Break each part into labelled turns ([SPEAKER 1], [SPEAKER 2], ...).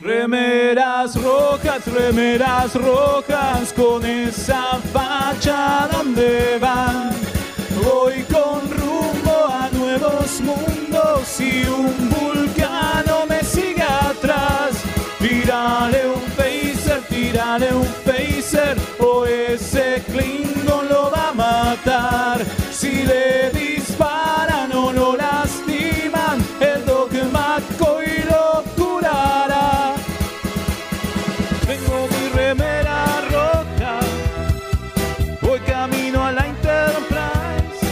[SPEAKER 1] Remeras rojas, remeras rojas, con esa facha donde van. Voy con rumbo a nuevos mundos y un vulcano me sigue atrás. Tírale un phaser, tírale un phaser, o ese Klingon lo va a matar. Si le disparan o lo lastiman, el dogmático y lo curará. Tengo mi remera rota, voy camino a la Enterprise.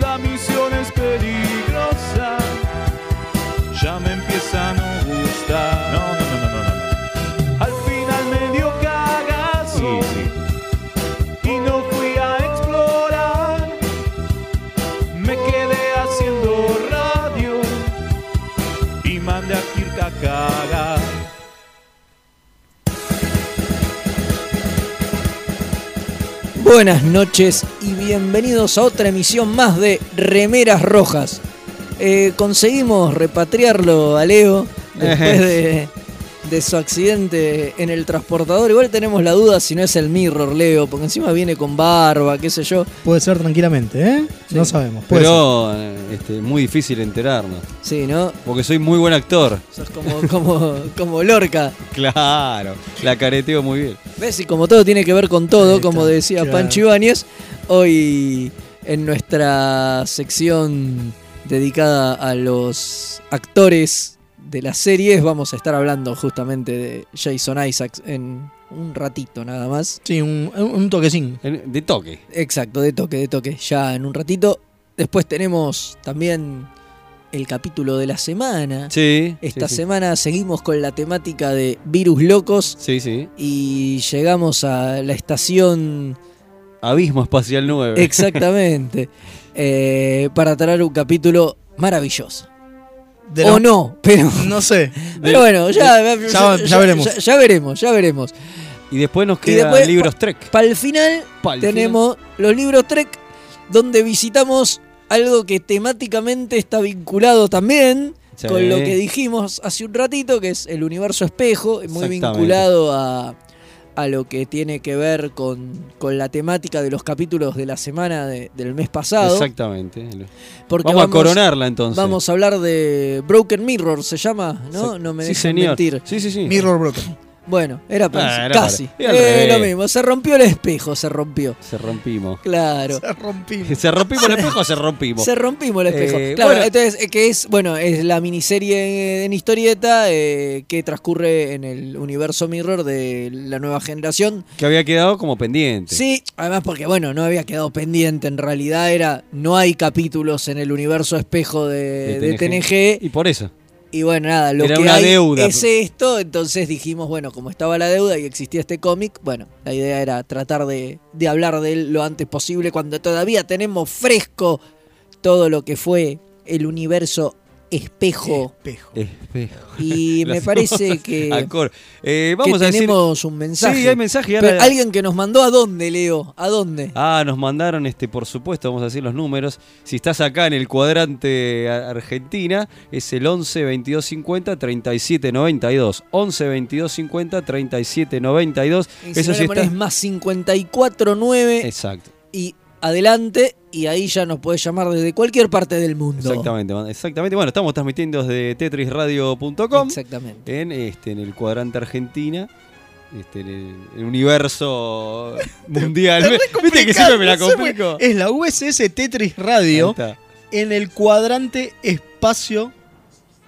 [SPEAKER 1] La misión es peligrosa, ya me empieza a no gustar. No, no, no, no, no. Al final me dio cagazo y no fui a explorar. Me quedé haciendo radio y mandé a Kirk a cagar.
[SPEAKER 2] Buenas noches y bienvenidos a otra emisión más de Remeras Rojas. Eh, conseguimos repatriarlo a Leo después de, de su accidente en el transportador. Igual tenemos la duda si no es el Mirror, Leo, porque encima viene con barba, qué sé yo.
[SPEAKER 3] Puede ser tranquilamente, ¿eh? No
[SPEAKER 2] Sí.
[SPEAKER 3] sabemos. Puede
[SPEAKER 4] Pero eh, este, muy difícil enterarnos.
[SPEAKER 2] Sí, ¿no?
[SPEAKER 4] Porque soy muy buen actor.
[SPEAKER 2] Sos como, como, como Lorca.
[SPEAKER 4] Claro, la careteo muy bien.
[SPEAKER 2] ¿Ves? Y como todo tiene que ver con todo,
[SPEAKER 3] Ahí está,
[SPEAKER 2] como decía
[SPEAKER 3] claro.
[SPEAKER 2] Pancho Ibáñez, hoy en nuestra sección dedicada a los actores de las series vamos a estar hablando justamente de Jason Isaacs en un ratito nada más.
[SPEAKER 3] ser. Sí, un, un toquecín.
[SPEAKER 4] En- De toque.
[SPEAKER 2] Exacto, de toque, de toque, ya en un ratito. Después tenemos también el capítulo de la semana.
[SPEAKER 4] Sí.
[SPEAKER 2] Esta
[SPEAKER 4] sí, sí.
[SPEAKER 2] semana seguimos con la temática de virus locos
[SPEAKER 4] Sí, sí.
[SPEAKER 2] y llegamos a la estación
[SPEAKER 4] Abismo Espacial 9.
[SPEAKER 2] Exactamente. Eh, para traer un capítulo maravilloso.
[SPEAKER 3] De
[SPEAKER 2] o
[SPEAKER 3] la-
[SPEAKER 2] no, pero,
[SPEAKER 3] No sé.
[SPEAKER 2] pero bueno, ya, ya-
[SPEAKER 3] ya- ya veremos.
[SPEAKER 2] Ya, ya veremos, ya veremos.
[SPEAKER 4] y después nos
[SPEAKER 2] Y
[SPEAKER 4] quedan
[SPEAKER 2] después-
[SPEAKER 4] libros Trek.
[SPEAKER 2] Para el final
[SPEAKER 4] Pal,
[SPEAKER 2] tenemos los libros Trek, donde visitamos algo que temáticamente está vinculado también
[SPEAKER 4] Sí.
[SPEAKER 2] con lo que dijimos hace un ratito, que es el universo espejo, muy
[SPEAKER 4] Exactamente.
[SPEAKER 2] vinculado a, a lo que tiene que ver con, con la temática de los capítulos de la semana de- del mes pasado.
[SPEAKER 4] Exactamente.
[SPEAKER 2] Porque
[SPEAKER 4] Vamos, a coronarla entonces.
[SPEAKER 2] Vamos a hablar de Broken Mirror, se llama, ¿no?
[SPEAKER 4] Exacto.
[SPEAKER 2] No me
[SPEAKER 4] sí,
[SPEAKER 2] dejes
[SPEAKER 4] señor.
[SPEAKER 2] mentir.
[SPEAKER 4] Sí, sí, sí.
[SPEAKER 3] Mirror Broken.
[SPEAKER 2] Bueno, era para
[SPEAKER 4] Ah, era
[SPEAKER 2] casi.
[SPEAKER 4] para- era al
[SPEAKER 2] Eh,
[SPEAKER 4] revés.
[SPEAKER 2] lo mismo, se rompió el espejo, se rompió.
[SPEAKER 4] Se rompimos.
[SPEAKER 2] Claro.
[SPEAKER 3] Se rompí.
[SPEAKER 4] Se rompimos el espejo, se rompimos.
[SPEAKER 2] Se rompimos el espejo.
[SPEAKER 4] Eh,
[SPEAKER 2] claro,
[SPEAKER 4] bueno.
[SPEAKER 2] entonces, eh, que es, bueno, es la miniserie en historieta eh, que transcurre en el universo Mirror de la nueva generación.
[SPEAKER 4] Que había quedado como pendiente.
[SPEAKER 2] Sí, además porque, bueno, no había quedado pendiente, en realidad era, no hay capítulos en el universo espejo de, de TNG.
[SPEAKER 4] Y por eso.
[SPEAKER 2] Y bueno, nada, lo
[SPEAKER 4] Era
[SPEAKER 2] que
[SPEAKER 4] una
[SPEAKER 2] hay
[SPEAKER 4] deuda.
[SPEAKER 2] es esto, entonces dijimos, bueno, como estaba la deuda y existía este cómic, bueno, la idea era tratar de, de hablar de él lo antes posible cuando todavía tenemos fresco todo lo que fue el universo espejo.
[SPEAKER 3] Espejo.
[SPEAKER 4] Espejo.
[SPEAKER 2] Y me
[SPEAKER 4] Las
[SPEAKER 2] parece
[SPEAKER 4] cosas
[SPEAKER 2] que,
[SPEAKER 4] a coro. Eh,
[SPEAKER 2] que
[SPEAKER 4] vamos a decir.
[SPEAKER 2] tenemos un mensaje.
[SPEAKER 4] Sí, hay mensaje. y
[SPEAKER 2] Pero
[SPEAKER 4] ahora-
[SPEAKER 2] alguien que nos mandó a dónde, Leo, a dónde.
[SPEAKER 4] Ah, nos mandaron, este, por supuesto, vamos a decir los números. Si estás acá en el cuadrante a- Argentina, es el 11 22 50 37 92. 11 22 50 37 92.
[SPEAKER 2] Y si
[SPEAKER 4] Eso
[SPEAKER 2] no le
[SPEAKER 4] sí
[SPEAKER 2] ponés
[SPEAKER 4] está.
[SPEAKER 2] más 54 9
[SPEAKER 4] Exacto,
[SPEAKER 2] y adelante, y ahí ya nos podés llamar desde cualquier parte del mundo.
[SPEAKER 4] exactamente, exactamente. Bueno, estamos transmitiendo desde tetrisradio.com
[SPEAKER 2] Exactamente.
[SPEAKER 4] en este en el cuadrante Argentina. Este, en el, el universo mundial. Viste que siempre me la complico.
[SPEAKER 3] Es la USS Tetris
[SPEAKER 4] Ahí
[SPEAKER 3] Radio
[SPEAKER 4] está.
[SPEAKER 3] en el cuadrante espacio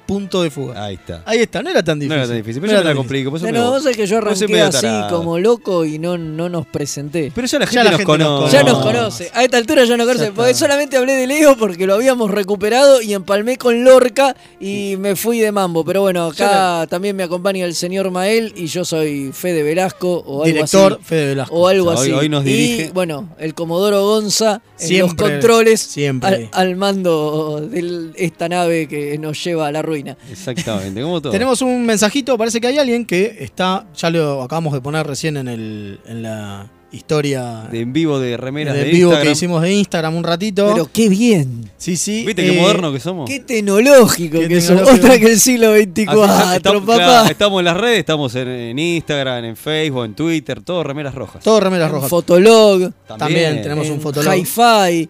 [SPEAKER 3] punto de fuga.
[SPEAKER 4] Ahí está.
[SPEAKER 3] Ahí está, no era tan
[SPEAKER 4] Ah. No
[SPEAKER 3] difícil.
[SPEAKER 4] era tan difícil, pero
[SPEAKER 3] No
[SPEAKER 4] yo
[SPEAKER 3] era
[SPEAKER 4] me la
[SPEAKER 3] tan
[SPEAKER 4] complico. por eso me
[SPEAKER 2] Bueno,
[SPEAKER 4] voy.
[SPEAKER 2] vos sabés que yo
[SPEAKER 4] Vos sos
[SPEAKER 2] arranqué
[SPEAKER 4] medio
[SPEAKER 2] así
[SPEAKER 4] tarado.
[SPEAKER 2] como loco y no, no nos presenté.
[SPEAKER 4] Pero ya la
[SPEAKER 3] Ya
[SPEAKER 4] gente,
[SPEAKER 3] la
[SPEAKER 4] nos,
[SPEAKER 3] gente nos
[SPEAKER 4] conoce.
[SPEAKER 2] Ya
[SPEAKER 3] no.
[SPEAKER 2] nos conoce, a esta altura ya nos conoce,
[SPEAKER 3] Ya está.
[SPEAKER 2] porque solamente hablé de Leo porque lo habíamos recuperado y empalmé con Lorca y me fui de mambo. Pero bueno, acá también me acompaña el señor Mael y yo soy Fede Velasco o algo
[SPEAKER 3] Director
[SPEAKER 2] así.
[SPEAKER 3] Fede Velasco.
[SPEAKER 2] O algo
[SPEAKER 4] O sea, hoy-
[SPEAKER 2] así.
[SPEAKER 4] hoy nos dirige.
[SPEAKER 2] Y bueno, el Comodoro Gonza en los
[SPEAKER 3] Siempre,
[SPEAKER 2] controles
[SPEAKER 3] siempre.
[SPEAKER 2] al, al mando de esta nave que nos lleva a la ruina.
[SPEAKER 4] Exactamente, como todo.
[SPEAKER 3] Tenemos un mensajito, parece que hay alguien que está, ya lo acabamos de poner recién en, el, en la historia
[SPEAKER 4] De en vivo de remeras
[SPEAKER 3] de
[SPEAKER 4] de,
[SPEAKER 3] vivo que
[SPEAKER 4] Instagram.
[SPEAKER 3] hicimos de Instagram un ratito.
[SPEAKER 2] Pero qué bien.
[SPEAKER 3] sí, sí.
[SPEAKER 4] ¿Viste
[SPEAKER 3] eh,
[SPEAKER 4] qué moderno que somos?
[SPEAKER 2] Qué tecnológico
[SPEAKER 3] Qué
[SPEAKER 2] que es
[SPEAKER 3] tecnológico.
[SPEAKER 2] Otra que el siglo
[SPEAKER 4] Así ya
[SPEAKER 2] XXIV,
[SPEAKER 4] estamos,
[SPEAKER 2] papá.
[SPEAKER 4] claro, estamos en las redes, estamos en, en Instagram, en Facebook, en Twitter, todo remeras rojas.
[SPEAKER 3] Todo remeras rojas.
[SPEAKER 2] Fotolog,
[SPEAKER 3] También tenemos
[SPEAKER 2] en
[SPEAKER 3] un fotolog.
[SPEAKER 2] Hi-Fi,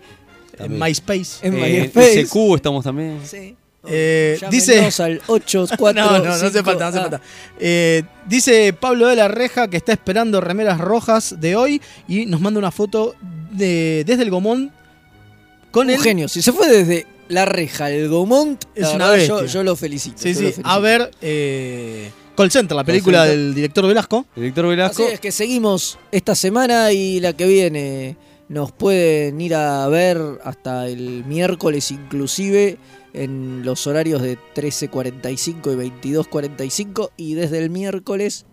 [SPEAKER 3] En MySpace.
[SPEAKER 2] en
[SPEAKER 4] eh,
[SPEAKER 2] MySpace.
[SPEAKER 4] En SQ estamos también.
[SPEAKER 2] Sí.
[SPEAKER 3] Eh,
[SPEAKER 2] Llámenos
[SPEAKER 3] dice.
[SPEAKER 2] al 84
[SPEAKER 3] no, no, no hace
[SPEAKER 2] cinco-
[SPEAKER 3] falta, no hace
[SPEAKER 2] ah,
[SPEAKER 3] falta. Eh, dice Pablo de la Reja que está esperando remeras rojas de hoy y nos manda una foto de, desde el Gomón con
[SPEAKER 2] Un
[SPEAKER 3] el.
[SPEAKER 2] genio. Si se fue desde la reja, el Gomont,
[SPEAKER 3] Es
[SPEAKER 2] la
[SPEAKER 3] una
[SPEAKER 2] verdad,
[SPEAKER 3] bestia.
[SPEAKER 2] yo, yo lo felicito.
[SPEAKER 3] Sí,
[SPEAKER 2] yo lo
[SPEAKER 3] sí.
[SPEAKER 2] felicito.
[SPEAKER 3] A ver, eh, Call Center, la película
[SPEAKER 4] Center.
[SPEAKER 3] del director Velasco.
[SPEAKER 4] El Víctor Velasco.
[SPEAKER 2] Así es que seguimos esta semana y la que viene. Nos pueden ir a ver hasta el miércoles inclusive en los horarios de 13.45 y 22.45 y desde el miércoles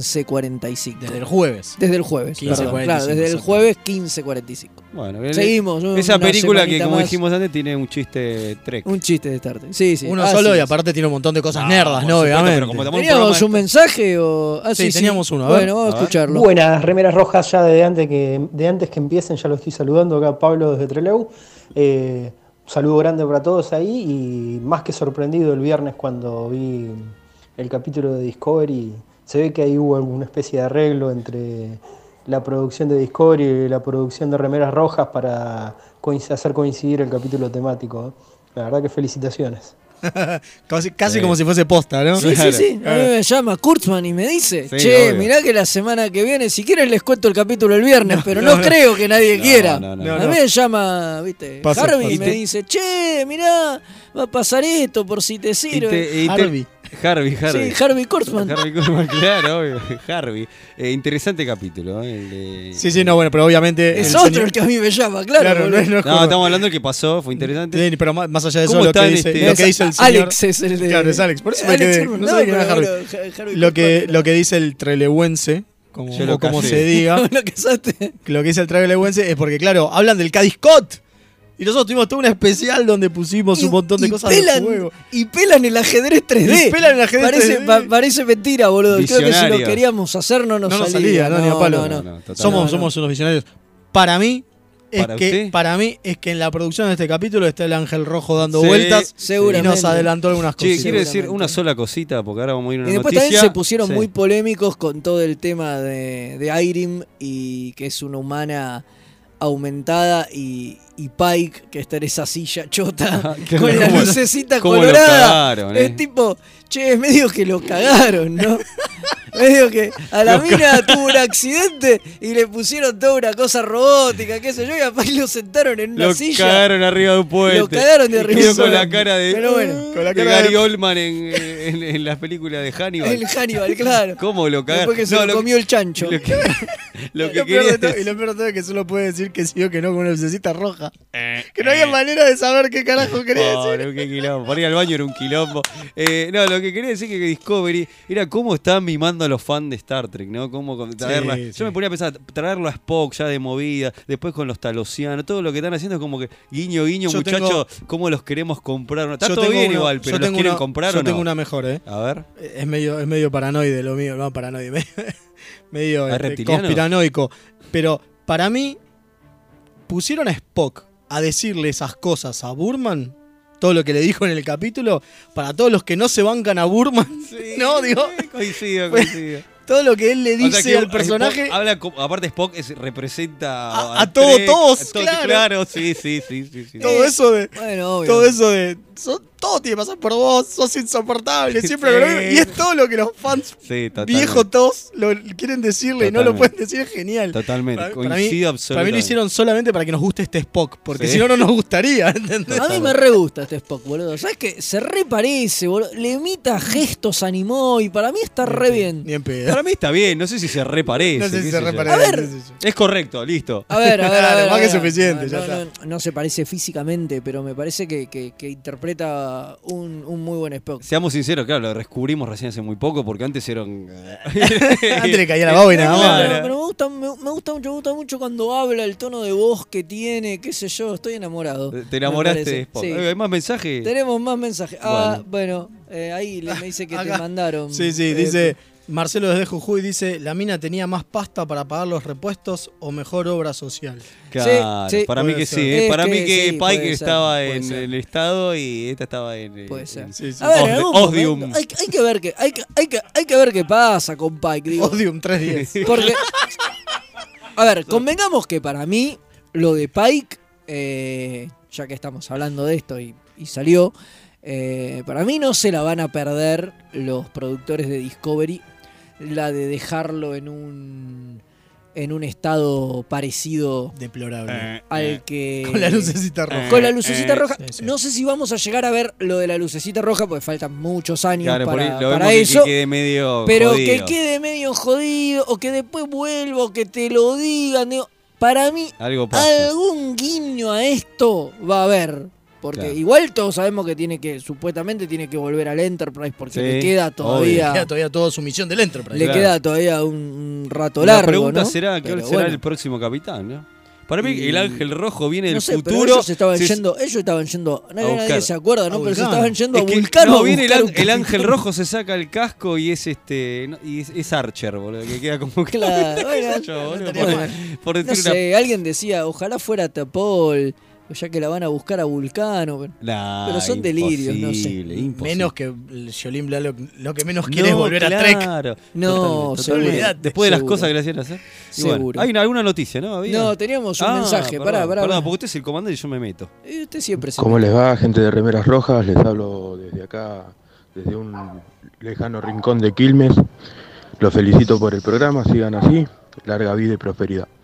[SPEAKER 2] 15.45.
[SPEAKER 3] Desde el jueves.
[SPEAKER 2] Desde el jueves,
[SPEAKER 3] 15:45,
[SPEAKER 2] perdón, claro, desde el
[SPEAKER 3] exacto.
[SPEAKER 2] jueves 15.45.
[SPEAKER 4] Bueno, el-
[SPEAKER 2] Seguimos. un-
[SPEAKER 4] esa
[SPEAKER 2] una
[SPEAKER 4] película que,
[SPEAKER 2] semanita
[SPEAKER 4] como
[SPEAKER 2] más.
[SPEAKER 4] dijimos antes, tiene un chiste trek.
[SPEAKER 2] Un chiste de tarde. Sí, Ah, sí.
[SPEAKER 3] Uno
[SPEAKER 2] así
[SPEAKER 3] solo y
[SPEAKER 2] es.
[SPEAKER 3] aparte tiene un montón de cosas
[SPEAKER 4] Ah,
[SPEAKER 3] nerdas,
[SPEAKER 4] por
[SPEAKER 3] ¿no?
[SPEAKER 4] supuesto,
[SPEAKER 3] Obviamente.
[SPEAKER 4] pero como estamos en un
[SPEAKER 2] ¿Teníamos un
[SPEAKER 4] programa-
[SPEAKER 2] mensaje o...? Ah,
[SPEAKER 3] Sí, teníamos uno, a ver.
[SPEAKER 2] Bueno, vamos a,
[SPEAKER 4] A ver.
[SPEAKER 2] escucharlo.
[SPEAKER 5] Buenas, remeras rojas ya de antes que de antes que empiecen, ya los estoy saludando acá Pablo desde Trelew. Eh, un saludo grande para todos ahí y más que sorprendido el viernes cuando vi el capítulo de Discovery. Se ve que ahí hubo alguna especie de arreglo entre la producción de Discovery y la producción de Remeras Rojas para coinc- hacer coincidir el capítulo temático. ¿eh? La verdad que felicitaciones.
[SPEAKER 3] Casi, casi
[SPEAKER 4] Sí.
[SPEAKER 3] como si fuese posta, ¿no?
[SPEAKER 2] Sí, sí, sí. A mí
[SPEAKER 3] Claro.
[SPEAKER 2] me llama Kurtzman y me dice,
[SPEAKER 4] Sí,
[SPEAKER 2] che,
[SPEAKER 4] obvio.
[SPEAKER 2] mirá que la semana que viene, si quieren les cuento el capítulo el viernes, pero no, creo que nadie
[SPEAKER 4] No,
[SPEAKER 2] quiera.
[SPEAKER 4] no, no,
[SPEAKER 3] No,
[SPEAKER 2] a
[SPEAKER 3] no.
[SPEAKER 2] mí me llama, viste,
[SPEAKER 3] Pasa,
[SPEAKER 2] Harvey
[SPEAKER 3] pasa.
[SPEAKER 2] y
[SPEAKER 4] Y
[SPEAKER 2] me
[SPEAKER 4] te-
[SPEAKER 2] dice, che, mirá, va a pasar esto por si te
[SPEAKER 4] Y
[SPEAKER 2] sirve.
[SPEAKER 4] te- y te-
[SPEAKER 3] Harvey.
[SPEAKER 4] Harvey, Harvey.
[SPEAKER 2] Sí, Harvey Kurtzman.
[SPEAKER 4] Harvey Kurtzman, claro, obvio. Harvey. Eh, interesante capítulo. ¿eh? El de-
[SPEAKER 3] Sí, sí, no, bueno, pero obviamente.
[SPEAKER 2] Es
[SPEAKER 3] el
[SPEAKER 2] otro
[SPEAKER 3] señor-
[SPEAKER 2] el que a mí me llama, claro.
[SPEAKER 3] Claro, no
[SPEAKER 2] boludo.
[SPEAKER 3] es, no es
[SPEAKER 4] No,
[SPEAKER 3] como-
[SPEAKER 4] estamos hablando del que pasó, fue interesante.
[SPEAKER 3] Sí, pero más, más allá de eso,
[SPEAKER 4] ¿Cómo
[SPEAKER 3] lo que,
[SPEAKER 4] están,
[SPEAKER 3] dice,
[SPEAKER 4] este?
[SPEAKER 3] lo que dice el señor.
[SPEAKER 2] Alex es el de...
[SPEAKER 3] Claro, es Alex, por eso me
[SPEAKER 2] Alex
[SPEAKER 3] quedé,
[SPEAKER 2] Herman,
[SPEAKER 3] no sabía que era
[SPEAKER 2] pero,
[SPEAKER 3] Harvey.
[SPEAKER 2] pero, Harvey
[SPEAKER 3] Lo que,
[SPEAKER 2] Kurtzman,
[SPEAKER 3] lo que dice el trelewense, como,
[SPEAKER 4] Yo lo
[SPEAKER 3] o como
[SPEAKER 4] casé.
[SPEAKER 3] se diga,
[SPEAKER 2] ¿Lo casaste?
[SPEAKER 3] lo que dice el trelewense es porque, claro, hablan del Cadiscot. Y nosotros tuvimos todo un especial donde pusimos un montón de
[SPEAKER 2] y
[SPEAKER 3] cosas
[SPEAKER 2] pelan,
[SPEAKER 3] del juego.
[SPEAKER 2] Y pelan el ajedrez 3D.
[SPEAKER 3] Y pelan el ajedrez
[SPEAKER 2] parece,
[SPEAKER 3] 3D.
[SPEAKER 2] pa- parece mentira, boludo. Creo que si lo
[SPEAKER 4] Visionarios.
[SPEAKER 2] queríamos hacer no nos
[SPEAKER 3] No nos
[SPEAKER 2] salía.
[SPEAKER 3] salía, no, ni a palo.
[SPEAKER 2] no, no.
[SPEAKER 4] No, total.
[SPEAKER 3] Somos,
[SPEAKER 2] no.
[SPEAKER 3] somos unos visionarios. Para mí. Es
[SPEAKER 4] ¿Para
[SPEAKER 3] que,
[SPEAKER 4] usted?
[SPEAKER 3] para mí es que en la producción de este capítulo está el ángel rojo dando
[SPEAKER 4] Sí,
[SPEAKER 3] vueltas y
[SPEAKER 2] seguramente.
[SPEAKER 3] nos adelantó algunas
[SPEAKER 4] Che,
[SPEAKER 3] cosas.
[SPEAKER 4] quiero decir
[SPEAKER 2] seguramente.
[SPEAKER 4] una sola cosita, porque ahora vamos a ir a
[SPEAKER 2] Y
[SPEAKER 4] una
[SPEAKER 2] después
[SPEAKER 4] noticia.
[SPEAKER 2] también se pusieron
[SPEAKER 4] Sí.
[SPEAKER 2] muy polémicos con todo el tema de, de Irem y que es una humana aumentada y, y Pike que está en esa silla chota
[SPEAKER 4] Ah, qué
[SPEAKER 2] con la
[SPEAKER 4] bueno.
[SPEAKER 2] lucecita
[SPEAKER 4] ¿Cómo lo
[SPEAKER 2] colorada.
[SPEAKER 4] cagaron, eh?
[SPEAKER 2] Es tipo, che, es medio que lo cagaron, ¿no? medio que a la mina tuvo un accidente y le pusieron toda una cosa robótica, qué sé yo, y a Pike lo sentaron en una
[SPEAKER 4] Lo
[SPEAKER 2] silla.
[SPEAKER 4] cagaron arriba de un puente.
[SPEAKER 2] Lo cagaron de
[SPEAKER 4] Y
[SPEAKER 2] arriba
[SPEAKER 4] quedó
[SPEAKER 2] de un
[SPEAKER 4] con la
[SPEAKER 2] puente.
[SPEAKER 4] cara de,
[SPEAKER 2] Pero bueno.
[SPEAKER 3] Con la
[SPEAKER 4] de
[SPEAKER 3] cara de-
[SPEAKER 4] Gary Oldman en, en, en las películas de Hannibal.
[SPEAKER 2] El Hannibal, claro.
[SPEAKER 4] ¿Cómo lo cagaron?
[SPEAKER 2] Después que se lo,
[SPEAKER 4] No, que-
[SPEAKER 2] comió el chancho.
[SPEAKER 4] Lo que, lo
[SPEAKER 3] Y lo peor
[SPEAKER 4] que
[SPEAKER 3] de
[SPEAKER 4] quería
[SPEAKER 3] todo-
[SPEAKER 4] es-
[SPEAKER 3] y lo peor de todo es que solo puede decir que sí o que no con una lucecita roja.
[SPEAKER 4] Eh,
[SPEAKER 3] Que no había manera de saber qué carajo
[SPEAKER 4] Oh.
[SPEAKER 3] quería decir.
[SPEAKER 4] Pobre, qué quilombo. Para ir al baño era un quilombo. Eh, no, lo que quería decir que Discovery era cómo estaban mimando a los fans de Star Trek, ¿no? Cómo con- traerla. Yo
[SPEAKER 3] sí.
[SPEAKER 4] me ponía a pensar, traerlo a Spock ya de movida, después con los talosianos, todo lo que están haciendo es como que guiño, guiño,
[SPEAKER 3] Yo
[SPEAKER 4] muchachos, cómo los queremos comprar. Está
[SPEAKER 3] Yo
[SPEAKER 4] todo
[SPEAKER 3] tengo
[SPEAKER 4] bien
[SPEAKER 3] una-
[SPEAKER 4] igual,
[SPEAKER 3] yo
[SPEAKER 4] pero los
[SPEAKER 3] tengo
[SPEAKER 4] quieren
[SPEAKER 3] una-
[SPEAKER 4] comprar
[SPEAKER 3] Yo
[SPEAKER 4] o no.
[SPEAKER 3] tengo una mejor, ¿eh?
[SPEAKER 4] A ver.
[SPEAKER 3] Es medio, es medio paranoide lo mío, no paranoide, medio, medio
[SPEAKER 4] ¿Hay
[SPEAKER 3] este,
[SPEAKER 4] reptilianos?
[SPEAKER 3] conspiranoico. Pero para mí, pusieron a Spock a decirle esas cosas a Burman, todo lo que le dijo en el capítulo, para todos los que no se bancan a Burman, no, digo,
[SPEAKER 4] Coincido, coincido.
[SPEAKER 3] todo lo que él le
[SPEAKER 4] O
[SPEAKER 3] dice
[SPEAKER 4] sea que
[SPEAKER 3] al
[SPEAKER 4] Spock
[SPEAKER 3] personaje
[SPEAKER 4] habla como- aparte Spock es- representa
[SPEAKER 3] A- a todo-
[SPEAKER 4] Trek,
[SPEAKER 3] todos,
[SPEAKER 4] a todo-
[SPEAKER 3] claro.
[SPEAKER 4] sí, sí, sí, sí, sí.
[SPEAKER 3] todo eso de.
[SPEAKER 2] Bueno, obvio.
[SPEAKER 3] Todo eso de. so- todo tiene que pasar por vos, sos insoportable, siempre
[SPEAKER 4] Sí.
[SPEAKER 3] con lo mismo. Y es todo lo que los fans
[SPEAKER 4] Sí, totalmente.
[SPEAKER 3] viejos todos lo quieren decirle y no lo
[SPEAKER 4] Totalmente.
[SPEAKER 3] pueden decir, es genial.
[SPEAKER 4] Totalmente,
[SPEAKER 3] Para- para mí-
[SPEAKER 4] coincido
[SPEAKER 3] Para mí
[SPEAKER 4] absolutamente.
[SPEAKER 3] lo hicieron solamente para que nos guste este Spock, porque
[SPEAKER 4] Sí.
[SPEAKER 3] si no, no nos gustaría, ¿entendés?
[SPEAKER 2] A mí me re gusta este Spock, boludo. ¿Sabes qué? Se reparece, boludo. Le imita gestos, animó y para mí está re bien.
[SPEAKER 3] Ni en pedo.
[SPEAKER 4] Para mí está bien, no sé si se reparece.
[SPEAKER 3] No
[SPEAKER 4] qué
[SPEAKER 3] sé si
[SPEAKER 4] sé
[SPEAKER 3] se
[SPEAKER 4] yo.
[SPEAKER 3] reparece.
[SPEAKER 2] A ver.
[SPEAKER 3] sí, sí, sí.
[SPEAKER 4] Es correcto, listo.
[SPEAKER 2] A ver, a ver. a
[SPEAKER 3] Claro,
[SPEAKER 2] ver,
[SPEAKER 3] más
[SPEAKER 2] a
[SPEAKER 3] que
[SPEAKER 2] ver.
[SPEAKER 3] suficiente,
[SPEAKER 2] No,
[SPEAKER 3] ya
[SPEAKER 2] no, no se parece físicamente, pero me parece que, que- que interpreta un, un muy buen Spock.
[SPEAKER 4] Seamos sinceros, claro, lo descubrimos recién hace muy poco porque antes eran.
[SPEAKER 3] Antes le caía la bóveda
[SPEAKER 2] No,
[SPEAKER 3] nada
[SPEAKER 2] pero,
[SPEAKER 3] más.
[SPEAKER 2] pero me, gusta, me, me gusta mucho, me gusta mucho cuando habla, el tono de voz que tiene, qué sé yo, estoy enamorado.
[SPEAKER 4] Te
[SPEAKER 2] me
[SPEAKER 4] enamoraste
[SPEAKER 2] parece.
[SPEAKER 4] de Spock.
[SPEAKER 2] Sí.
[SPEAKER 4] Eh, ¿Hay más mensajes?
[SPEAKER 2] Tenemos más mensajes. Ah, bueno, Eh, ahí le, me dice que te
[SPEAKER 3] Acá.
[SPEAKER 2] mandaron.
[SPEAKER 3] Sí, sí,
[SPEAKER 2] eh,
[SPEAKER 3] dice. Marcelo desde Jujuy dice: La mina tenía más pasta para pagar los repuestos o mejor obra social.
[SPEAKER 4] Claro,
[SPEAKER 2] sí.
[SPEAKER 4] para mí
[SPEAKER 3] Puede
[SPEAKER 4] que
[SPEAKER 3] ser.
[SPEAKER 4] sí. ¿eh?
[SPEAKER 2] Es
[SPEAKER 4] Para mí
[SPEAKER 2] que
[SPEAKER 4] que
[SPEAKER 2] sí, puede
[SPEAKER 4] Pike
[SPEAKER 2] ser,
[SPEAKER 4] estaba
[SPEAKER 2] puede
[SPEAKER 4] en
[SPEAKER 2] ser.
[SPEAKER 4] el estado y esta estaba en. eh,
[SPEAKER 2] Puede ser.
[SPEAKER 4] en-
[SPEAKER 3] Sí, sí.
[SPEAKER 2] A ver,
[SPEAKER 4] Osdi-
[SPEAKER 2] en algún
[SPEAKER 4] Osdium.
[SPEAKER 2] momento Hay, hay que ver qué hay, que- hay que- hay que ver qué pasa con Pike, digo.
[SPEAKER 3] Odium 310.
[SPEAKER 2] Porque. A ver, convengamos que para mí, lo de Pike, eh, ya que estamos hablando de esto y, y salió, eh, para mí no se la van a perder los productores de Discovery, la de dejarlo en un, en un estado parecido
[SPEAKER 4] Eh,
[SPEAKER 3] Deplorable.
[SPEAKER 2] al que.
[SPEAKER 3] Eh, Con la lucecita roja.
[SPEAKER 2] Con la lucecita roja.
[SPEAKER 3] sí, sí.
[SPEAKER 2] No sé si vamos a llegar a ver lo de la lucecita roja, porque faltan muchos años
[SPEAKER 4] Claro, por ahí
[SPEAKER 2] para,
[SPEAKER 4] lo
[SPEAKER 2] para
[SPEAKER 4] vemos que-
[SPEAKER 2] eso.
[SPEAKER 4] que quede medio.
[SPEAKER 2] Pero que
[SPEAKER 4] jodido.
[SPEAKER 2] quede medio jodido, o que después vuelva, o que te lo digan. digo, para mí,
[SPEAKER 4] Algo pasa.
[SPEAKER 2] algún guiño a esto va a haber. Porque
[SPEAKER 4] Claro.
[SPEAKER 2] igual todos sabemos que tiene que, supuestamente tiene que volver al Enterprise porque
[SPEAKER 4] Sí,
[SPEAKER 2] le queda
[SPEAKER 3] Le
[SPEAKER 2] todavía.
[SPEAKER 3] queda todavía toda su misión del Enterprise.
[SPEAKER 2] Le
[SPEAKER 4] claro.
[SPEAKER 2] queda todavía un, un rato
[SPEAKER 4] La
[SPEAKER 2] largo.
[SPEAKER 4] pregunta
[SPEAKER 2] ¿no?
[SPEAKER 4] será: ¿qué
[SPEAKER 2] Pero
[SPEAKER 4] será
[SPEAKER 2] bueno,
[SPEAKER 4] el próximo capitán? ¿no? Para mí,
[SPEAKER 2] Y-
[SPEAKER 4] el ángel rojo viene
[SPEAKER 2] no
[SPEAKER 4] del
[SPEAKER 2] sé, pero
[SPEAKER 4] futuro.
[SPEAKER 2] ellos estaban
[SPEAKER 4] se-
[SPEAKER 2] yendo, ellos estaban yendo, nadie, nadie
[SPEAKER 4] buscar-
[SPEAKER 2] se acuerda,
[SPEAKER 3] a
[SPEAKER 2] ¿no? Pero se
[SPEAKER 3] Vulcano.
[SPEAKER 2] estaban yendo
[SPEAKER 4] Es
[SPEAKER 2] a
[SPEAKER 4] que
[SPEAKER 2] Vulcano
[SPEAKER 4] no,
[SPEAKER 2] a
[SPEAKER 4] viene el,
[SPEAKER 2] buscar
[SPEAKER 4] an-
[SPEAKER 2] un
[SPEAKER 4] el ángel
[SPEAKER 2] capitán.
[SPEAKER 4] rojo se saca el casco y es este no, y es, es Archer, boludo, que queda como que
[SPEAKER 2] Claro, bueno,
[SPEAKER 4] boludo,
[SPEAKER 2] estaría
[SPEAKER 4] por,
[SPEAKER 2] mal.
[SPEAKER 4] por
[SPEAKER 2] No
[SPEAKER 4] decir una
[SPEAKER 2] sé, alguien decía, ojalá fuera Tapol, ya que la van a buscar a Vulcano. pero-
[SPEAKER 4] Nah,
[SPEAKER 2] Pero son delirios, no sé.
[SPEAKER 4] imposible, imposible.
[SPEAKER 3] Menos que el Jolín Blalock, lo que menos quiere es volver a Trek.
[SPEAKER 4] claro.
[SPEAKER 2] No,
[SPEAKER 4] Totalmente,
[SPEAKER 2] seguro.
[SPEAKER 4] totalmente. Después de las
[SPEAKER 2] Seguro.
[SPEAKER 4] cosas que le hacían hacer. Y bueno,
[SPEAKER 2] Seguro.
[SPEAKER 4] hay una- alguna noticia, ¿no? ¿Había?
[SPEAKER 2] No, teníamos un
[SPEAKER 4] Ah,
[SPEAKER 2] mensaje,
[SPEAKER 4] perdón,
[SPEAKER 2] pará, pará.
[SPEAKER 4] Perdón,
[SPEAKER 2] pará.
[SPEAKER 4] porque usted es el comandante y yo me meto.
[SPEAKER 2] Eh, Usted siempre se...
[SPEAKER 6] ¿Cómo les va, gente de Remeras Rojas? Les hablo desde acá, desde un lejano rincón de Quilmes. Los felicito por el programa, sigan así. Larga vida y prosperidad.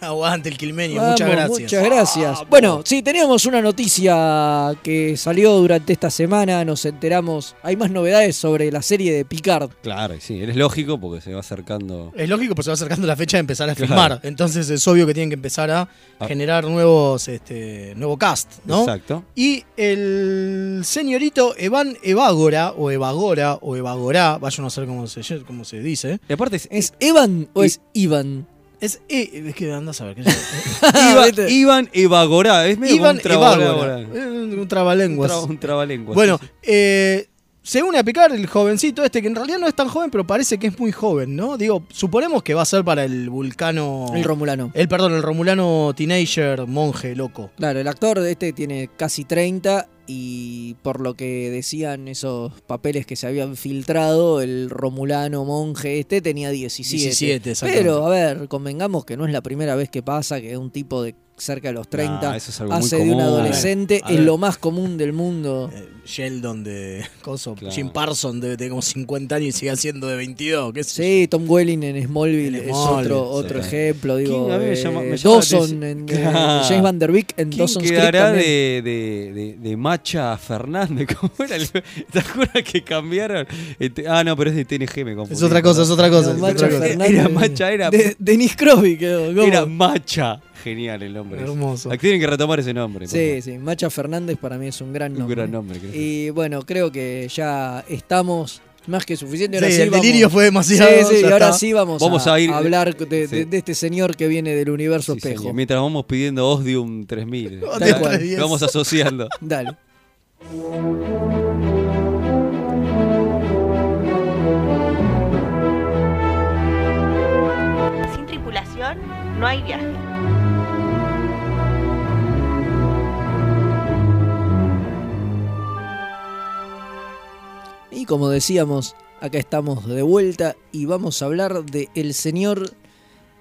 [SPEAKER 3] Aguante el Quilmenio,
[SPEAKER 2] Vamos,
[SPEAKER 3] muchas gracias.
[SPEAKER 2] Muchas gracias. Bueno, sí, teníamos una noticia que salió durante esta semana, nos enteramos, hay más novedades sobre la serie de Picard.
[SPEAKER 4] Claro, y sí, es lógico porque se va acercando.
[SPEAKER 3] Es lógico, pues se va acercando la fecha de empezar a
[SPEAKER 4] Claro.
[SPEAKER 3] filmar. Entonces es obvio que tienen que empezar a
[SPEAKER 4] Ah.
[SPEAKER 3] generar nuevos, este, nuevo cast, ¿no?
[SPEAKER 4] Exacto.
[SPEAKER 3] Y el señorito Evan Evagora, o Evagora, o Evagorá, vaya uno a saber cómo se, lle- cómo se dice.
[SPEAKER 4] Y aparte es,
[SPEAKER 2] ¿Es Evan o
[SPEAKER 3] Y-
[SPEAKER 2] es Ivan?
[SPEAKER 3] Es, E- es que anda a saber. qué sé yo.
[SPEAKER 4] Iva-
[SPEAKER 2] Ah, ¿Viste?
[SPEAKER 4] Iván Evagorá, es medio
[SPEAKER 3] Iván
[SPEAKER 4] un trabalengua.
[SPEAKER 3] Evagora. Eh, Un
[SPEAKER 4] Un,
[SPEAKER 3] trabalenguas.
[SPEAKER 4] tra- un trabalenguas.
[SPEAKER 3] Bueno,
[SPEAKER 4] sí, sí.
[SPEAKER 3] eh, se une a picar el jovencito este, que en realidad no es tan joven, pero parece que es muy joven, ¿no? Digo, suponemos que va a ser para el vulcano.
[SPEAKER 2] El Romulano.
[SPEAKER 3] el, perdón, el romulano teenager monje loco.
[SPEAKER 2] Claro, el actor de este tiene casi 30 y por lo que decían esos papeles que se habían filtrado, el romulano monje este tenía 17.
[SPEAKER 3] 17, exactamente.
[SPEAKER 2] Pero, a ver, convengamos que no es la primera vez que pasa que un tipo de cerca de los 30
[SPEAKER 4] Nah, Ah, eso es algo muy
[SPEAKER 2] hace de un
[SPEAKER 4] común.
[SPEAKER 2] adolescente,
[SPEAKER 3] A ver, a
[SPEAKER 2] es
[SPEAKER 3] ver.
[SPEAKER 2] lo más común del mundo.
[SPEAKER 3] Eh, Sheldon de. Coso,
[SPEAKER 4] Claro.
[SPEAKER 3] Jim Parson debe tener como 50 años y sigue siendo de 22. ¿qué sé
[SPEAKER 2] Sí, Tom Welling en Smallville
[SPEAKER 3] En
[SPEAKER 2] es
[SPEAKER 3] Smallville,
[SPEAKER 2] otro,
[SPEAKER 3] sí.
[SPEAKER 2] otro ejemplo. Digo,
[SPEAKER 4] ¿Quién? A mí me
[SPEAKER 2] eh,
[SPEAKER 4] llama- me llama la
[SPEAKER 2] Dawson
[SPEAKER 4] atención.
[SPEAKER 2] en eh,
[SPEAKER 4] Claro.
[SPEAKER 2] James Van Der Beek en
[SPEAKER 4] ¿Quién
[SPEAKER 2] Dawson Creek
[SPEAKER 4] quedará
[SPEAKER 2] también.
[SPEAKER 4] de, de, de, de Macha Fernández? ¿Cómo era? el- ¿Te acuerdas que cambiaron? Este, ah, no, pero es de TNG, me
[SPEAKER 3] yo?
[SPEAKER 4] confundí.
[SPEAKER 3] Es otra cosa, es otra cosa.
[SPEAKER 2] No,
[SPEAKER 3] es
[SPEAKER 2] Macha
[SPEAKER 3] otra cosa.
[SPEAKER 4] Fer-
[SPEAKER 2] Fernández.
[SPEAKER 4] Era Macha, era-
[SPEAKER 2] De, Denis Crosby quedó. ¿cómo?
[SPEAKER 4] Era Macha. Genial el nombre.
[SPEAKER 3] Hermoso.
[SPEAKER 4] Aquí tienen que retomar ese nombre. por
[SPEAKER 2] Sí, sí, Macha Fernández para mí es un gran
[SPEAKER 4] Un
[SPEAKER 2] nombre.
[SPEAKER 4] gran nombre, creo.
[SPEAKER 2] Y bueno, creo que ya estamos más que suficiente. Ahora
[SPEAKER 3] Sí,
[SPEAKER 2] sí,
[SPEAKER 3] el
[SPEAKER 2] vamos-
[SPEAKER 3] delirio fue
[SPEAKER 2] Sí,
[SPEAKER 3] demasiado.
[SPEAKER 2] sí,
[SPEAKER 3] ya
[SPEAKER 2] y ahora
[SPEAKER 3] está.
[SPEAKER 2] sí vamos,
[SPEAKER 4] Vamos
[SPEAKER 2] a,
[SPEAKER 4] a ir- eh,
[SPEAKER 2] hablar de,
[SPEAKER 4] Sí.
[SPEAKER 2] de- de este señor que viene del universo
[SPEAKER 4] favor. Sí,
[SPEAKER 2] espejo.
[SPEAKER 4] señor. Mientras vamos pidiendo Osdium 3000.
[SPEAKER 3] Osdium
[SPEAKER 4] ¿verdad?
[SPEAKER 3] 310.
[SPEAKER 4] Lo vamos asociando.
[SPEAKER 2] Dale.
[SPEAKER 7] Sin tripulación no hay viaje.
[SPEAKER 2] Y como decíamos, acá estamos de vuelta y vamos a hablar de el señor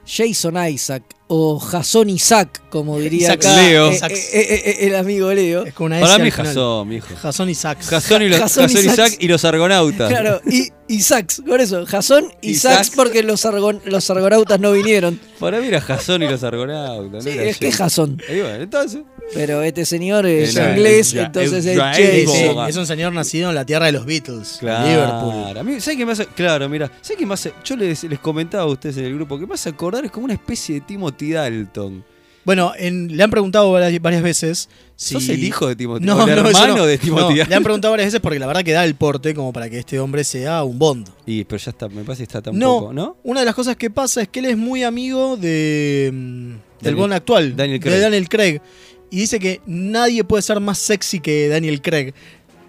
[SPEAKER 2] Jason Isaac o Jason Isaac, como diría
[SPEAKER 3] Isaac
[SPEAKER 2] acá,
[SPEAKER 4] Leo.
[SPEAKER 2] eh, eh, eh, eh, el amigo Leo.
[SPEAKER 3] Es con una S
[SPEAKER 4] Para
[SPEAKER 3] al
[SPEAKER 4] mí,
[SPEAKER 3] final.
[SPEAKER 4] Jason, mijo.
[SPEAKER 3] Jason y Sax.
[SPEAKER 4] Jason y los,
[SPEAKER 2] Ah, Jason y
[SPEAKER 4] Jason y
[SPEAKER 2] Sax.
[SPEAKER 4] Zack y los argonautas.
[SPEAKER 2] Claro, y, y Sax, por eso, Jason y,
[SPEAKER 4] Y
[SPEAKER 2] Sax,
[SPEAKER 4] Sax.
[SPEAKER 2] porque los, argon- los argonautas no vinieron.
[SPEAKER 4] Para mí era Jason y los argonautas.
[SPEAKER 2] Sí,
[SPEAKER 4] no era
[SPEAKER 2] es que es
[SPEAKER 4] Jason.
[SPEAKER 2] Jason,
[SPEAKER 4] Y bueno, entonces.
[SPEAKER 2] pero este señor es
[SPEAKER 4] Eh, no,
[SPEAKER 2] inglés,
[SPEAKER 4] es Ja-
[SPEAKER 2] entonces
[SPEAKER 4] es
[SPEAKER 2] es
[SPEAKER 3] Sí, sí,
[SPEAKER 2] Jason.
[SPEAKER 4] Jason.
[SPEAKER 3] es un señor nacido en la tierra de los Beatles, en Liverpool.
[SPEAKER 4] Claro. A mí, ¿sabes qué me hace? Claro, mira, ¿sabes qué me hace? Yo les, les comentaba a ustedes en el grupo que me hace acordar es como una especie de Timothy Dalton.
[SPEAKER 3] Bueno, en- le han preguntado varias, varias veces si.
[SPEAKER 4] ¿Sos el hijo de Timothy?
[SPEAKER 3] No,
[SPEAKER 4] ¿O el
[SPEAKER 3] no, eso
[SPEAKER 4] hermano
[SPEAKER 3] no.
[SPEAKER 4] de Timothy
[SPEAKER 3] No, le han
[SPEAKER 4] Dalton?
[SPEAKER 3] preguntado varias veces porque la verdad que da el porte como para que este hombre sea un Bond.
[SPEAKER 4] Y, pero ya está, me parece que está
[SPEAKER 3] No,
[SPEAKER 4] tampoco, ¿no?
[SPEAKER 3] Una de las cosas que pasa es que él es muy amigo de, mm, del
[SPEAKER 4] Daniel-
[SPEAKER 3] Bond actual,
[SPEAKER 4] Daniel
[SPEAKER 3] de
[SPEAKER 4] Craig.
[SPEAKER 3] Daniel Craig. Y dice que nadie puede ser más sexy que Daniel Craig.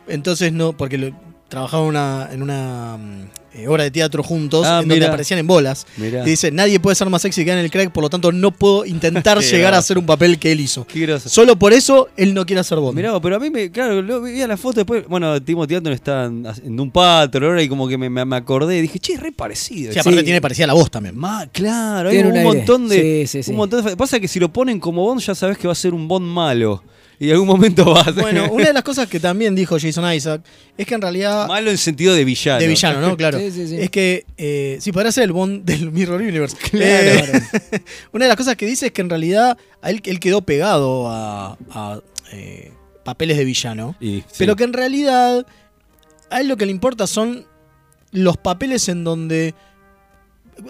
[SPEAKER 3] Entonces no, porque lo- trabajaban una- en una mm, eh, obra de teatro juntos,
[SPEAKER 4] Ah,
[SPEAKER 3] en donde
[SPEAKER 4] mira.
[SPEAKER 3] aparecían en bolas.
[SPEAKER 4] Mirá.
[SPEAKER 3] Y dice, nadie puede ser más sexy que en el crack, por lo tanto no puedo intentar
[SPEAKER 4] Qué
[SPEAKER 3] llegar a
[SPEAKER 4] groso.
[SPEAKER 3] hacer un papel que él hizo.
[SPEAKER 4] Qué groso.
[SPEAKER 3] Solo por eso él no quiere hacer Bond.
[SPEAKER 4] Mirá, vos, pero a mí, me, claro, lo, veía la foto después. Bueno, Timothy Anton está en, en un patrón ahora y como que me, me- me acordé. Dije, che, re parecido.
[SPEAKER 3] Sí, aparte
[SPEAKER 2] Sí.
[SPEAKER 3] tiene parecida la voz también.
[SPEAKER 4] Ma- claro, hay
[SPEAKER 2] Tiene
[SPEAKER 4] un,
[SPEAKER 2] un aire.
[SPEAKER 4] montón de,
[SPEAKER 2] Sí, sí, sí.
[SPEAKER 4] un montón de. Pasa que si lo ponen como Bond, ya sabes que va a ser un Bond malo. Y en algún momento va a ser.
[SPEAKER 3] Bueno, una de las cosas que también dijo Jason Isaac es que en realidad...
[SPEAKER 4] malo en sentido de villano.
[SPEAKER 3] De villano, ¿no? Claro.
[SPEAKER 2] Sí, sí, sí.
[SPEAKER 3] Es que eh, sí, podrá ser el Bond del Mirror Universe. Eh, una de las cosas que dice es que en realidad a él, él quedó pegado a, a, eh, papeles de villano.
[SPEAKER 4] Y, sí.
[SPEAKER 3] Pero que en realidad a él lo que le importa son los papeles en donde...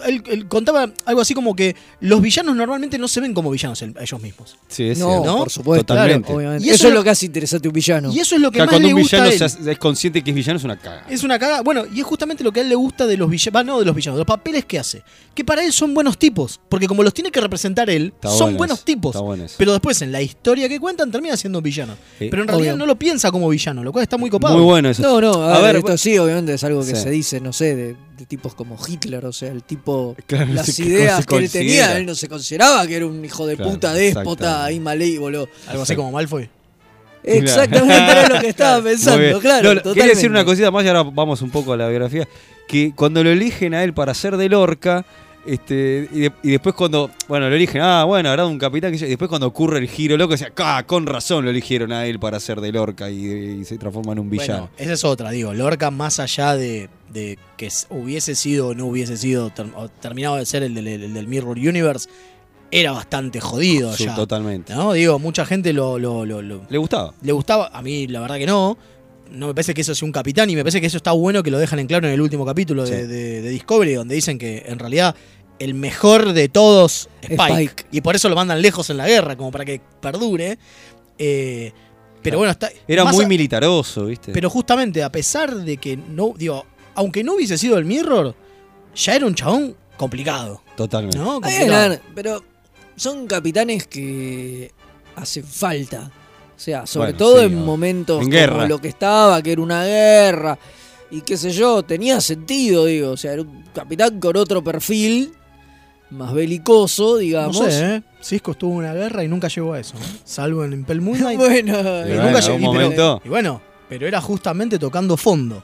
[SPEAKER 3] Él, él contaba algo así como que los villanos normalmente no se ven como villanos el- a ellos mismos.
[SPEAKER 4] Sí, es
[SPEAKER 2] no,
[SPEAKER 4] cierto.
[SPEAKER 2] por supuesto.
[SPEAKER 4] Totalmente.
[SPEAKER 2] claro, obviamente.
[SPEAKER 3] Y
[SPEAKER 2] eso,
[SPEAKER 3] eso
[SPEAKER 2] es
[SPEAKER 3] lo-
[SPEAKER 2] lo que hace interesante a un villano.
[SPEAKER 3] Y eso es lo
[SPEAKER 4] O
[SPEAKER 3] que
[SPEAKER 4] sea,
[SPEAKER 3] más
[SPEAKER 4] cuando
[SPEAKER 3] le
[SPEAKER 4] un
[SPEAKER 3] gusta a
[SPEAKER 4] villano
[SPEAKER 3] él.
[SPEAKER 4] se hace- es consciente que es villano, es una caga.
[SPEAKER 3] Es una cagada. Bueno, y es justamente lo que a él le gusta de los villanos. no de los villanos, de los papeles que hace. Que para él son buenos tipos. Porque como los tiene que representar él,
[SPEAKER 4] Está
[SPEAKER 3] son
[SPEAKER 4] bueno
[SPEAKER 3] buenos
[SPEAKER 4] eso,
[SPEAKER 3] tipos.
[SPEAKER 4] está bueno eso.
[SPEAKER 3] Pero después en la historia que cuentan termina siendo villano.
[SPEAKER 4] Sí.
[SPEAKER 3] Pero en realidad
[SPEAKER 2] Obvio.
[SPEAKER 3] no lo piensa como villano, lo cual está muy copado.
[SPEAKER 4] Muy bueno eso.
[SPEAKER 2] No, no, a,
[SPEAKER 4] A
[SPEAKER 2] ver,
[SPEAKER 4] ver,
[SPEAKER 2] esto
[SPEAKER 4] bu-
[SPEAKER 2] sí, obviamente es algo que
[SPEAKER 4] Sí.
[SPEAKER 2] se dice, no sé, de, de tipos como Hitler, o sea, el tipo,
[SPEAKER 4] Claro,
[SPEAKER 2] las
[SPEAKER 4] sí, que
[SPEAKER 2] ideas
[SPEAKER 4] se
[SPEAKER 2] que él
[SPEAKER 4] considera.
[SPEAKER 2] tenía, él no se consideraba que era un hijo de
[SPEAKER 4] Claro,
[SPEAKER 2] puta, déspota
[SPEAKER 4] exactamente.
[SPEAKER 2] y malévolo.
[SPEAKER 3] Algo así como Malfoy.
[SPEAKER 2] Exactamente era lo que estaba
[SPEAKER 4] Muy bien.
[SPEAKER 2] pensando, claro.
[SPEAKER 4] No, no, quería decir
[SPEAKER 2] totalmente.
[SPEAKER 4] una cosita más y ahora vamos un poco a la biografía. Que cuando lo eligen a él para ser de Lorca, este, y, de- y después cuando, bueno, lo eligen, ah, bueno, habrá un capitán que yo- y después cuando ocurre el giro loco, decía, ah, con razón lo eligieron a él para ser de Lorca y, y se transforma en un
[SPEAKER 3] Bueno,
[SPEAKER 4] villano.
[SPEAKER 3] esa es otra, digo. Lorca, más allá de, de que s- hubiese sido o no hubiese sido ter- o terminado de ser el del, el del Mirror Universe, era bastante jodido
[SPEAKER 4] Su-
[SPEAKER 3] ya.
[SPEAKER 4] totalmente.
[SPEAKER 3] ¿No? Digo, mucha gente lo- lo- lo- lo,
[SPEAKER 4] Le gustaba.
[SPEAKER 3] le gustaba, a mí la verdad que no. No me parece que eso sea un capitán y me parece que eso está bueno que lo dejan en claro en el último capítulo de,
[SPEAKER 4] Sí.
[SPEAKER 3] de- de Discovery, donde dicen que en realidad el mejor de todos es Pike.
[SPEAKER 2] Pike.
[SPEAKER 3] Y por eso lo mandan lejos en la guerra, como para que perdure. Eh, pero bueno, está,
[SPEAKER 4] Era
[SPEAKER 3] más
[SPEAKER 4] muy
[SPEAKER 3] a-
[SPEAKER 4] militaroso, ¿viste?
[SPEAKER 3] Pero justamente, a pesar de que no, digo, aunque no hubiese sido el Mirror, ya era un chabón complicado,
[SPEAKER 4] totalmente.
[SPEAKER 3] ¿no?
[SPEAKER 2] Está bien,
[SPEAKER 3] Complicado.
[SPEAKER 2] a ver, Eh, pero son capitanes que hacen falta. O sea, sobre
[SPEAKER 4] Bueno,
[SPEAKER 2] todo
[SPEAKER 4] sí,
[SPEAKER 2] en
[SPEAKER 4] o-
[SPEAKER 2] momentos
[SPEAKER 4] en
[SPEAKER 2] como
[SPEAKER 4] guerra.
[SPEAKER 2] lo que estaba, que era una guerra, y qué sé yo, tenía sentido, digo. O sea, era un capitán con otro perfil, más belicoso,
[SPEAKER 3] No
[SPEAKER 2] digamos.
[SPEAKER 3] sé, ¿eh? Cisco estuvo en una guerra y nunca llegó a eso, ¿eh? salvo en Impel Moon Knight.
[SPEAKER 2] Bueno,
[SPEAKER 4] Y
[SPEAKER 3] Y
[SPEAKER 4] bueno,
[SPEAKER 3] nunca
[SPEAKER 4] en
[SPEAKER 3] llegué,
[SPEAKER 4] algún
[SPEAKER 3] pero-
[SPEAKER 4] momento.
[SPEAKER 3] y bueno, pero era justamente tocando fondo.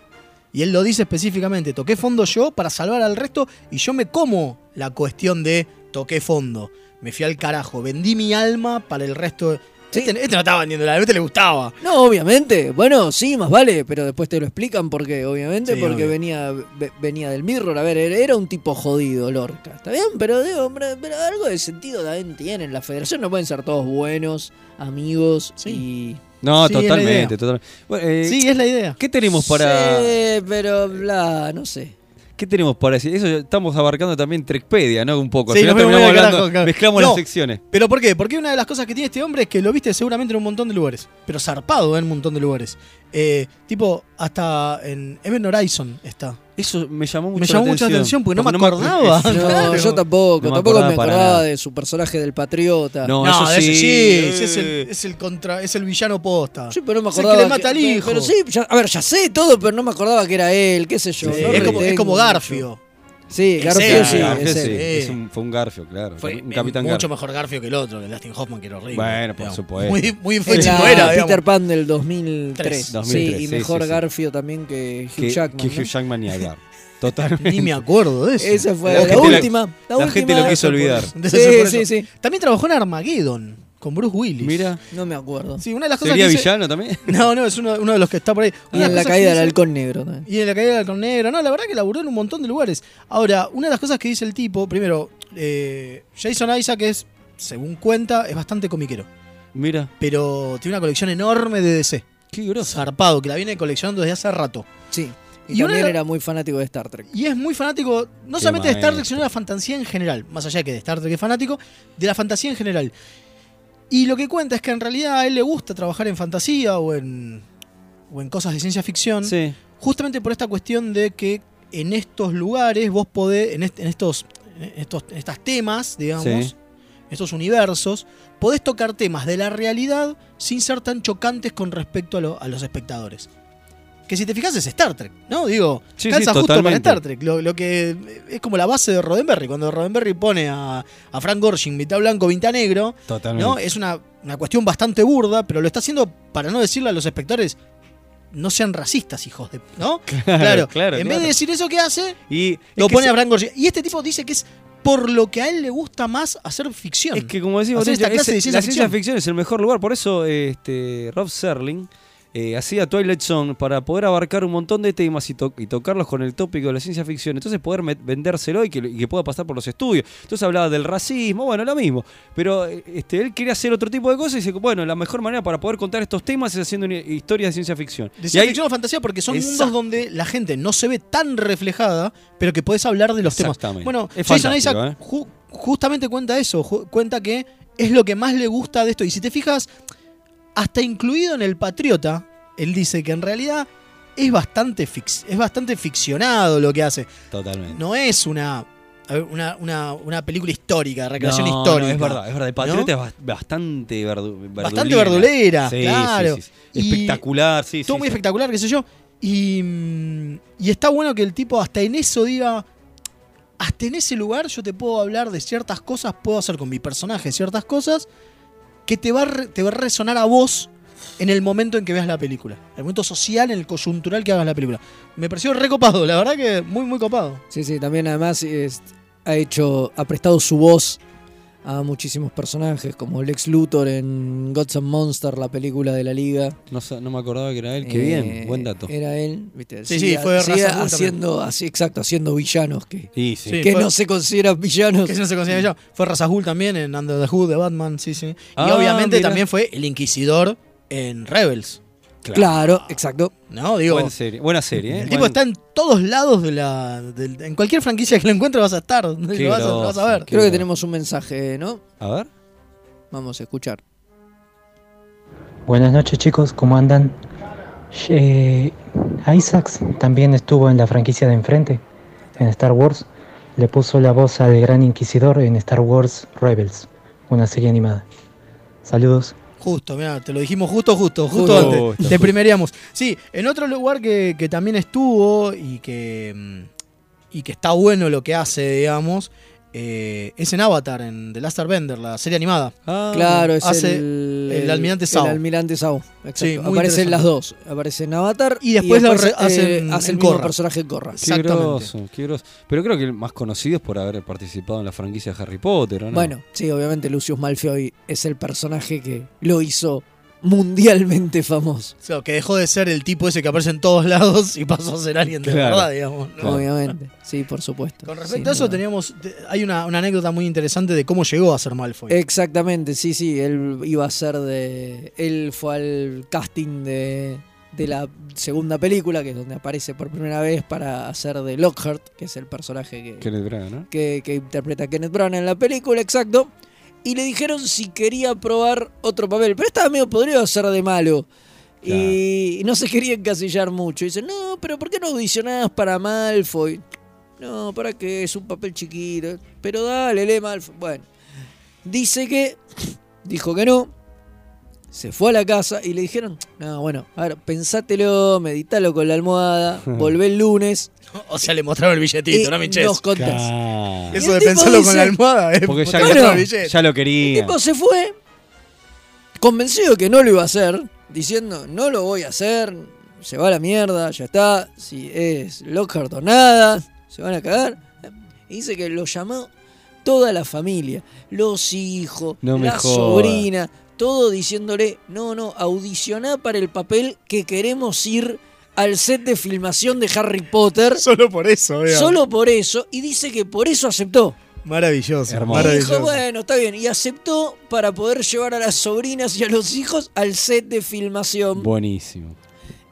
[SPEAKER 3] Y él lo dice específicamente, toqué fondo yo para salvar al resto y yo me como la cuestión de toqué fondo. Me fui al carajo, vendí mi alma para el resto. Este, este no estaba vendiendo la alma, este le gustaba.
[SPEAKER 2] No, obviamente. Bueno, sí, más vale, pero después te lo explican porque, obviamente,
[SPEAKER 3] Sí,
[SPEAKER 2] porque
[SPEAKER 3] obvio.
[SPEAKER 2] venía ve- venía del Mirror. A ver, era era un tipo jodido, Lorca. Está bien, pero digo, hombre, pero algo de sentido también tienen. La Federación no pueden ser todos buenos, amigos y
[SPEAKER 4] No,
[SPEAKER 3] Sí, es la
[SPEAKER 4] totalmente,
[SPEAKER 3] idea.
[SPEAKER 4] totalmente. Bueno, eh,
[SPEAKER 3] Sí, es la idea.
[SPEAKER 4] ¿Qué tenemos para.?
[SPEAKER 2] Sí, pero bla, no sé.
[SPEAKER 4] ¿Qué tenemos para decir? Eso ya estamos abarcando también Trekpedia, ¿no? Un poco. Al
[SPEAKER 3] Sí,
[SPEAKER 4] final
[SPEAKER 3] nos vemos
[SPEAKER 4] terminamos
[SPEAKER 3] al
[SPEAKER 4] hablando-
[SPEAKER 3] carajo, claro.
[SPEAKER 4] Mezclamos
[SPEAKER 3] No.
[SPEAKER 4] las secciones.
[SPEAKER 3] ¿Pero por qué? Porque una de las cosas que tiene este hombre es que lo viste seguramente en un montón de lugares. Pero zarpado en un montón de lugares. Eh, tipo, hasta en Event Horizon está.
[SPEAKER 4] Eso me llamó mucho
[SPEAKER 3] Me llamó
[SPEAKER 4] la
[SPEAKER 3] mucha
[SPEAKER 4] atención.
[SPEAKER 3] atención porque no me acordaba.
[SPEAKER 4] ac-
[SPEAKER 2] No,
[SPEAKER 3] Claro.
[SPEAKER 2] yo tampoco,
[SPEAKER 4] No me
[SPEAKER 2] tampoco me
[SPEAKER 4] acordaba para
[SPEAKER 2] acordaba
[SPEAKER 4] nada.
[SPEAKER 2] de su personaje del patriota.
[SPEAKER 4] No,
[SPEAKER 3] No,
[SPEAKER 4] eso
[SPEAKER 3] de
[SPEAKER 4] sí.
[SPEAKER 3] ese sí, ese es, el,
[SPEAKER 4] Eh,
[SPEAKER 3] es el contra, es el villano posta.
[SPEAKER 2] Sí, pero no me
[SPEAKER 3] Es el
[SPEAKER 2] acordaba.
[SPEAKER 3] que le mata al hijo.
[SPEAKER 2] Pero sí, ya- a ver, ya sé todo, pero no me acordaba que era él, qué sé yo.
[SPEAKER 3] Sí,
[SPEAKER 2] no
[SPEAKER 3] es, como, es
[SPEAKER 2] retengo
[SPEAKER 3] como
[SPEAKER 2] mucho.
[SPEAKER 3] Garfio.
[SPEAKER 2] Sí,
[SPEAKER 3] Es
[SPEAKER 2] Garfio
[SPEAKER 3] él,
[SPEAKER 2] sí,
[SPEAKER 4] Garfio
[SPEAKER 2] es
[SPEAKER 4] sí.
[SPEAKER 2] él.
[SPEAKER 4] Es un- fue un Garfio, claro.
[SPEAKER 3] Fue
[SPEAKER 4] un capitán
[SPEAKER 3] mucho
[SPEAKER 4] Garfio.
[SPEAKER 3] mejor Garfio que el otro, que Dustin Hoffman, que era horrible.
[SPEAKER 4] Bueno, por
[SPEAKER 3] digamos.
[SPEAKER 4] supuesto.
[SPEAKER 3] Muy, muy
[SPEAKER 2] Fue
[SPEAKER 3] infantil no
[SPEAKER 2] la
[SPEAKER 3] era,
[SPEAKER 2] Peter
[SPEAKER 3] digamos.
[SPEAKER 2] Pan del 2003.
[SPEAKER 3] Tres.
[SPEAKER 4] 2003,
[SPEAKER 2] sí, y
[SPEAKER 4] sí,
[SPEAKER 2] mejor
[SPEAKER 4] sí, sí.
[SPEAKER 2] Garfio también que Hugh
[SPEAKER 4] Que,
[SPEAKER 2] Jackman.
[SPEAKER 4] que
[SPEAKER 2] ¿no?
[SPEAKER 4] Hugh Jackman ni hablar. Totalmente.
[SPEAKER 3] Ni me acuerdo de eso.
[SPEAKER 2] Esa fue
[SPEAKER 4] La
[SPEAKER 2] la,
[SPEAKER 4] gente la-
[SPEAKER 2] última. La,
[SPEAKER 4] la gente
[SPEAKER 2] última.
[SPEAKER 4] lo quiso olvidar.
[SPEAKER 3] Debe ser por
[SPEAKER 2] Sí,
[SPEAKER 3] eso.
[SPEAKER 2] sí, sí.
[SPEAKER 3] También trabajó en Armageddon con Bruce Willis.
[SPEAKER 4] Mira.
[SPEAKER 2] No me acuerdo.
[SPEAKER 3] Sí, una de las cosas
[SPEAKER 4] ¿Sería
[SPEAKER 3] que dice-
[SPEAKER 4] villano también?
[SPEAKER 3] No, no, es uno, uno de los que está por ahí.
[SPEAKER 2] Y
[SPEAKER 3] Una de
[SPEAKER 2] en Ah, la
[SPEAKER 3] las cosas que
[SPEAKER 2] caída del
[SPEAKER 3] dice-
[SPEAKER 2] halcón negro. ¿no?
[SPEAKER 3] Y en la caída del halcón negro. No, la verdad que laburó en un montón de lugares. Ahora, una de las cosas que dice el tipo, primero, eh, Jason Isaac es, según cuenta, es bastante comiquero.
[SPEAKER 4] Mira.
[SPEAKER 3] Pero tiene una colección enorme de DC.
[SPEAKER 4] Qué groso.
[SPEAKER 3] Zarpado, que la viene coleccionando desde hace rato.
[SPEAKER 2] Sí. Y,
[SPEAKER 3] Y una
[SPEAKER 2] también
[SPEAKER 3] de-
[SPEAKER 2] era muy fanático de Star Trek.
[SPEAKER 3] Y es muy fanático, no
[SPEAKER 4] Qué
[SPEAKER 3] solamente de Star Trek,
[SPEAKER 4] maestro.
[SPEAKER 3] sino de la fantasía en general. Más allá que de Star Trek es fanático, de la fantasía en general. Y lo que cuenta es que en realidad a él le gusta trabajar en fantasía o en, o en cosas de ciencia ficción.
[SPEAKER 4] Sí.
[SPEAKER 3] justamente por esta cuestión de que en estos lugares vos podés, en, est- en estos, en estos en estas temas, digamos,
[SPEAKER 4] Sí.
[SPEAKER 3] estos universos, podés tocar temas de la realidad sin ser tan chocantes con respecto a, lo- a los espectadores. Que si te fijas es Star Trek, ¿no? Digo,
[SPEAKER 4] Sí,
[SPEAKER 3] calza
[SPEAKER 4] sí,
[SPEAKER 3] justo para
[SPEAKER 4] totalmente.
[SPEAKER 3] Star Trek. Lo, lo que es como la base de Roddenberry. Cuando Roddenberry pone a, a Frank Gorshin mitad blanco, mitad negro,
[SPEAKER 4] Totalmente.
[SPEAKER 3] ¿no? Es una, una cuestión bastante burda, pero lo está haciendo para no decirle a los espectadores, no sean racistas, hijos de... ¿No?
[SPEAKER 4] Claro, claro,
[SPEAKER 3] en vez
[SPEAKER 4] claro.
[SPEAKER 3] de decir eso que hace,
[SPEAKER 4] Y
[SPEAKER 3] lo
[SPEAKER 4] es que
[SPEAKER 3] pone
[SPEAKER 4] se-
[SPEAKER 3] a Frank Gorshin. Y este tipo dice que es por lo que a él le gusta más hacer ficción.
[SPEAKER 4] Es que como decimos,
[SPEAKER 3] Hacer esta
[SPEAKER 4] Tincho,
[SPEAKER 3] clase
[SPEAKER 4] es-
[SPEAKER 3] de ciencia
[SPEAKER 4] la ciencia
[SPEAKER 3] ficción.
[SPEAKER 4] ficción es el mejor lugar. Por eso este, Rob Serling eh, hacía Twilight Zone para poder abarcar un montón de temas y, to- y tocarlos con el tópico de la ciencia ficción. Entonces poder met- vendérselo y que, y que pueda pasar por los estudios. Entonces hablaba del racismo, bueno, lo mismo. Pero eh, este, él quería hacer otro tipo de cosas y dice, bueno, la mejor manera para poder contar estos temas es haciendo una historia de ciencia ficción.
[SPEAKER 3] De
[SPEAKER 4] y
[SPEAKER 3] ciencia
[SPEAKER 4] ahí-
[SPEAKER 3] ficción o fantasía porque son
[SPEAKER 4] Exacto.
[SPEAKER 3] mundos donde la gente no se ve tan reflejada, pero que podés hablar de los temas.
[SPEAKER 4] Exactamente.
[SPEAKER 3] Bueno,
[SPEAKER 4] Es
[SPEAKER 3] Jason
[SPEAKER 4] fantástico,
[SPEAKER 3] Isaac
[SPEAKER 4] ¿eh?
[SPEAKER 3] ju- justamente cuenta eso, ju- cuenta que es lo que más le gusta de esto. Y si te fijas, hasta incluido en El Patriota, él dice que en realidad es bastante, fix- es bastante ficcionado lo que hace.
[SPEAKER 4] Totalmente.
[SPEAKER 3] No es una, a ver, una, una- una película histórica, recreación
[SPEAKER 4] No,
[SPEAKER 3] histórica.
[SPEAKER 4] no, es verdad, es verdad.
[SPEAKER 3] ¿no?
[SPEAKER 4] El Patriota es bas- bastante verdu- verdulera.
[SPEAKER 3] Bastante verdulera,
[SPEAKER 4] Sí, sí,
[SPEAKER 3] claro.
[SPEAKER 4] sí, sí.
[SPEAKER 3] Y-
[SPEAKER 4] Espectacular, sí,
[SPEAKER 3] todo
[SPEAKER 4] sí,
[SPEAKER 3] muy
[SPEAKER 4] sí.
[SPEAKER 3] espectacular, qué sé yo. Y, mm, y está bueno que el tipo hasta en eso diga, hasta en ese lugar yo te puedo hablar de ciertas cosas, puedo hacer con mi personaje ciertas cosas que te va a, re- te va a resonar a vos en el momento en que veas la película. En el momento social, en el coyuntural que hagas la película. Me pareció recopado, la verdad que muy, muy copado.
[SPEAKER 2] Sí, sí, también además es- ha hecho, ha prestado su voz a muchísimos personajes, como Lex Luthor en Gods and Monsters, la película de la liga.
[SPEAKER 4] No, sa- no me acordaba que era él. Qué
[SPEAKER 2] Eh,
[SPEAKER 4] bien, buen dato.
[SPEAKER 2] Era él, ¿viste?
[SPEAKER 3] Sí,
[SPEAKER 2] Sigue-
[SPEAKER 3] sí, fue
[SPEAKER 2] sigue
[SPEAKER 3] Razor Bull
[SPEAKER 2] haciendo, así, exacto, haciendo villanos que,
[SPEAKER 4] Y sí.
[SPEAKER 3] Sí.
[SPEAKER 2] que
[SPEAKER 3] fue-
[SPEAKER 2] no se consideran villanos.
[SPEAKER 3] Que ese no se considera yo. Fue Ra's al Ghul también en Under the Hood de Batman, sí, sí. Y
[SPEAKER 4] Ah,
[SPEAKER 3] obviamente
[SPEAKER 4] mirá.
[SPEAKER 3] también fue el Inquisidor en Rebels.
[SPEAKER 2] Claro,
[SPEAKER 3] Ah,
[SPEAKER 2] exacto.
[SPEAKER 3] ¿No? Digo,
[SPEAKER 4] Buena serie, buena serie, ¿eh?
[SPEAKER 3] El tipo
[SPEAKER 4] Buen-
[SPEAKER 3] está en todos lados de la. del- en cualquier franquicia que lo encuentres vas a estar. Lo vas a,
[SPEAKER 4] Qué
[SPEAKER 3] lo vas a
[SPEAKER 4] grosso,
[SPEAKER 3] ver.
[SPEAKER 2] Creo
[SPEAKER 4] qué
[SPEAKER 2] que
[SPEAKER 4] bueno.
[SPEAKER 2] tenemos un mensaje, ¿no?
[SPEAKER 4] A ver.
[SPEAKER 2] Vamos a escuchar.
[SPEAKER 8] Buenas noches chicos, ¿cómo andan? Eh, Isaacs también estuvo en la franquicia de enfrente, en Star Wars. Le puso la voz al Gran Inquisidor en Star Wars Rebels, una serie animada. Saludos.
[SPEAKER 3] Justo, mira, te lo dijimos justo, justo, justo,
[SPEAKER 2] Justo,
[SPEAKER 3] antes.
[SPEAKER 4] justo.
[SPEAKER 3] Te primeríamos. Sí, en otro lugar que, que también estuvo y que. mm, y que está bueno lo que hace, digamos. eh, es en Avatar, en The Last Airbender, la serie animada.
[SPEAKER 4] Ah,
[SPEAKER 2] Claro, es
[SPEAKER 3] hace
[SPEAKER 2] el,
[SPEAKER 3] el Almirante Saw.
[SPEAKER 2] El almirante Saw, exacto.
[SPEAKER 3] Sí, muy
[SPEAKER 2] Aparecen
[SPEAKER 3] interesante.
[SPEAKER 2] las dos. Aparecen Avatar
[SPEAKER 3] Y después lo re- hacen
[SPEAKER 2] eh, hace el
[SPEAKER 3] en
[SPEAKER 2] mismo
[SPEAKER 3] Korra.
[SPEAKER 2] personaje en Corra.
[SPEAKER 4] Qué
[SPEAKER 3] Exactamente.
[SPEAKER 4] grosso, qué grosso. Pero creo que el más conocido es por haber participado en la franquicia de Harry Potter, ¿o ¿no?
[SPEAKER 2] Bueno, sí, obviamente Lucius Malfoy es el personaje que lo hizo mundialmente famoso,
[SPEAKER 3] O sea, que dejó de ser el tipo ese que aparece en todos lados y pasó a ser alguien de
[SPEAKER 4] Claro.
[SPEAKER 3] verdad, digamos. ¿no?
[SPEAKER 4] Claro.
[SPEAKER 2] obviamente. Sí, por supuesto.
[SPEAKER 3] Con
[SPEAKER 2] Sin
[SPEAKER 3] respecto a eso,
[SPEAKER 2] duda.
[SPEAKER 3] teníamos. te- hay una, una anécdota muy interesante de cómo llegó a ser Malfoy.
[SPEAKER 2] Eh, Exactamente, sí, sí, él iba a ser de... Él fue al casting de, de la segunda película, que es donde aparece por primera vez para hacer de Lockhart, que es el personaje que,
[SPEAKER 4] Kenneth Branagh, ¿no?
[SPEAKER 2] que, que interpreta Kenneth Branagh en la película, exacto. Y le dijeron si quería probar otro papel. Pero estaba medio podrido ser de malo. Y no se quería encasillar mucho. Y dice, no, pero ¿por qué no audicionás para Malfoy? No, ¿para qué? Es un papel chiquito. Pero dale, lee Malfoy. Bueno. Dice que... Dijo que no. Se fue a la casa y le dijeron, no, bueno, a ver, pensátelo, meditalo con la almohada, volvé el lunes
[SPEAKER 3] O sea, le mostraron el
[SPEAKER 2] y
[SPEAKER 3] billetito, ¿no, Miches?
[SPEAKER 2] nos contás.
[SPEAKER 4] Claro.
[SPEAKER 2] Es-
[SPEAKER 3] Eso de
[SPEAKER 2] el tipo
[SPEAKER 3] pensarlo con
[SPEAKER 2] dice-
[SPEAKER 3] la almohada, ¿eh?
[SPEAKER 4] Porque ya,
[SPEAKER 3] Mostrarle
[SPEAKER 2] Bueno.
[SPEAKER 3] el billete.
[SPEAKER 4] Ah, ya lo
[SPEAKER 2] El
[SPEAKER 4] quería.
[SPEAKER 2] tipo se fue, convencido que no lo iba a hacer, diciendo, no lo voy a hacer, se va a la mierda, ya está, si es Lockhart o nada, se van a cagar. Y dice que lo llamó toda la familia, los hijos,
[SPEAKER 4] No me
[SPEAKER 2] la
[SPEAKER 4] jodas.
[SPEAKER 2] sobrina, todo diciéndole, no, no, audicioná para el papel que queremos ir al set de filmación de Harry Potter,
[SPEAKER 3] Solo por eso, vea.
[SPEAKER 2] solo por eso, y dice que por eso aceptó.
[SPEAKER 3] Maravilloso,
[SPEAKER 4] Hermoso.
[SPEAKER 2] Y dijo,
[SPEAKER 3] maravilloso.
[SPEAKER 2] bueno, está bien. Y aceptó para poder llevar a las sobrinas y a los hijos al set de filmación.
[SPEAKER 4] Buenísimo.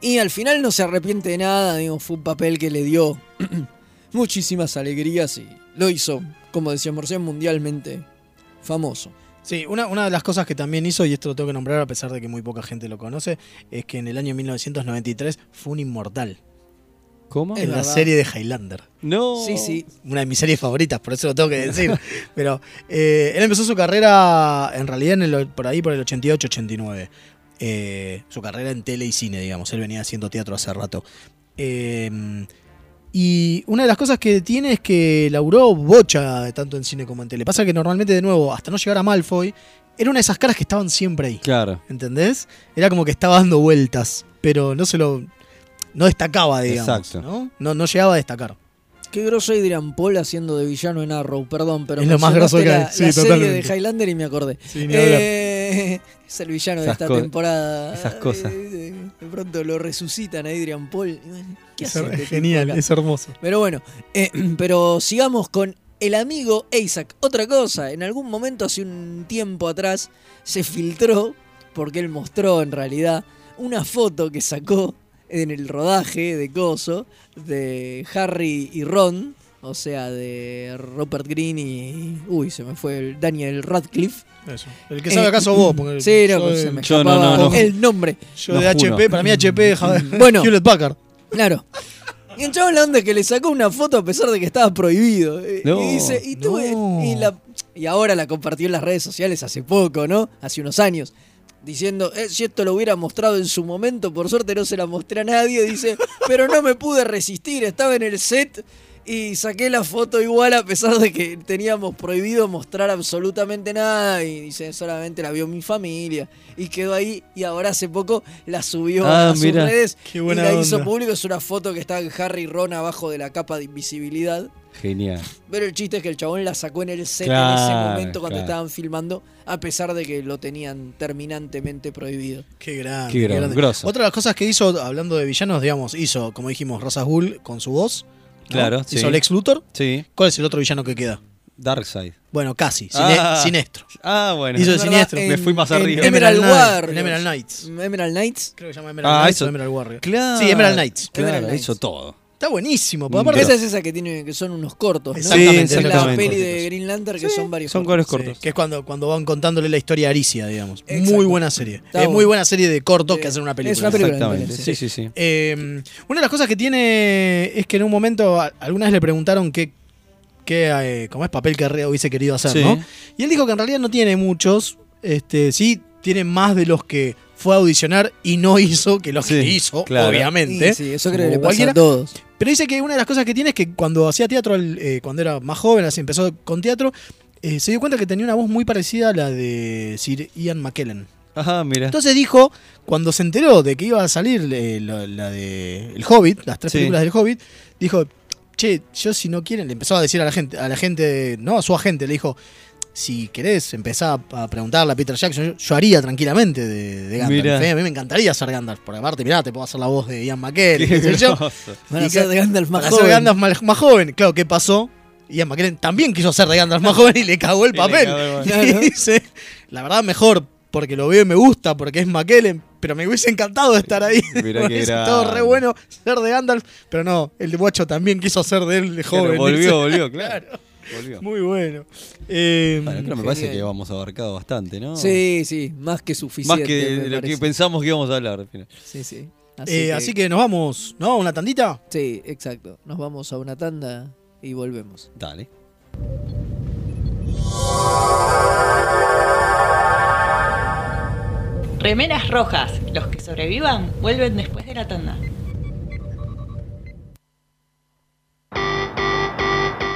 [SPEAKER 2] Y al final no se arrepiente de nada, digo, fue un papel que le dio muchísimas alegrías y lo hizo, como decía Morcén, mundialmente famoso.
[SPEAKER 3] Sí, una, una de las cosas que también hizo, y esto lo tengo que nombrar a pesar de que muy poca gente lo conoce, es que en el año 1993 fue un inmortal
[SPEAKER 4] ¿Cómo?
[SPEAKER 2] Es
[SPEAKER 3] en la
[SPEAKER 2] verdad.
[SPEAKER 3] serie de Highlander.
[SPEAKER 4] No.
[SPEAKER 2] Sí, sí.
[SPEAKER 3] Una de mis series favoritas, por eso lo tengo que decir. Pero eh, él empezó su carrera en realidad en el- por ahí por el 88-89. eh, su carrera en tele y cine, digamos. Él venía haciendo teatro hace rato. Eh, y una de las cosas que tiene es que laburó bocha tanto en cine como en tele. Pasa que normalmente, de nuevo, hasta no llegar a Malfoy, era una de esas caras que estaban siempre ahí.
[SPEAKER 4] Claro.
[SPEAKER 3] ¿Entendés? Era como que estaba dando vueltas, pero no se lo. No destacaba, digamos.
[SPEAKER 4] Exacto.
[SPEAKER 3] ¿no? No, no llegaba a destacar.
[SPEAKER 2] Qué groso Adrian Paul haciendo de villano en Arrow, perdón, pero
[SPEAKER 3] Es lo más
[SPEAKER 2] mencionaste
[SPEAKER 3] groso que hay,
[SPEAKER 2] la,
[SPEAKER 3] sí,
[SPEAKER 2] la serie de
[SPEAKER 3] totalmente.
[SPEAKER 2] Highlander y me acordé.
[SPEAKER 3] Sí,
[SPEAKER 2] Eh, es el villano de
[SPEAKER 4] Esas
[SPEAKER 2] esta
[SPEAKER 4] co-
[SPEAKER 2] temporada.
[SPEAKER 4] esas cosas.
[SPEAKER 2] Eh, De pronto lo resucitan a Adrian Paul. Y bueno, ¿Qué hace este tipo acá?
[SPEAKER 3] hermoso.
[SPEAKER 2] Pero bueno, eh, pero sigamos con el amigo Isaac. Otra cosa, en algún momento hace un tiempo atrás se filtró, porque él mostró en realidad, una foto que sacó en el rodaje de Coso de Harry y Ron. O sea, de Robert Green y. Uy, se me fue el Daniel Radcliffe.
[SPEAKER 3] El que sabe acaso
[SPEAKER 2] Eh,
[SPEAKER 3] vos, porque
[SPEAKER 2] Sí, no,
[SPEAKER 3] yo,
[SPEAKER 2] se
[SPEAKER 3] de-
[SPEAKER 2] me
[SPEAKER 4] yo no,
[SPEAKER 2] escapaba
[SPEAKER 4] no, no.
[SPEAKER 2] el nombre.
[SPEAKER 3] yo
[SPEAKER 4] Lo
[SPEAKER 3] de
[SPEAKER 4] juro.
[SPEAKER 3] HP, para mí HP,
[SPEAKER 2] Bueno.
[SPEAKER 3] bueno. Hewlett Packard.
[SPEAKER 2] Claro. Y el chabón la onda es que le sacó una foto a pesar de que estaba prohibido. Eh,
[SPEAKER 4] No,
[SPEAKER 2] y dice, y tuve-
[SPEAKER 3] no.
[SPEAKER 2] y, la- y ahora la compartió en las redes sociales hace poco, ¿no? Hace unos años. Diciendo, "Eh, si esto lo hubiera mostrado en su momento, por suerte no se la mostré a nadie. Dice, pero no me pude resistir, estaba en el set y saqué la foto igual a pesar de que teníamos prohibido mostrar absolutamente nada. Y dice, solamente la vio mi familia. Y quedó ahí y ahora hace poco la subió
[SPEAKER 4] Ah,
[SPEAKER 2] a sus
[SPEAKER 4] mira.
[SPEAKER 2] redes
[SPEAKER 3] Qué buena
[SPEAKER 2] y la hizo
[SPEAKER 3] onda.
[SPEAKER 2] público. Es una foto que está Harry y Ron abajo de la capa de invisibilidad.
[SPEAKER 4] Genial.
[SPEAKER 2] Pero el chiste es que el chabón la sacó en el set en ese
[SPEAKER 4] Claro,
[SPEAKER 2] momento cuando
[SPEAKER 4] claro.
[SPEAKER 2] estaban filmando, a pesar de que lo tenían terminantemente prohibido.
[SPEAKER 3] Qué grande.
[SPEAKER 4] Qué gran-
[SPEAKER 3] grande.
[SPEAKER 4] grosso.
[SPEAKER 3] Otra de las cosas que hizo, hablando de villanos, digamos, hizo, como dijimos, Rosas Bull con su voz. ¿no?
[SPEAKER 4] Claro,
[SPEAKER 3] Hizo
[SPEAKER 4] sí.
[SPEAKER 3] Lex Luthor.
[SPEAKER 4] Sí.
[SPEAKER 3] ¿Cuál es el otro villano que queda?
[SPEAKER 4] Darkseid.
[SPEAKER 3] Bueno, casi. Sine-
[SPEAKER 4] Ah.
[SPEAKER 3] Sinestro.
[SPEAKER 4] Ah, bueno.
[SPEAKER 3] Hizo
[SPEAKER 4] Es
[SPEAKER 3] el
[SPEAKER 4] verdad,
[SPEAKER 3] siniestro.
[SPEAKER 4] Me fui más
[SPEAKER 2] en-
[SPEAKER 4] arriba.
[SPEAKER 2] Emerald
[SPEAKER 3] Knight-
[SPEAKER 2] Warriors.
[SPEAKER 3] en Emerald Knights.
[SPEAKER 2] Emerald Knights.
[SPEAKER 3] Creo que se llama Emerald
[SPEAKER 4] Ah,
[SPEAKER 3] Knights
[SPEAKER 4] eso-
[SPEAKER 3] o Emerald Warrior.
[SPEAKER 4] Claro.
[SPEAKER 3] Sí, Emerald Knights.
[SPEAKER 4] Claro,
[SPEAKER 2] Emerald Knights.
[SPEAKER 4] hizo todo.
[SPEAKER 3] Está buenísimo. porque
[SPEAKER 4] Mm,
[SPEAKER 3] aparte-
[SPEAKER 4] Claro.
[SPEAKER 2] Esa es esa que tiene, que son unos cortos, ¿no?
[SPEAKER 3] Exactamente,
[SPEAKER 2] Es la
[SPEAKER 4] exactamente.
[SPEAKER 2] peli de Green Lantern, que son varios
[SPEAKER 4] Son
[SPEAKER 2] cortos.
[SPEAKER 4] goles
[SPEAKER 3] Sí,
[SPEAKER 4] cortos.
[SPEAKER 3] que es cuando, cuando van contándole la historia a Aricia, digamos.
[SPEAKER 2] Exacto.
[SPEAKER 3] Muy buena serie.
[SPEAKER 2] Está
[SPEAKER 3] es muy
[SPEAKER 2] bueno.
[SPEAKER 3] buena serie de cortos
[SPEAKER 2] Sí.
[SPEAKER 3] que hacen una película.
[SPEAKER 2] Es una película.
[SPEAKER 4] Exactamente.
[SPEAKER 2] Sí.
[SPEAKER 4] Sí, sí, sí.
[SPEAKER 3] Eh, una de las cosas que tiene es que en un momento, a- algunas le preguntaron qué, qué eh, como es papel que Rea hubiese querido hacer,
[SPEAKER 4] Sí.
[SPEAKER 3] ¿no? Y él dijo que en realidad no tiene muchos, este, sí tiene más de los que fue a audicionar y no hizo que los que
[SPEAKER 4] Sí,
[SPEAKER 3] hizo,
[SPEAKER 4] claro.
[SPEAKER 3] obviamente.
[SPEAKER 2] Y sí, eso creo
[SPEAKER 3] Como
[SPEAKER 2] que le pasa
[SPEAKER 3] cualquiera.
[SPEAKER 2] a todos.
[SPEAKER 3] Pero dice que una de las cosas que tiene es que cuando hacía teatro, él, eh, cuando era más joven, así empezó con teatro, eh, se dio cuenta que tenía una voz muy parecida a la de Sir Ian McKellen.
[SPEAKER 4] Ajá, mira.
[SPEAKER 3] Entonces dijo, cuando se enteró de que iba a salir eh, la, la de El Hobbit, las tres
[SPEAKER 4] Sí.
[SPEAKER 3] películas del Hobbit, dijo, che, yo si no quieren, le empezó a decir a la gente, a la gente, no, a su agente, le dijo, si querés empezar a preguntarle a Peter Jackson, yo, yo haría tranquilamente de, de Gandalf.
[SPEAKER 4] Mirá.
[SPEAKER 3] ¿eh? A mí me encantaría ser Gandalf, por aparte, mirá, te puedo hacer la voz de Ian McKellen.
[SPEAKER 4] Qué
[SPEAKER 3] qué sé yo.
[SPEAKER 4] grosso.
[SPEAKER 2] Van a
[SPEAKER 3] Y
[SPEAKER 2] ser
[SPEAKER 3] que-
[SPEAKER 2] de Gandalf más
[SPEAKER 3] Para
[SPEAKER 2] joven.
[SPEAKER 3] ser Gandalf más, más joven. Claro, ¿qué pasó? Ian McKellen también quiso ser de Gandalf más joven y le cagó el
[SPEAKER 4] le
[SPEAKER 3] papel.
[SPEAKER 4] cagó el
[SPEAKER 3] Y
[SPEAKER 2] papel.
[SPEAKER 3] dice, la verdad mejor, porque lo veo y me gusta, porque es McKellen, pero me hubiese encantado estar ahí.
[SPEAKER 4] Mirá
[SPEAKER 3] Me
[SPEAKER 4] qué
[SPEAKER 3] hubiese
[SPEAKER 4] grande.
[SPEAKER 3] estado re bueno ser de Gandalf, pero no, el guacho también quiso ser de él de joven.
[SPEAKER 4] Pero
[SPEAKER 3] dice.
[SPEAKER 4] volvió, volvió, claro. Volvió.
[SPEAKER 3] Muy bueno. Eh,
[SPEAKER 4] Bueno, creo que me parece
[SPEAKER 2] Genial.
[SPEAKER 4] que vamos abarcado bastante, ¿no?
[SPEAKER 2] Sí, sí, más que suficiente.
[SPEAKER 4] Más que
[SPEAKER 2] me
[SPEAKER 4] de lo que
[SPEAKER 2] parece.
[SPEAKER 4] pensamos que íbamos a hablar. al final.
[SPEAKER 2] Sí, sí.
[SPEAKER 3] eh, así que nos vamos, ¿no? ¿Una tandita?
[SPEAKER 2] Sí, exacto. Nos vamos a una tanda y volvemos.
[SPEAKER 4] Dale.
[SPEAKER 7] Remeras rojas. Los que sobrevivan vuelven después de la tanda.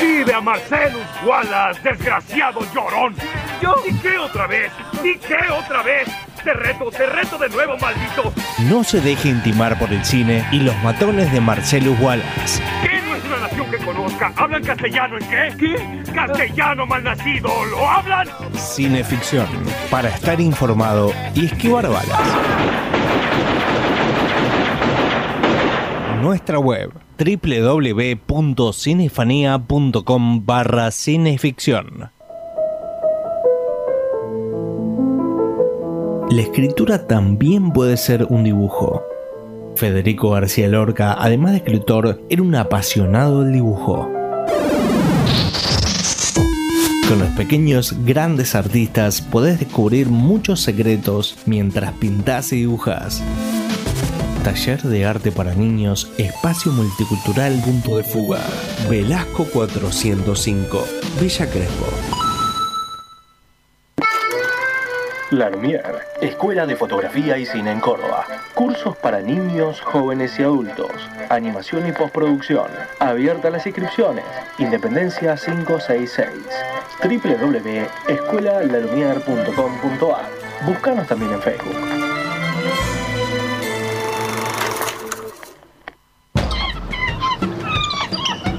[SPEAKER 9] Vive a Marcelus Wallace, desgraciado llorón. Yo ¿Y qué otra vez? ¿Y qué otra vez? Te reto, te reto de nuevo, maldito.
[SPEAKER 10] No se deje intimar por el cine y los matones de Marcelo Wallace.
[SPEAKER 9] ¿Qué no es una nación que conozca? ¿Hablan castellano en qué? ¿Qué? Castellano malnacido. ¿Lo hablan?
[SPEAKER 10] Cineficción, para estar informado y esquivar balas. Nuestra web www.cinefanía.com barra cineficción. La escritura también puede ser un dibujo. Federico García Lorca, además de escritor, era un apasionado del dibujo. Con los pequeños grandes artistas podés descubrir muchos secretos mientras pintás y dibujas. Taller de arte para niños, espacio multicultural, punto de fuga. Velasco 405, Villa Crespo.
[SPEAKER 11] Larmier, Escuela de Fotografía y Cine en Córdoba. Cursos para niños, jóvenes y adultos. Animación y postproducción. Abierta las inscripciones. Independencia 566. www.escuelalarmier.com.ar. Búscanos también en Facebook.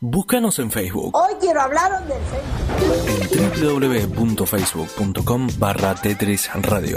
[SPEAKER 12] Búscanos en Facebook
[SPEAKER 13] Hoy quiero hablaros del Facebook.
[SPEAKER 12] www.facebook.com barra Tetris Radio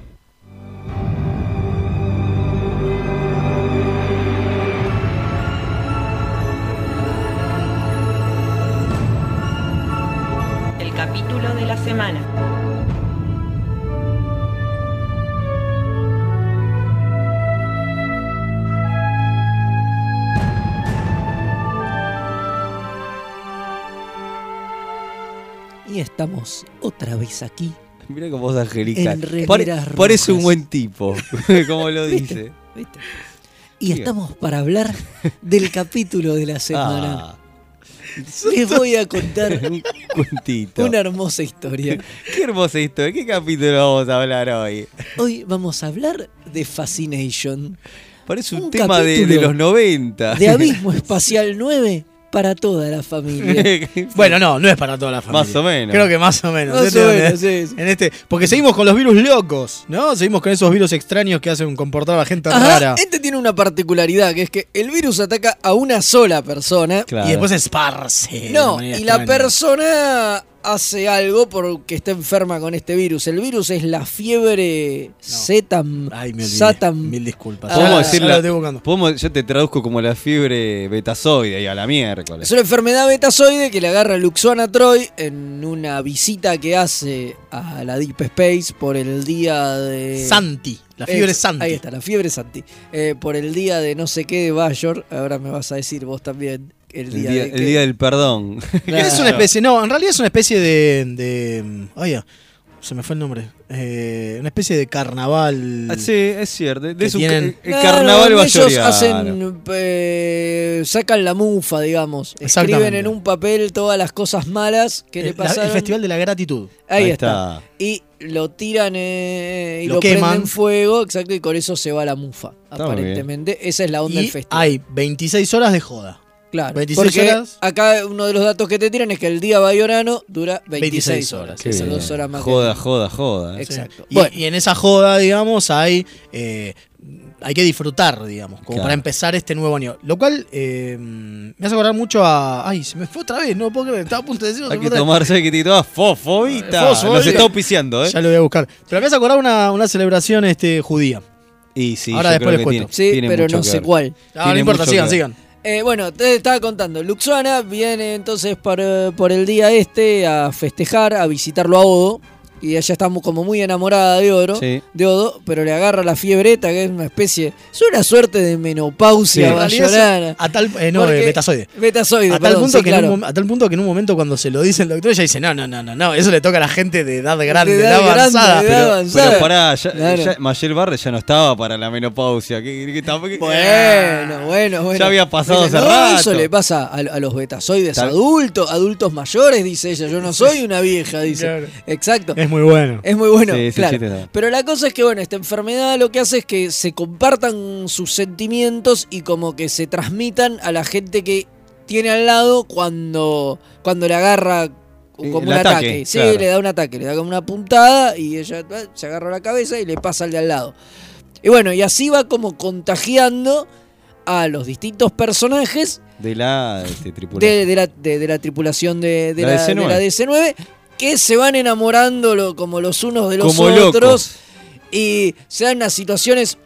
[SPEAKER 7] El capítulo de la semana.
[SPEAKER 2] Y estamos otra vez aquí.
[SPEAKER 4] Mira cómo es angelical.
[SPEAKER 2] En remeras
[SPEAKER 4] Pare-
[SPEAKER 2] rojas.
[SPEAKER 4] parece un buen tipo, como lo
[SPEAKER 2] ¿Viste?
[SPEAKER 4] dice.
[SPEAKER 2] ¿Viste? Y
[SPEAKER 4] Bien. Ah.
[SPEAKER 2] estamos para hablar del capítulo de la semana. Les voy a contar
[SPEAKER 4] un cuentito.
[SPEAKER 2] una hermosa historia.
[SPEAKER 4] Qué hermoso esto. ¿De qué capítulo vamos a hablar hoy?
[SPEAKER 2] Hoy vamos a hablar de Fascination.
[SPEAKER 4] Parece un, Tema de, de los 90.
[SPEAKER 2] De Abismo Espacial 9 para toda la familia.
[SPEAKER 3] Bueno, no, no es para toda la familia.
[SPEAKER 4] Más o menos.
[SPEAKER 3] Creo que más o menos.
[SPEAKER 2] Más
[SPEAKER 3] Este
[SPEAKER 2] o
[SPEAKER 3] donde-
[SPEAKER 2] menos, sí,
[SPEAKER 3] En este, porque seguimos con los virus locos, ¿no? Seguimos con esos virus extraños que hacen comportar a la gente
[SPEAKER 2] Ajá,
[SPEAKER 3] rara.
[SPEAKER 2] este tiene una particularidad, que es que el virus ataca a una sola persona.
[SPEAKER 3] Y después se esparce. de
[SPEAKER 2] No,
[SPEAKER 3] manera
[SPEAKER 2] y la
[SPEAKER 3] extraña.
[SPEAKER 2] persona hace algo porque está enferma con este virus. El virus es la fiebre Zetam. Ay,
[SPEAKER 3] me olvidé.
[SPEAKER 2] Mil
[SPEAKER 3] disculpas.
[SPEAKER 4] Podemos decir
[SPEAKER 3] ya
[SPEAKER 4] la-
[SPEAKER 3] lo estoy buscando.
[SPEAKER 4] podemos- yo te traduzco como la fiebre betazoide y a la miércoles.
[SPEAKER 2] Es una enfermedad betazoide que le agarra Luxona Troy en una visita que hace a la Deep Space por el día de...
[SPEAKER 3] Santi. La fiebre
[SPEAKER 2] Ex-
[SPEAKER 3] Santi.
[SPEAKER 2] Eh, Ahí está, la fiebre Santi. Eh, por el día de no sé qué de Bayor, ahora me vas a decir vos también el
[SPEAKER 4] El
[SPEAKER 2] día,
[SPEAKER 4] día,
[SPEAKER 2] de
[SPEAKER 4] el
[SPEAKER 2] que-
[SPEAKER 4] día del perdón.
[SPEAKER 2] Claro.
[SPEAKER 3] Es una especie, no, en realidad es una especie de. de oye, se me fue el nombre. Eh, una especie de carnaval.
[SPEAKER 4] Ah, Sí, es cierto. De
[SPEAKER 3] Que
[SPEAKER 4] su
[SPEAKER 3] tienen-
[SPEAKER 4] el carnaval
[SPEAKER 2] ellos
[SPEAKER 4] bayoriano.
[SPEAKER 2] hacen, eh, sacan la mufa, digamos. Escriben
[SPEAKER 3] Exactamente.
[SPEAKER 2] en un papel todas las cosas malas que le
[SPEAKER 3] El, la- el
[SPEAKER 2] pasaron.
[SPEAKER 3] Festival de la Gratitud.
[SPEAKER 2] Ahí,
[SPEAKER 4] Ahí
[SPEAKER 2] está.
[SPEAKER 4] está.
[SPEAKER 2] Y lo tiran eh, y lo,
[SPEAKER 3] Lo queman.
[SPEAKER 2] prenden fuego, exacto, y con eso se va la mufa.
[SPEAKER 3] Está muy bien.
[SPEAKER 2] aparentemente, esa es la onda
[SPEAKER 3] Y
[SPEAKER 2] del festival.
[SPEAKER 3] hay 26 horas de joda.
[SPEAKER 2] Claro,
[SPEAKER 3] 26
[SPEAKER 2] porque
[SPEAKER 3] horas.
[SPEAKER 2] acá uno de los datos que te tiran es que el día bayorano dura 26, horas.
[SPEAKER 4] Qué
[SPEAKER 2] que son
[SPEAKER 4] bien.
[SPEAKER 2] dos horas más. que-
[SPEAKER 4] Joda, joda, joda. eh.
[SPEAKER 2] Exacto.
[SPEAKER 3] Y,
[SPEAKER 2] Bueno.
[SPEAKER 3] y en esa joda, digamos, hay eh, hay que disfrutar, digamos, como
[SPEAKER 4] Claro.
[SPEAKER 3] para empezar este nuevo año. Lo cual eh, me hace acordar mucho a. Ay, se me fue otra vez, no lo puedo creer, estaba a punto de decirlo. se
[SPEAKER 4] Hay
[SPEAKER 3] me
[SPEAKER 4] que
[SPEAKER 3] fue otra vez.
[SPEAKER 4] tomarse que te tomas fosfobita.
[SPEAKER 3] Fosfobita.
[SPEAKER 4] Nos está auspiciando, ¿eh?
[SPEAKER 3] Ya lo voy a buscar. Pero me hace acordar una, una celebración este, judía.
[SPEAKER 4] Y sí,
[SPEAKER 3] Ahora
[SPEAKER 4] yo
[SPEAKER 3] después
[SPEAKER 4] creo
[SPEAKER 3] les
[SPEAKER 4] que
[SPEAKER 3] cuento.
[SPEAKER 2] Sí, pero
[SPEAKER 4] mucho
[SPEAKER 2] no
[SPEAKER 4] que
[SPEAKER 2] sé
[SPEAKER 4] ver.
[SPEAKER 2] cuál.
[SPEAKER 3] Ah, no
[SPEAKER 4] Tiene
[SPEAKER 3] importa,
[SPEAKER 4] mucho
[SPEAKER 3] sigan,
[SPEAKER 4] que ver.
[SPEAKER 3] sigan.
[SPEAKER 2] Eh, bueno, te estaba contando, Luxuana viene entonces para- por el día este a festejar, a visitarlo a Odo. Y ella está mu- como muy enamorada de Oro,
[SPEAKER 4] Sí.
[SPEAKER 2] de Odo, pero le agarra la fiebreta, que es una especie, es una suerte de menopausia
[SPEAKER 3] En realidad es-
[SPEAKER 2] bayolana.
[SPEAKER 3] A tal, eh, no,
[SPEAKER 2] Porque-
[SPEAKER 3] eh, metazoide.
[SPEAKER 2] Betazoide,
[SPEAKER 3] A tal,
[SPEAKER 2] perdón,
[SPEAKER 3] punto
[SPEAKER 2] sí,
[SPEAKER 3] que en
[SPEAKER 2] claro.
[SPEAKER 3] un, mom- a tal punto que en un momento cuando se lo dice el doctor, ella dice, no, no, no, no, no, eso le toca a la gente de edad grande, de
[SPEAKER 2] edad
[SPEAKER 3] edad,
[SPEAKER 2] grande,
[SPEAKER 3] avanzada.
[SPEAKER 2] de edad
[SPEAKER 3] Pero-
[SPEAKER 2] avanzada.
[SPEAKER 4] Pero pará, ya,
[SPEAKER 2] Claro.
[SPEAKER 4] ya- Mayel Barres ya no estaba para la menopausia. que- que tampoco-
[SPEAKER 2] Bueno, bueno, bueno.
[SPEAKER 4] Ya había pasado
[SPEAKER 2] Dice,
[SPEAKER 4] hace
[SPEAKER 2] "No,
[SPEAKER 4] rato".
[SPEAKER 2] Eso le pasa a, a los betazoides
[SPEAKER 4] Tal-
[SPEAKER 2] adultos, adultos mayores, dice ella. Yo no soy una vieja, dice.
[SPEAKER 3] Claro.
[SPEAKER 2] Exacto.
[SPEAKER 3] es muy bueno.
[SPEAKER 2] Es muy bueno,
[SPEAKER 4] Sí, sí,
[SPEAKER 2] claro.
[SPEAKER 4] sí, está.
[SPEAKER 2] Pero la cosa es que, bueno, esta enfermedad lo que hace es que se compartan sus sentimientos y como que se transmitan a la gente que tiene al lado cuando, cuando le agarra como
[SPEAKER 4] El
[SPEAKER 2] un ataque.
[SPEAKER 4] ataque,
[SPEAKER 2] Sí,
[SPEAKER 4] claro.
[SPEAKER 2] le da un ataque, le da como una puntada y ella eh, se agarra la cabeza y le pasa al de al lado. Y bueno, y así va como contagiando a los distintos personajes
[SPEAKER 4] De la este, tripulación.
[SPEAKER 2] de, de la, de- de la tripulación de, de
[SPEAKER 4] La
[SPEAKER 2] la, de
[SPEAKER 4] DC9.
[SPEAKER 2] la DC9, que se van enamorando lo- como los unos de los
[SPEAKER 4] Como
[SPEAKER 2] otros
[SPEAKER 4] locos.
[SPEAKER 2] y se dan unas situaciones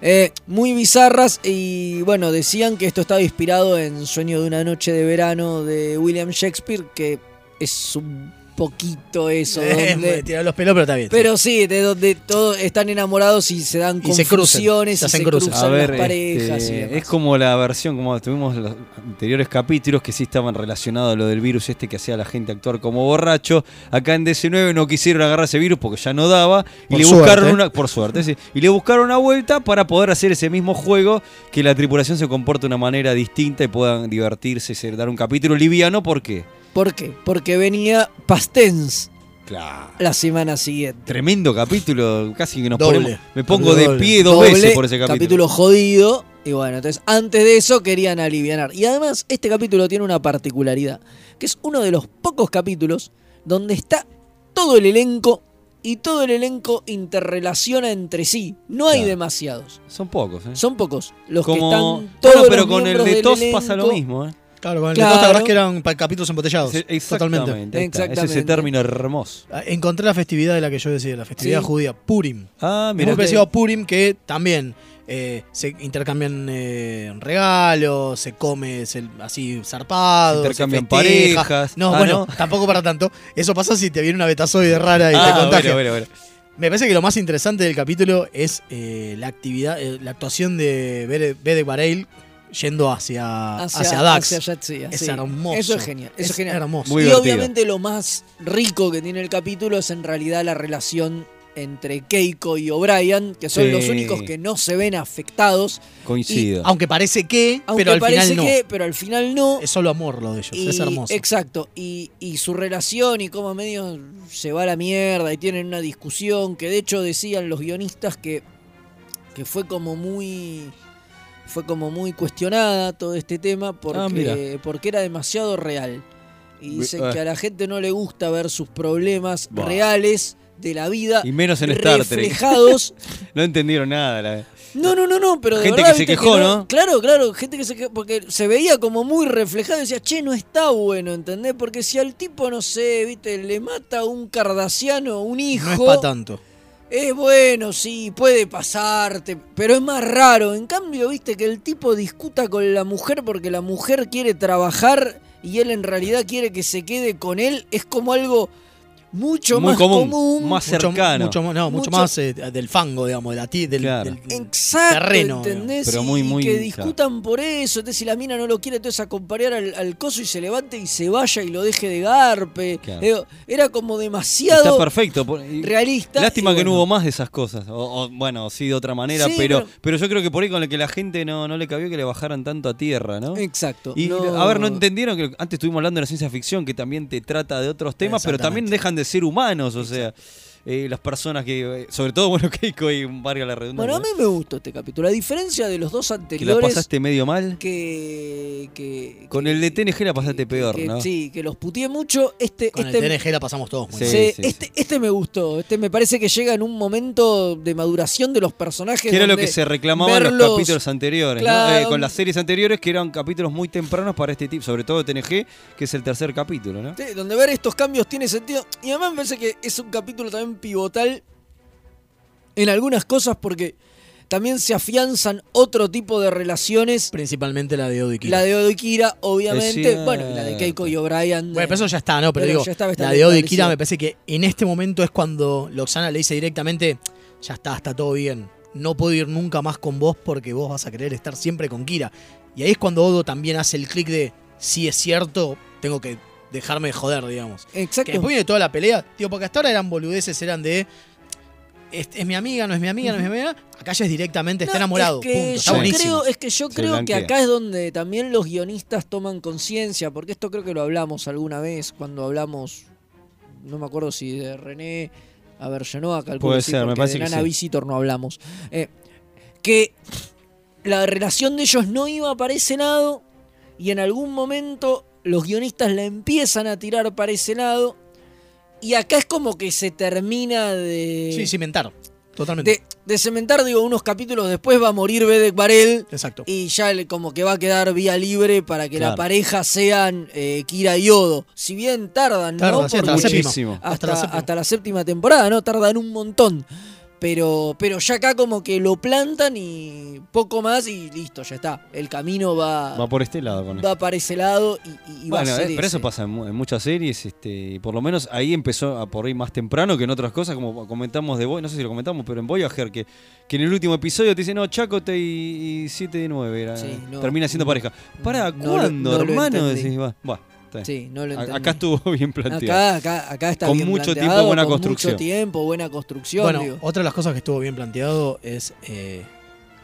[SPEAKER 2] eh, muy bizarras y bueno, decían que esto estaba inspirado en Sueño de una noche de verano de William Shakespeare, que es un poquito eso,
[SPEAKER 3] Es muy-
[SPEAKER 2] donde-
[SPEAKER 3] Tirar los pelos, pero está bien.
[SPEAKER 2] pero sí, de donde todos están enamorados y se dan
[SPEAKER 3] Y se cruzan,
[SPEAKER 2] confusiones
[SPEAKER 3] se
[SPEAKER 2] y se
[SPEAKER 3] hacen
[SPEAKER 2] cruzan,
[SPEAKER 3] cruces.
[SPEAKER 4] A ver,
[SPEAKER 2] las parejas
[SPEAKER 4] este,
[SPEAKER 2] y demás.
[SPEAKER 4] es como la versión, como tuvimos los anteriores capítulos que sí estaban relacionados a lo del virus este que hacía a la gente actuar como borracho. Acá en DC9 no quisieron agarrar ese virus porque ya no daba. Y
[SPEAKER 3] Por
[SPEAKER 4] le
[SPEAKER 3] suerte.
[SPEAKER 4] buscaron una. Por suerte, sí. Y le buscaron una vuelta para poder hacer ese mismo juego que la tripulación se comporte de una manera distinta y puedan divertirse, se- dar un capítulo liviano. ¿Por qué?
[SPEAKER 2] ¿Por qué? Porque venía Pastens
[SPEAKER 4] Claro.
[SPEAKER 2] la semana siguiente.
[SPEAKER 4] Tremendo capítulo, casi que nos
[SPEAKER 3] Doble.
[SPEAKER 4] ponemos. Me pongo de
[SPEAKER 3] Doble.
[SPEAKER 4] pie dos
[SPEAKER 2] Doble
[SPEAKER 4] veces por ese capítulo.
[SPEAKER 2] jodido. Y bueno, entonces antes de eso querían aliviar. Y además, este capítulo tiene una particularidad, que es uno de los pocos capítulos donde está todo el elenco y todo el elenco interrelaciona entre sí. No hay
[SPEAKER 4] Claro.
[SPEAKER 2] demasiados.
[SPEAKER 4] Son pocos, ¿eh?
[SPEAKER 2] Son pocos los
[SPEAKER 4] Como-
[SPEAKER 2] que están todos
[SPEAKER 4] Bueno, pero
[SPEAKER 2] los
[SPEAKER 4] con el
[SPEAKER 2] miembros
[SPEAKER 4] de
[SPEAKER 2] del
[SPEAKER 4] TOS pasa lo
[SPEAKER 2] elenco.
[SPEAKER 4] mismo, ¿eh?
[SPEAKER 3] Claro, bueno, el
[SPEAKER 2] Claro.
[SPEAKER 3] de Costa, la verdad es que eran pa- capítulos embotellados.
[SPEAKER 4] Sí, Exactamente.
[SPEAKER 3] Totalmente.
[SPEAKER 4] ahí está. Es ese
[SPEAKER 2] Exactamente.
[SPEAKER 4] término hermoso.
[SPEAKER 3] Ah, Encontré la festividad de la que yo decía, la festividad
[SPEAKER 2] Sí.
[SPEAKER 3] judía, Purim.
[SPEAKER 4] Ah,
[SPEAKER 3] Muy
[SPEAKER 4] mira.
[SPEAKER 3] parecido a Purim que también eh, se intercambian eh, regalos, se come se- así zarpado,
[SPEAKER 4] Se
[SPEAKER 3] se
[SPEAKER 4] intercambian
[SPEAKER 3] festeja.
[SPEAKER 4] parejas.
[SPEAKER 3] No,
[SPEAKER 4] Ah,
[SPEAKER 3] bueno,
[SPEAKER 4] ¿no?
[SPEAKER 3] tampoco para tanto. Eso pasa si te viene una betazoide rara y te
[SPEAKER 4] Ah,
[SPEAKER 3] contagia.
[SPEAKER 4] bueno, bueno, bueno.
[SPEAKER 3] Me parece que lo más interesante del capítulo es eh, la actividad, eh, la actuación de Bede- Bede Bareil yendo hacia, hacia, Dax.
[SPEAKER 2] hacia Yatsia,
[SPEAKER 3] Es
[SPEAKER 2] sí.
[SPEAKER 3] hermoso.
[SPEAKER 2] Eso es genial. Eso es genial.
[SPEAKER 3] hermoso.
[SPEAKER 4] Muy
[SPEAKER 2] y
[SPEAKER 4] divertido.
[SPEAKER 2] obviamente lo más rico que tiene el capítulo es en realidad la relación entre Keiko y O'Brien, que son
[SPEAKER 4] Sí.
[SPEAKER 2] los únicos que no se ven afectados.
[SPEAKER 4] Coincido.
[SPEAKER 3] Aunque parece que,
[SPEAKER 2] Aunque
[SPEAKER 3] pero al
[SPEAKER 2] parece
[SPEAKER 3] final no.
[SPEAKER 2] que, pero al final no.
[SPEAKER 3] Es solo amor lo de ellos.
[SPEAKER 2] Y-
[SPEAKER 3] es hermoso.
[SPEAKER 2] Exacto. Y, y su relación y cómo medio se va a la mierda y tienen una discusión que de hecho decían los guionistas que, que fue como muy... Fue como muy cuestionada todo este tema
[SPEAKER 3] Ah,
[SPEAKER 4] mirá.
[SPEAKER 2] porque, porque era demasiado real. Y
[SPEAKER 4] Vi-
[SPEAKER 2] dicen
[SPEAKER 4] ah.
[SPEAKER 2] que a la gente no le gusta ver sus problemas
[SPEAKER 4] Buah.
[SPEAKER 2] reales de la vida
[SPEAKER 4] Y menos en Star Trek.
[SPEAKER 2] reflejados
[SPEAKER 4] No entendieron nada. la-
[SPEAKER 2] no, no, no, no, pero de
[SPEAKER 4] Gente
[SPEAKER 2] verdad,
[SPEAKER 4] que se
[SPEAKER 2] viste
[SPEAKER 4] quejó, ¿no?
[SPEAKER 2] Claro, claro, gente que se quejó, porque se veía como muy reflejado y decía, che, no está bueno, ¿entendés? Porque si al tipo, no sé, viste, le mata a un cardasiano un hijo,
[SPEAKER 3] No es para tanto.
[SPEAKER 2] es bueno, sí, puede pasarte, pero es más raro. En cambio, viste, que el tipo discuta con la mujer porque la mujer quiere trabajar y él en realidad quiere que se quede con él, es como algo mucho
[SPEAKER 4] Muy
[SPEAKER 2] más
[SPEAKER 4] común,
[SPEAKER 2] común,
[SPEAKER 4] más cercano.
[SPEAKER 3] Mucho, más- no, mucho,
[SPEAKER 2] Mucho-
[SPEAKER 3] más eh, del fango, digamos, de la ti- del,
[SPEAKER 4] Claro.
[SPEAKER 3] del-
[SPEAKER 2] Exacto,
[SPEAKER 3] terreno,
[SPEAKER 2] ¿entendés?
[SPEAKER 4] digamos. Pero
[SPEAKER 2] Y-
[SPEAKER 4] muy,
[SPEAKER 2] y
[SPEAKER 4] muy-
[SPEAKER 2] que
[SPEAKER 4] claro.
[SPEAKER 2] discutan por eso, entonces si la mina no lo quiere, entonces acompañar al, al coso y se levante y se vaya y lo deje de garpe.
[SPEAKER 4] Claro.
[SPEAKER 2] Digo, Era como
[SPEAKER 4] Está
[SPEAKER 2] demasiado
[SPEAKER 4] perfecto. por- y-
[SPEAKER 2] realista.
[SPEAKER 4] Lástima
[SPEAKER 2] y
[SPEAKER 4] que no
[SPEAKER 2] bueno.
[SPEAKER 4] hubo más de esas cosas. O, o, bueno, sí, de otra manera,
[SPEAKER 2] Sí,
[SPEAKER 4] pero, pero,
[SPEAKER 2] pero-
[SPEAKER 4] yo creo que por ahí con el que la gente no, no le cabió que le bajaran tanto a tierra, ¿no?
[SPEAKER 2] Exacto.
[SPEAKER 4] Y
[SPEAKER 2] no-
[SPEAKER 4] a ver, no entendieron que antes estuvimos hablando de la ciencia ficción, que también te trata de otros temas, pero también dejan de ser humanos, o sea, eh, las personas que, eh, sobre todo, bueno, Keiko y Vargas la redundancia.
[SPEAKER 2] Bueno, a mí me gustó este capítulo. A diferencia de los dos
[SPEAKER 4] que la
[SPEAKER 2] anteriores,
[SPEAKER 4] pasaste medio mal.
[SPEAKER 2] que, que,
[SPEAKER 4] Con el de TNG la pasaste peor,
[SPEAKER 2] que-
[SPEAKER 4] ¿no?
[SPEAKER 2] sí, que los puteé mucho, este...
[SPEAKER 3] Con
[SPEAKER 2] este
[SPEAKER 3] el TNG la pasamos todos muy
[SPEAKER 4] Sí,
[SPEAKER 3] mal.
[SPEAKER 2] Sí,
[SPEAKER 4] sí,
[SPEAKER 2] este, este me gustó. Este me parece que llega en un momento de maduración de los personajes.
[SPEAKER 4] Que era lo
[SPEAKER 2] donde
[SPEAKER 4] que se reclamaba en los
[SPEAKER 2] verlos-
[SPEAKER 4] capítulos anteriores, ¿no?
[SPEAKER 2] Claro.
[SPEAKER 4] Eh, con las series anteriores que eran capítulos muy tempranos para este tipo, sobre todo TNG, que es el tercer capítulo, ¿no?
[SPEAKER 2] Sí, donde ver estos cambios tiene sentido. Y además me parece que es un capítulo también pivotal en algunas cosas porque también se afianzan otro tipo de relaciones.
[SPEAKER 3] Principalmente la de Odo y Kira.
[SPEAKER 2] La de Odo y Kira,
[SPEAKER 4] Es
[SPEAKER 2] obviamente.
[SPEAKER 4] cierto.
[SPEAKER 2] Bueno, y la de Keiko y O'Brien.
[SPEAKER 3] Bueno, pero eso ya está, ¿no? Pero,
[SPEAKER 2] Pero
[SPEAKER 3] digo,
[SPEAKER 2] ya estaba
[SPEAKER 3] la de Odo y
[SPEAKER 2] establecida.
[SPEAKER 3] Kira me parece que en este momento es cuando Loxana le dice directamente, ya está, está todo bien. No puedo ir nunca más con vos porque vos vas a querer estar siempre con Kira. Y ahí es cuando Odo también hace el clic de, si es cierto, tengo que dejarme de joder, digamos.
[SPEAKER 2] Exacto.
[SPEAKER 3] Que después viene toda la pelea, tío, porque hasta ahora eran boludeces, eran de... Es, es mi amiga, no es mi amiga, no es mi amiga. Acá ya es directamente, está
[SPEAKER 2] No,
[SPEAKER 3] enamorado.
[SPEAKER 2] Es que,
[SPEAKER 3] punto. Está
[SPEAKER 2] yo
[SPEAKER 3] buenísimo.
[SPEAKER 2] creo, es que yo
[SPEAKER 4] Se
[SPEAKER 2] creo que
[SPEAKER 4] blanquea.
[SPEAKER 2] acá es donde también los guionistas toman conciencia, porque esto creo que lo hablamos alguna vez cuando hablamos, no me acuerdo si de René a Bergenoa, calculo
[SPEAKER 4] Puede
[SPEAKER 2] sí,
[SPEAKER 4] ser, me
[SPEAKER 2] porque
[SPEAKER 4] parece
[SPEAKER 2] de
[SPEAKER 4] que
[SPEAKER 2] Nana
[SPEAKER 4] sí.
[SPEAKER 2] Visitor no hablamos. Eh, que la relación de ellos no iba para ese lado y en algún momento los guionistas la empiezan a tirar para ese lado y acá es como que se termina de
[SPEAKER 3] Sí, cimentar. Totalmente.
[SPEAKER 2] de, de cementar, digo, unos capítulos después va a morir Bedek Varel
[SPEAKER 3] Exacto.
[SPEAKER 2] y ya le- como que va a quedar vía libre para que
[SPEAKER 4] Claro.
[SPEAKER 2] la pareja sean eh, Kira y Odo. Si bien tardan,
[SPEAKER 3] Tardan,
[SPEAKER 2] ¿no?
[SPEAKER 3] sí, hasta la
[SPEAKER 2] Porque-
[SPEAKER 3] séptima.
[SPEAKER 4] Muchísimo.
[SPEAKER 2] Hasta,
[SPEAKER 3] Hasta la séptima.
[SPEAKER 2] hasta la séptima temporada, ¿no? Tardan un montón. Pero, pero ya acá como que lo plantan y poco más y listo, ya está. El camino va,
[SPEAKER 4] Va por este lado con esto.
[SPEAKER 2] va para ese lado y, y- y va
[SPEAKER 4] Bueno,
[SPEAKER 2] a ser
[SPEAKER 4] eh, pero eso
[SPEAKER 2] ese.
[SPEAKER 4] pasa en, mu- en muchas series, este, y por lo menos ahí empezó a por ahí más temprano que en otras cosas, como comentamos de Voy, no sé si lo comentamos, pero en Voyager, que, que en el último episodio te dicen, no, Chacote y, y 7 de 9, era,
[SPEAKER 2] Sí, no.
[SPEAKER 4] termina siendo pareja. ¿Para
[SPEAKER 2] No lo-
[SPEAKER 4] cuándo,
[SPEAKER 2] no lo
[SPEAKER 4] hermano?
[SPEAKER 2] entendí.
[SPEAKER 4] Decís, va, va, está bien.
[SPEAKER 2] Sí, no lo
[SPEAKER 4] A-
[SPEAKER 2] entendí.
[SPEAKER 4] Acá estuvo bien
[SPEAKER 2] Acá,
[SPEAKER 4] planteado.
[SPEAKER 2] acá, acá está
[SPEAKER 4] Con
[SPEAKER 2] bien
[SPEAKER 4] mucho tiempo,
[SPEAKER 2] planteado,
[SPEAKER 4] buena
[SPEAKER 2] con
[SPEAKER 4] construcción.
[SPEAKER 2] Mucho tiempo, buena construcción.
[SPEAKER 3] Bueno,
[SPEAKER 2] digo.
[SPEAKER 3] otra de las cosas que estuvo bien planteado es eh,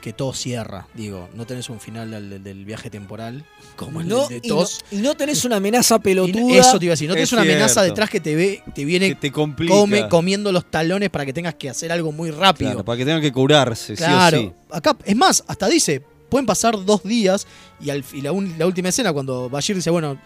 [SPEAKER 3] que todo cierra. Digo, no tenés un final del, del viaje temporal como el
[SPEAKER 2] No,
[SPEAKER 3] del de
[SPEAKER 2] y no,
[SPEAKER 3] TOS.
[SPEAKER 2] y no tenés una amenaza
[SPEAKER 3] Y
[SPEAKER 2] pelotuda.
[SPEAKER 3] eso te iba a decir, no tenés
[SPEAKER 4] Es
[SPEAKER 3] una amenaza
[SPEAKER 4] cierto.
[SPEAKER 3] detrás que te ve, te
[SPEAKER 4] Que
[SPEAKER 3] viene
[SPEAKER 4] te complica.
[SPEAKER 3] come, comiendo los talones para que tengas que hacer algo muy rápido.
[SPEAKER 4] Claro, para que tengan que curarse,
[SPEAKER 3] Claro.
[SPEAKER 4] sí o sí.
[SPEAKER 3] Acá, es más, hasta dice, pueden pasar dos días y, al, y la, un- la última escena cuando Bashir dice, bueno,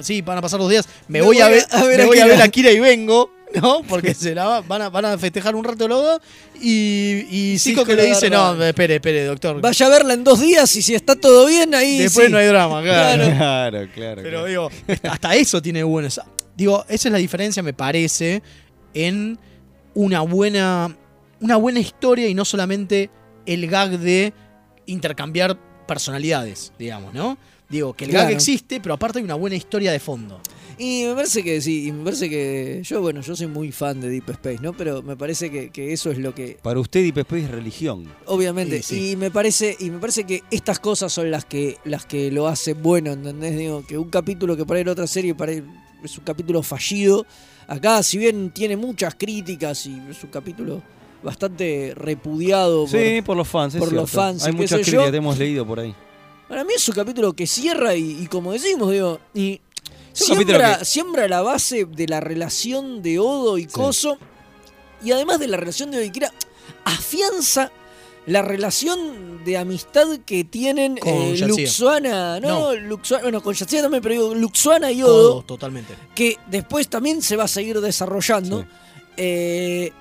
[SPEAKER 3] sí, van a pasar dos días, me, voy, a ver, me voy a ver a Kira y vengo, ¿no? Porque se la va- van, a, van a festejar un rato los dos y, y Zico que
[SPEAKER 2] Zico
[SPEAKER 3] le
[SPEAKER 2] la
[SPEAKER 3] dice,
[SPEAKER 2] agarra.
[SPEAKER 3] no, espere, espere, doctor.
[SPEAKER 2] Vaya a verla en dos días y si está todo bien, ahí.
[SPEAKER 3] Después
[SPEAKER 2] sí.
[SPEAKER 3] no hay drama, claro.
[SPEAKER 4] Claro, claro.
[SPEAKER 3] Pero
[SPEAKER 4] claro.
[SPEAKER 3] digo, hasta eso tiene buenos. Digo, esa es la diferencia, me parece, en una buena, una buena historia y no solamente el gag de intercambiar personalidades, digamos, ¿no? Digo, que el gag
[SPEAKER 2] Claro.
[SPEAKER 3] existe, pero aparte hay una buena historia de fondo.
[SPEAKER 2] Y me parece que sí, y me parece que. Yo, bueno, yo soy muy fan de Deep Space, ¿no? Pero me parece que, que eso es lo que.
[SPEAKER 4] Para usted y Pepe es religión.
[SPEAKER 2] Obviamente.
[SPEAKER 3] Y sí.
[SPEAKER 2] Y me parece, y me parece que estas cosas son las que, las que lo hace bueno, ¿entendés? Digo, que un capítulo que para ir a otra serie para ir- es un capítulo fallido. Acá, si bien tiene muchas críticas y es un capítulo bastante repudiado por-
[SPEAKER 4] Sí, por los fans, es
[SPEAKER 2] por los
[SPEAKER 4] cierto.
[SPEAKER 2] fans,
[SPEAKER 4] Hay
[SPEAKER 2] qué
[SPEAKER 4] muchas
[SPEAKER 2] sé
[SPEAKER 4] críticas
[SPEAKER 2] yo.
[SPEAKER 4] que hemos leído por ahí.
[SPEAKER 2] Para mí es un capítulo que cierra y, y como decimos, digo, y
[SPEAKER 4] Es un capítulo
[SPEAKER 2] siembra,
[SPEAKER 4] que-
[SPEAKER 2] siembra la base de la relación de Odo y Coso y además de la relación de Odo y Kira, afianza la relación de amistad que tienen
[SPEAKER 3] Con
[SPEAKER 2] eh,
[SPEAKER 3] Yatsia.
[SPEAKER 2] Luxuana, ¿no?
[SPEAKER 3] No.
[SPEAKER 2] Luxuana, bueno, con Yatsia también, pero digo, Luxuana y Odo,
[SPEAKER 3] Todo, totalmente.
[SPEAKER 2] que después también se va a seguir desarrollando.
[SPEAKER 4] Sí.
[SPEAKER 2] Eh,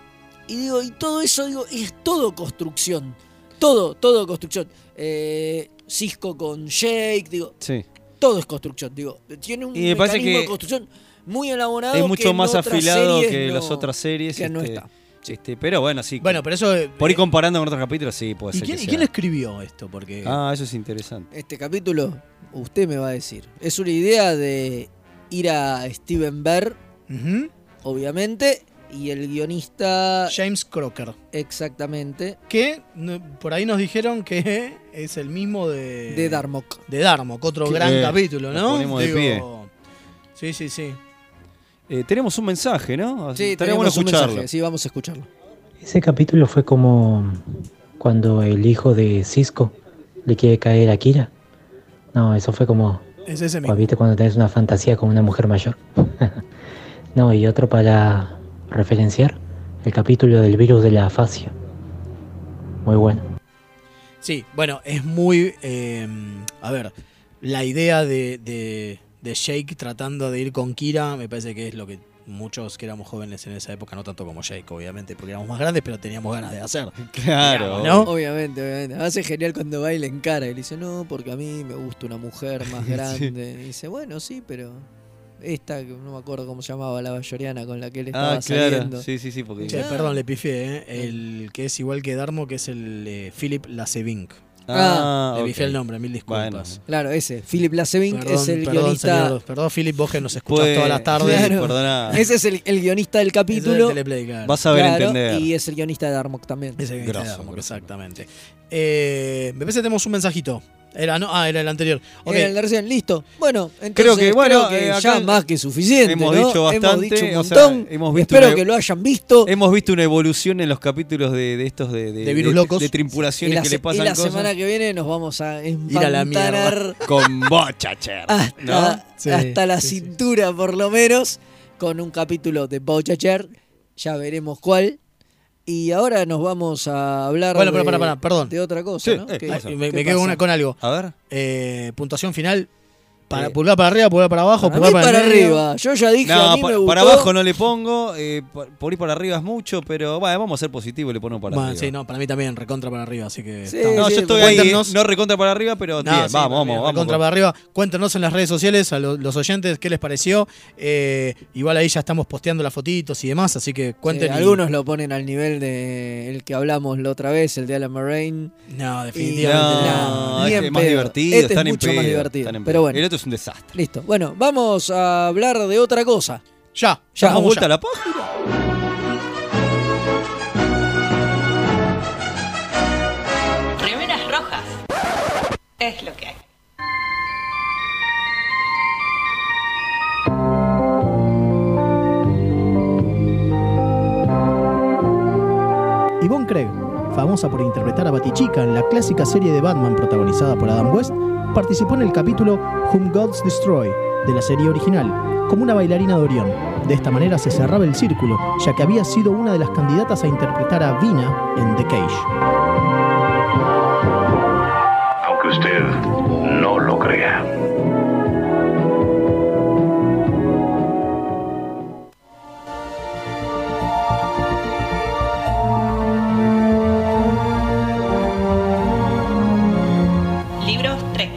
[SPEAKER 2] y digo, y todo eso, digo, es todo construcción. Todo, todo construcción. Eh, Cisco con Jake, digo,
[SPEAKER 4] Sí.
[SPEAKER 2] todo es construcción, digo. Tiene un
[SPEAKER 4] Y me parece
[SPEAKER 2] mecanismo de
[SPEAKER 4] que
[SPEAKER 2] construcción muy elaborado.
[SPEAKER 4] Es
[SPEAKER 2] que
[SPEAKER 4] mucho
[SPEAKER 2] en
[SPEAKER 4] más
[SPEAKER 2] otras
[SPEAKER 4] afilado
[SPEAKER 2] series
[SPEAKER 4] que
[SPEAKER 2] no-
[SPEAKER 4] las otras series.
[SPEAKER 2] que no
[SPEAKER 4] este,
[SPEAKER 2] está.
[SPEAKER 4] este, pero bueno, sí.
[SPEAKER 3] Bueno, pero eso. eh,
[SPEAKER 4] por ahí comparando con otros capítulos, sí, puede
[SPEAKER 3] ¿Y
[SPEAKER 4] ser.
[SPEAKER 3] quién,
[SPEAKER 4] que
[SPEAKER 3] y
[SPEAKER 4] sea.
[SPEAKER 3] quién escribió esto? Porque.
[SPEAKER 4] Ah, eso es interesante.
[SPEAKER 2] Este capítulo, usted me va a decir. Es una idea de ir a Steven Bear
[SPEAKER 3] Ujú.
[SPEAKER 2] obviamente, y el guionista...
[SPEAKER 3] James Crocker.
[SPEAKER 2] Exactamente.
[SPEAKER 3] Que no- por ahí nos dijeron que es el mismo de.
[SPEAKER 4] Eh,
[SPEAKER 2] De Darmok.
[SPEAKER 3] De Darmok, otro
[SPEAKER 4] Que-
[SPEAKER 3] gran
[SPEAKER 4] Eh,
[SPEAKER 3] capítulo,
[SPEAKER 4] nos
[SPEAKER 3] ¿no?
[SPEAKER 4] ponemos de pie.
[SPEAKER 3] Sí, sí, sí.
[SPEAKER 4] Eh, tenemos un mensaje, ¿no?
[SPEAKER 2] Sí,
[SPEAKER 4] Estaría
[SPEAKER 2] tenemos
[SPEAKER 4] bueno
[SPEAKER 2] un
[SPEAKER 4] escucharlo.
[SPEAKER 2] mensaje, sí, vamos a escucharlo.
[SPEAKER 8] Ese capítulo fue como cuando el hijo de Cisco le quiere caer a Kira. No, eso fue como.
[SPEAKER 3] Es ese
[SPEAKER 8] o, Pues ¿Viste cuando tenés una fantasía con una mujer mayor? no, y otro para referenciar: el capítulo del virus de la afasia. Muy bueno.
[SPEAKER 3] Sí, bueno, es muy. eh, a ver, la idea de, de, de Jake tratando de ir con Kira me parece que es lo que muchos que éramos jóvenes en esa época, no tanto como Jake, obviamente, porque éramos más grandes, pero teníamos ganas de hacer.
[SPEAKER 4] Claro.
[SPEAKER 3] Digamos, ¿no?
[SPEAKER 2] Obviamente, obviamente. Hace genial cuando baila en cara. Y le dice, no, porque a mí me gusta una mujer más
[SPEAKER 4] Sí.
[SPEAKER 2] grande. Y dice, bueno, sí, pero esta, que no me acuerdo cómo se llamaba, la bayoriana con la que él estaba
[SPEAKER 4] Ah, claro.
[SPEAKER 2] saliendo.
[SPEAKER 4] Sí, sí, sí, porque-
[SPEAKER 3] Che, perdón, le pifié, ¿eh? El que es igual que Darmo, que es el eh, Philip Lasevink.
[SPEAKER 2] Ah,
[SPEAKER 3] le pifié
[SPEAKER 2] ok.
[SPEAKER 3] el nombre, mil disculpas.
[SPEAKER 2] Claro, ese. Philip Lasevink
[SPEAKER 3] Perdón,
[SPEAKER 2] es el
[SPEAKER 3] perdón,
[SPEAKER 2] guionista.
[SPEAKER 3] señor. perdón, Philip, vos que nos escuchás
[SPEAKER 4] Pues,
[SPEAKER 3] todas las tardes.
[SPEAKER 2] Claro.
[SPEAKER 4] Ah.
[SPEAKER 2] Ese es el, el guionista del
[SPEAKER 3] Es del
[SPEAKER 2] capítulo.
[SPEAKER 3] Teleplay, claro.
[SPEAKER 4] Vas a ver
[SPEAKER 2] Claro,
[SPEAKER 4] entender.
[SPEAKER 2] Y es el guionista de Darmok también.
[SPEAKER 3] Es el guionista de
[SPEAKER 4] Grosso,
[SPEAKER 3] Darmok, exactamente. Eh, me parece que tenemos un mensajito. Era, no, ah, era el anterior. Ok.
[SPEAKER 2] Era el de recién, listo. Bueno, entonces
[SPEAKER 4] Creo que, bueno, eh,
[SPEAKER 2] ya
[SPEAKER 4] acá
[SPEAKER 2] más que suficiente.
[SPEAKER 4] Hemos
[SPEAKER 2] ¿no?
[SPEAKER 4] dicho bastante.
[SPEAKER 2] Hemos dicho un
[SPEAKER 4] o sea,
[SPEAKER 2] montón.
[SPEAKER 4] hemos visto
[SPEAKER 2] Espero
[SPEAKER 4] una-
[SPEAKER 2] que lo hayan visto.
[SPEAKER 4] Hemos visto una evolución en los capítulos de, de estos de,
[SPEAKER 3] De virus locos.
[SPEAKER 4] de
[SPEAKER 2] Y
[SPEAKER 4] trimpuraciones
[SPEAKER 2] la,
[SPEAKER 4] que
[SPEAKER 2] se- y
[SPEAKER 4] le pasan
[SPEAKER 2] la
[SPEAKER 4] cosas.
[SPEAKER 2] semana que viene nos vamos a
[SPEAKER 3] Ir a la
[SPEAKER 2] empantanar
[SPEAKER 4] Con Bochacher. ¿no?
[SPEAKER 2] hasta, hasta la cintura, por lo menos, con un capítulo de Bochacher. Ya veremos cuál. Y ahora nos vamos a hablar
[SPEAKER 3] Bueno,
[SPEAKER 2] de,
[SPEAKER 3] pero pará, pará, perdón.
[SPEAKER 2] de otra cosa.
[SPEAKER 4] Sí,
[SPEAKER 2] ¿no?
[SPEAKER 4] eh,
[SPEAKER 2] ¿Qué-
[SPEAKER 4] pasa.
[SPEAKER 3] ah, Me, me
[SPEAKER 2] qué
[SPEAKER 3] quedo
[SPEAKER 2] pasa?
[SPEAKER 3] una- con algo.
[SPEAKER 4] A ver.
[SPEAKER 3] Eh, puntuación final. Para,
[SPEAKER 2] Eh.
[SPEAKER 3] Pulgar para arriba, pulgar para abajo,
[SPEAKER 2] Para
[SPEAKER 3] pulgar
[SPEAKER 2] mí
[SPEAKER 3] para, el
[SPEAKER 2] para
[SPEAKER 3] medio.
[SPEAKER 2] arriba. Yo ya dije,
[SPEAKER 4] No,
[SPEAKER 2] a mí
[SPEAKER 4] pa-
[SPEAKER 2] me
[SPEAKER 4] para
[SPEAKER 2] gustó.
[SPEAKER 4] abajo no le pongo, eh, por, por ir para arriba es mucho, pero bueno, vamos a ser positivos y le ponemos para
[SPEAKER 3] Bueno,
[SPEAKER 4] arriba.
[SPEAKER 3] sí, no, para mí también, recontra para arriba, así que.
[SPEAKER 2] Sí,
[SPEAKER 3] estamos-
[SPEAKER 4] No,
[SPEAKER 2] sí,
[SPEAKER 4] yo estoy ahí,
[SPEAKER 3] cuéntenos-
[SPEAKER 4] eh, no recontra para arriba,
[SPEAKER 3] No,
[SPEAKER 4] pero bien,
[SPEAKER 3] sí,
[SPEAKER 4] vamos,
[SPEAKER 3] también,
[SPEAKER 4] vamos, vamos.
[SPEAKER 3] recontra
[SPEAKER 4] con-
[SPEAKER 3] para arriba. Cuéntenos en las redes sociales a lo- los oyentes qué les pareció. Eh, igual ahí ya estamos posteando las fotitos y demás, así que cuenten.
[SPEAKER 2] Eh,
[SPEAKER 3] y-
[SPEAKER 2] algunos lo ponen al nivel de el que hablamos la otra vez, el de Alan Moraine.
[SPEAKER 3] No,
[SPEAKER 2] Y-
[SPEAKER 3] definitivamente.
[SPEAKER 4] No,
[SPEAKER 2] Ni
[SPEAKER 4] es
[SPEAKER 2] en
[SPEAKER 4] que es más
[SPEAKER 2] pedo.
[SPEAKER 4] divertido,
[SPEAKER 2] Este es
[SPEAKER 4] están en
[SPEAKER 2] mucho más
[SPEAKER 4] pedo,
[SPEAKER 2] divertido,
[SPEAKER 4] están en
[SPEAKER 2] pero
[SPEAKER 4] pedo.
[SPEAKER 2] bueno.
[SPEAKER 4] El otro es un desastre.
[SPEAKER 2] Listo. Bueno, vamos a hablar de otra cosa.
[SPEAKER 3] Ya,
[SPEAKER 2] Ya, vamos
[SPEAKER 4] ¿Damos vuelta
[SPEAKER 2] ya.
[SPEAKER 4] a la página?
[SPEAKER 7] Remeras rojas. Es lo que hay.
[SPEAKER 3] Yvonne Craig, famosa por interpretar a Batichica en la clásica serie de Batman protagonizada por Adam West, participó en el capítulo Whom Gods Destroy de la serie original, como una bailarina de Orión. De esta manera se cerraba el círculo, ya que había sido una de las candidatas a interpretar a Vina en The Cage.
[SPEAKER 9] Aunque usted no lo crea.
[SPEAKER 7] Libros 3.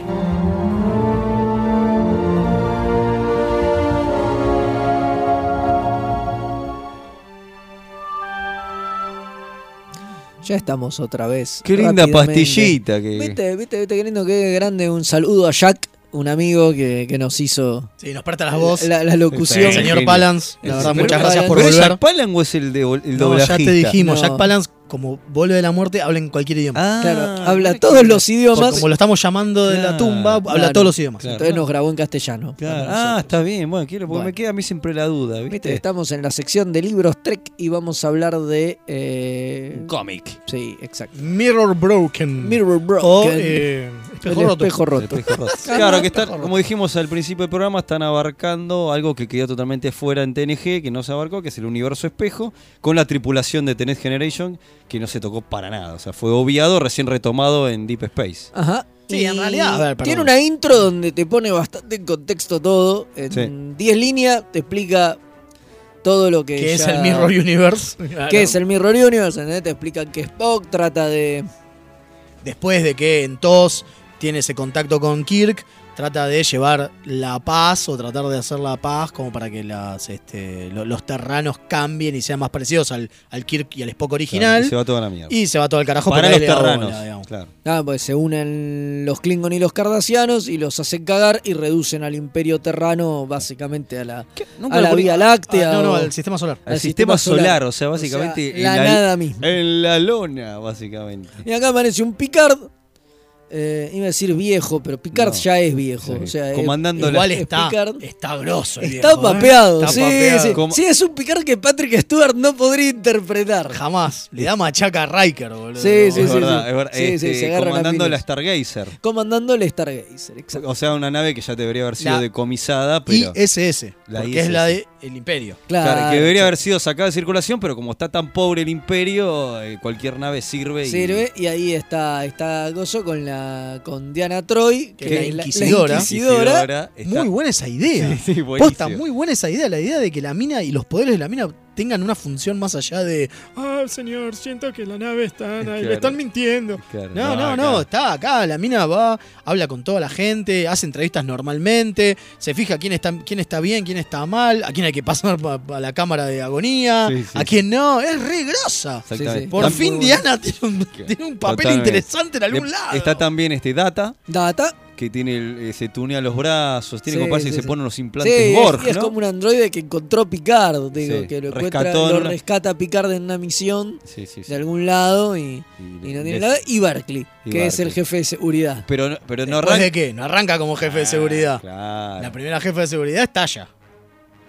[SPEAKER 2] Ya estamos otra vez.
[SPEAKER 4] Qué linda
[SPEAKER 2] Rápidamente.
[SPEAKER 4] pastillita que-
[SPEAKER 2] Viste, viste, viste, qué lindo, qué grande. Un saludo a Jack, un amigo que, que nos hizo
[SPEAKER 3] Sí, nos parte las voz.
[SPEAKER 2] la, la locución.
[SPEAKER 3] El señor Palance, la
[SPEAKER 4] El
[SPEAKER 3] verdad,
[SPEAKER 4] señor
[SPEAKER 3] muchas gracias por
[SPEAKER 4] ¿Pero es
[SPEAKER 3] volver.
[SPEAKER 4] Jack Palance o es el, de, el
[SPEAKER 3] No, ya te
[SPEAKER 4] doblajista?
[SPEAKER 3] dijimos,
[SPEAKER 2] No.
[SPEAKER 3] Jack Palance, como vuelve de la muerte, habla en cualquier idioma.
[SPEAKER 4] Ah,
[SPEAKER 2] Claro, habla todos los
[SPEAKER 3] Porque
[SPEAKER 2] idiomas.
[SPEAKER 3] como lo estamos llamando de la
[SPEAKER 4] Claro,
[SPEAKER 3] tumba, habla
[SPEAKER 2] Claro.
[SPEAKER 3] todos los idiomas.
[SPEAKER 2] Entonces nos grabó en castellano.
[SPEAKER 4] Claro.
[SPEAKER 2] Para
[SPEAKER 4] Ah,
[SPEAKER 2] nosotros.
[SPEAKER 4] está bien, bueno, quiero, porque
[SPEAKER 2] Bueno.
[SPEAKER 4] me queda a mí siempre la duda,
[SPEAKER 2] Viste,
[SPEAKER 4] ¿viste?
[SPEAKER 2] Estamos en la sección de libros Trek y vamos a hablar de. eh,
[SPEAKER 4] Un cómic.
[SPEAKER 2] Sí, exacto.
[SPEAKER 3] Mirror Broken.
[SPEAKER 2] Mirror Broken.
[SPEAKER 3] O eh, espejo
[SPEAKER 2] el
[SPEAKER 3] roto.
[SPEAKER 2] espejo roto.
[SPEAKER 4] Espejo roto. claro, que están, como dijimos al principio del programa, están abarcando algo que quedó totalmente fuera en TNG, que no se abarcó, que es el universo espejo, con la tripulación de TNG Generation, que no se tocó para nada. O sea, fue obviado, recién retomado en Deep Space.
[SPEAKER 2] Ajá.
[SPEAKER 3] Sí, en
[SPEAKER 2] Y
[SPEAKER 3] realidad, a ver, perdón.
[SPEAKER 2] tiene una intro donde te pone bastante en contexto todo.
[SPEAKER 4] Sí.
[SPEAKER 2] En 10 líneas te explica todo lo que
[SPEAKER 3] que es
[SPEAKER 2] ya-
[SPEAKER 3] el Mirror Universe.
[SPEAKER 2] ¿Qué es el Mirror Universe? ¿entendés? Te explican que Spock trata de.
[SPEAKER 3] Después de que en TOS tiene ese contacto con Kirk, trata de llevar la paz o tratar de hacer la paz como para que las, este, lo- los terranos cambien y sean más parecidos al, al Kirk y al Spock original.
[SPEAKER 4] se va toda la mierda.
[SPEAKER 3] Y se va todo el carajo pero
[SPEAKER 4] Para los
[SPEAKER 3] ahí le da bola,
[SPEAKER 4] terranos,
[SPEAKER 3] digamos.
[SPEAKER 4] claro.
[SPEAKER 2] Ah, pues se unen los Klingon y los Cardassianos y los hacen cagar y reducen al Imperio Terrano básicamente a la,
[SPEAKER 3] Nunca
[SPEAKER 2] a
[SPEAKER 3] lo
[SPEAKER 2] la
[SPEAKER 3] poni-
[SPEAKER 2] Vía Láctea.
[SPEAKER 3] Ah, no, no,
[SPEAKER 2] o-
[SPEAKER 3] al sistema solar.
[SPEAKER 4] Al sistema, solar, o sea, básicamente. en
[SPEAKER 2] la nada misma.
[SPEAKER 4] En la lona, básicamente.
[SPEAKER 2] Y acá aparece un Picard. eh, iba a decir viejo, pero Picard
[SPEAKER 4] No.
[SPEAKER 2] ya es viejo. O sea, es-
[SPEAKER 4] Comandando
[SPEAKER 2] es-
[SPEAKER 4] la-
[SPEAKER 2] es
[SPEAKER 4] está-
[SPEAKER 2] Picard.
[SPEAKER 3] está grosso el
[SPEAKER 2] Está
[SPEAKER 3] viejo, ¿eh?
[SPEAKER 2] papeado.
[SPEAKER 3] Está
[SPEAKER 2] sí,
[SPEAKER 3] papeado.
[SPEAKER 2] sí.
[SPEAKER 3] Como-
[SPEAKER 2] Sí, es un Picard que Patrick Stewart no podría interpretar.
[SPEAKER 3] Jamás. Le da machaca a Riker, boludo.
[SPEAKER 2] Sí, sí,
[SPEAKER 4] es
[SPEAKER 2] sí,
[SPEAKER 4] verdad,
[SPEAKER 2] sí.
[SPEAKER 4] es verdad.
[SPEAKER 2] Sí, sí,
[SPEAKER 4] Este,
[SPEAKER 2] se agarran a
[SPEAKER 4] comandando la
[SPEAKER 2] piñas.
[SPEAKER 4] Stargazer.
[SPEAKER 2] Comandando el Stargazer, exacto.
[SPEAKER 4] O sea, una nave que ya debería haber sido
[SPEAKER 2] La
[SPEAKER 4] decomisada, pero.
[SPEAKER 3] ISS.
[SPEAKER 4] La
[SPEAKER 3] porque es
[SPEAKER 4] ISS.
[SPEAKER 3] la de el Imperio.
[SPEAKER 4] Claro, que debería haber sido sacada de circulación, pero como está tan pobre el imperio, eh, cualquier nave sirve. y-
[SPEAKER 2] Sirve y ahí está, está Gozo con la con Diana Troy,
[SPEAKER 3] Que la
[SPEAKER 2] es la- la
[SPEAKER 3] inquisidora.
[SPEAKER 2] inquisidora.
[SPEAKER 4] está-
[SPEAKER 3] Muy buena esa idea.
[SPEAKER 4] Sí, sí, buenísimo.
[SPEAKER 3] Posta, muy buena esa idea. La idea de que la mina y los poderes de la mina tengan una función más allá de. Ah, señor, siento que la nave está. ahí,
[SPEAKER 9] Claro.
[SPEAKER 3] Me están mintiendo.
[SPEAKER 9] Claro. No,
[SPEAKER 3] No, no, no,
[SPEAKER 9] claro.
[SPEAKER 3] Está acá. La mina va, habla con toda la gente, hace entrevistas normalmente, se fija quién está, quién está bien, quién está mal, a quién hay que pasar pa- pa la cámara de agonía,
[SPEAKER 4] Sí, sí,
[SPEAKER 3] a quién no. Es re grosa.
[SPEAKER 4] Exactamente. Sí, sí.
[SPEAKER 3] Por
[SPEAKER 4] Está
[SPEAKER 3] fin
[SPEAKER 4] muy buena.
[SPEAKER 3] Diana tiene un, tiene un papel
[SPEAKER 4] Totalmente.
[SPEAKER 3] interesante en algún
[SPEAKER 4] Le-
[SPEAKER 3] lado.
[SPEAKER 4] Está también este Data,
[SPEAKER 2] Data.
[SPEAKER 4] que tiene el- eh, se tunea los brazos, tiene
[SPEAKER 2] Sí,
[SPEAKER 4] que parece
[SPEAKER 2] sí,
[SPEAKER 4] que
[SPEAKER 2] sí.
[SPEAKER 4] se ponen los
[SPEAKER 2] Sí,
[SPEAKER 4] implantes
[SPEAKER 2] es,
[SPEAKER 4] Borg,
[SPEAKER 2] y es
[SPEAKER 4] ¿no?
[SPEAKER 2] como un androide que encontró Picard, digo,
[SPEAKER 4] Sí,
[SPEAKER 2] que lo,
[SPEAKER 4] rescató
[SPEAKER 2] encuentra,
[SPEAKER 4] en
[SPEAKER 2] lo
[SPEAKER 4] una-
[SPEAKER 2] rescata Picard en una misión
[SPEAKER 4] Sí, sí, sí.
[SPEAKER 2] de algún lado y, y no tiene
[SPEAKER 4] les-
[SPEAKER 2] nada. Y Barclay,
[SPEAKER 4] Y
[SPEAKER 2] que es el
[SPEAKER 4] Barclay.
[SPEAKER 2] jefe de seguridad.
[SPEAKER 4] Pero, no- pero no
[SPEAKER 3] ¿Después
[SPEAKER 4] arranca. Ah,
[SPEAKER 3] de qué? No arranca como jefe de seguridad.
[SPEAKER 4] Claro.
[SPEAKER 3] La primera jefa de seguridad es Talla.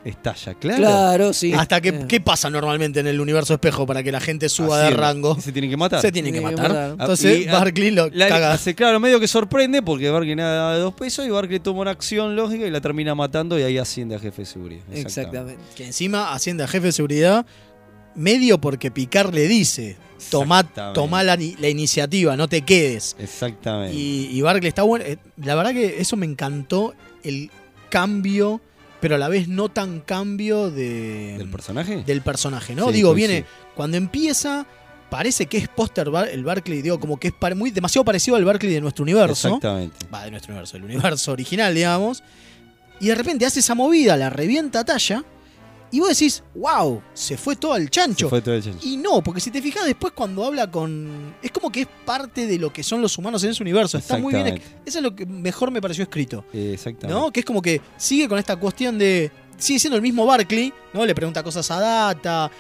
[SPEAKER 4] Estalla, claro.
[SPEAKER 2] sí.
[SPEAKER 3] ¿Hasta que,
[SPEAKER 2] Eh.
[SPEAKER 3] qué pasa normalmente en el universo espejo para que la gente suba
[SPEAKER 4] Así
[SPEAKER 3] de
[SPEAKER 4] es.
[SPEAKER 3] rango?
[SPEAKER 4] Se tienen que matar.
[SPEAKER 3] Se tienen que
[SPEAKER 4] Tienen que
[SPEAKER 3] matar.
[SPEAKER 4] matar.
[SPEAKER 3] Entonces
[SPEAKER 4] Y- ah,
[SPEAKER 3] Barclay lo
[SPEAKER 4] La-
[SPEAKER 3] caga.
[SPEAKER 4] hace, claro, medio que sorprende porque Barclay nada de dos pesos y Barclay toma una acción lógica y la termina matando y ahí asciende a jefe de seguridad.
[SPEAKER 2] Exactamente.
[SPEAKER 3] Que encima asciende a jefe de seguridad medio porque Picard le dice, tomá,
[SPEAKER 4] Exactamente.
[SPEAKER 3] tomá la, ni- la iniciativa, no te quedes.
[SPEAKER 4] Exactamente.
[SPEAKER 3] Y, y Barclay está bueno. eh, La verdad que eso me encantó, el cambio, pero a la vez no tan cambio de...
[SPEAKER 4] ¿Del personaje?
[SPEAKER 3] del personaje, ¿no?
[SPEAKER 4] Sí,
[SPEAKER 3] digo,
[SPEAKER 4] coincido.
[SPEAKER 3] viene. Cuando empieza, parece que es póster Bar- el Barclay, digo, como que es pare- muy demasiado parecido al Barclay de nuestro universo.
[SPEAKER 4] Exactamente.
[SPEAKER 3] Va, de nuestro universo, el universo original, digamos. Y de repente hace esa movida, la revienta a talla. Y vos decís, wow, se fue todo al chancho.
[SPEAKER 4] Se fue todo el chancho.
[SPEAKER 3] Y no, porque si te fijas después cuando habla con. Es como que es parte de lo que son los humanos en ese universo. Está muy bien.
[SPEAKER 4] Exactamente.
[SPEAKER 3] Eso es lo que mejor me pareció escrito.
[SPEAKER 4] Eh, Exactamente.
[SPEAKER 3] ¿no? Que es como que sigue con esta cuestión de. Sigue siendo el mismo Barkley, ¿no? Le pregunta cosas a Data,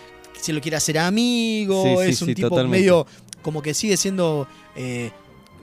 [SPEAKER 3] si lo quiere hacer amigo,
[SPEAKER 4] Sí, sí,
[SPEAKER 3] es un
[SPEAKER 4] sí,
[SPEAKER 3] tipo
[SPEAKER 4] totalmente.
[SPEAKER 3] medio. Como que sigue siendo. eh,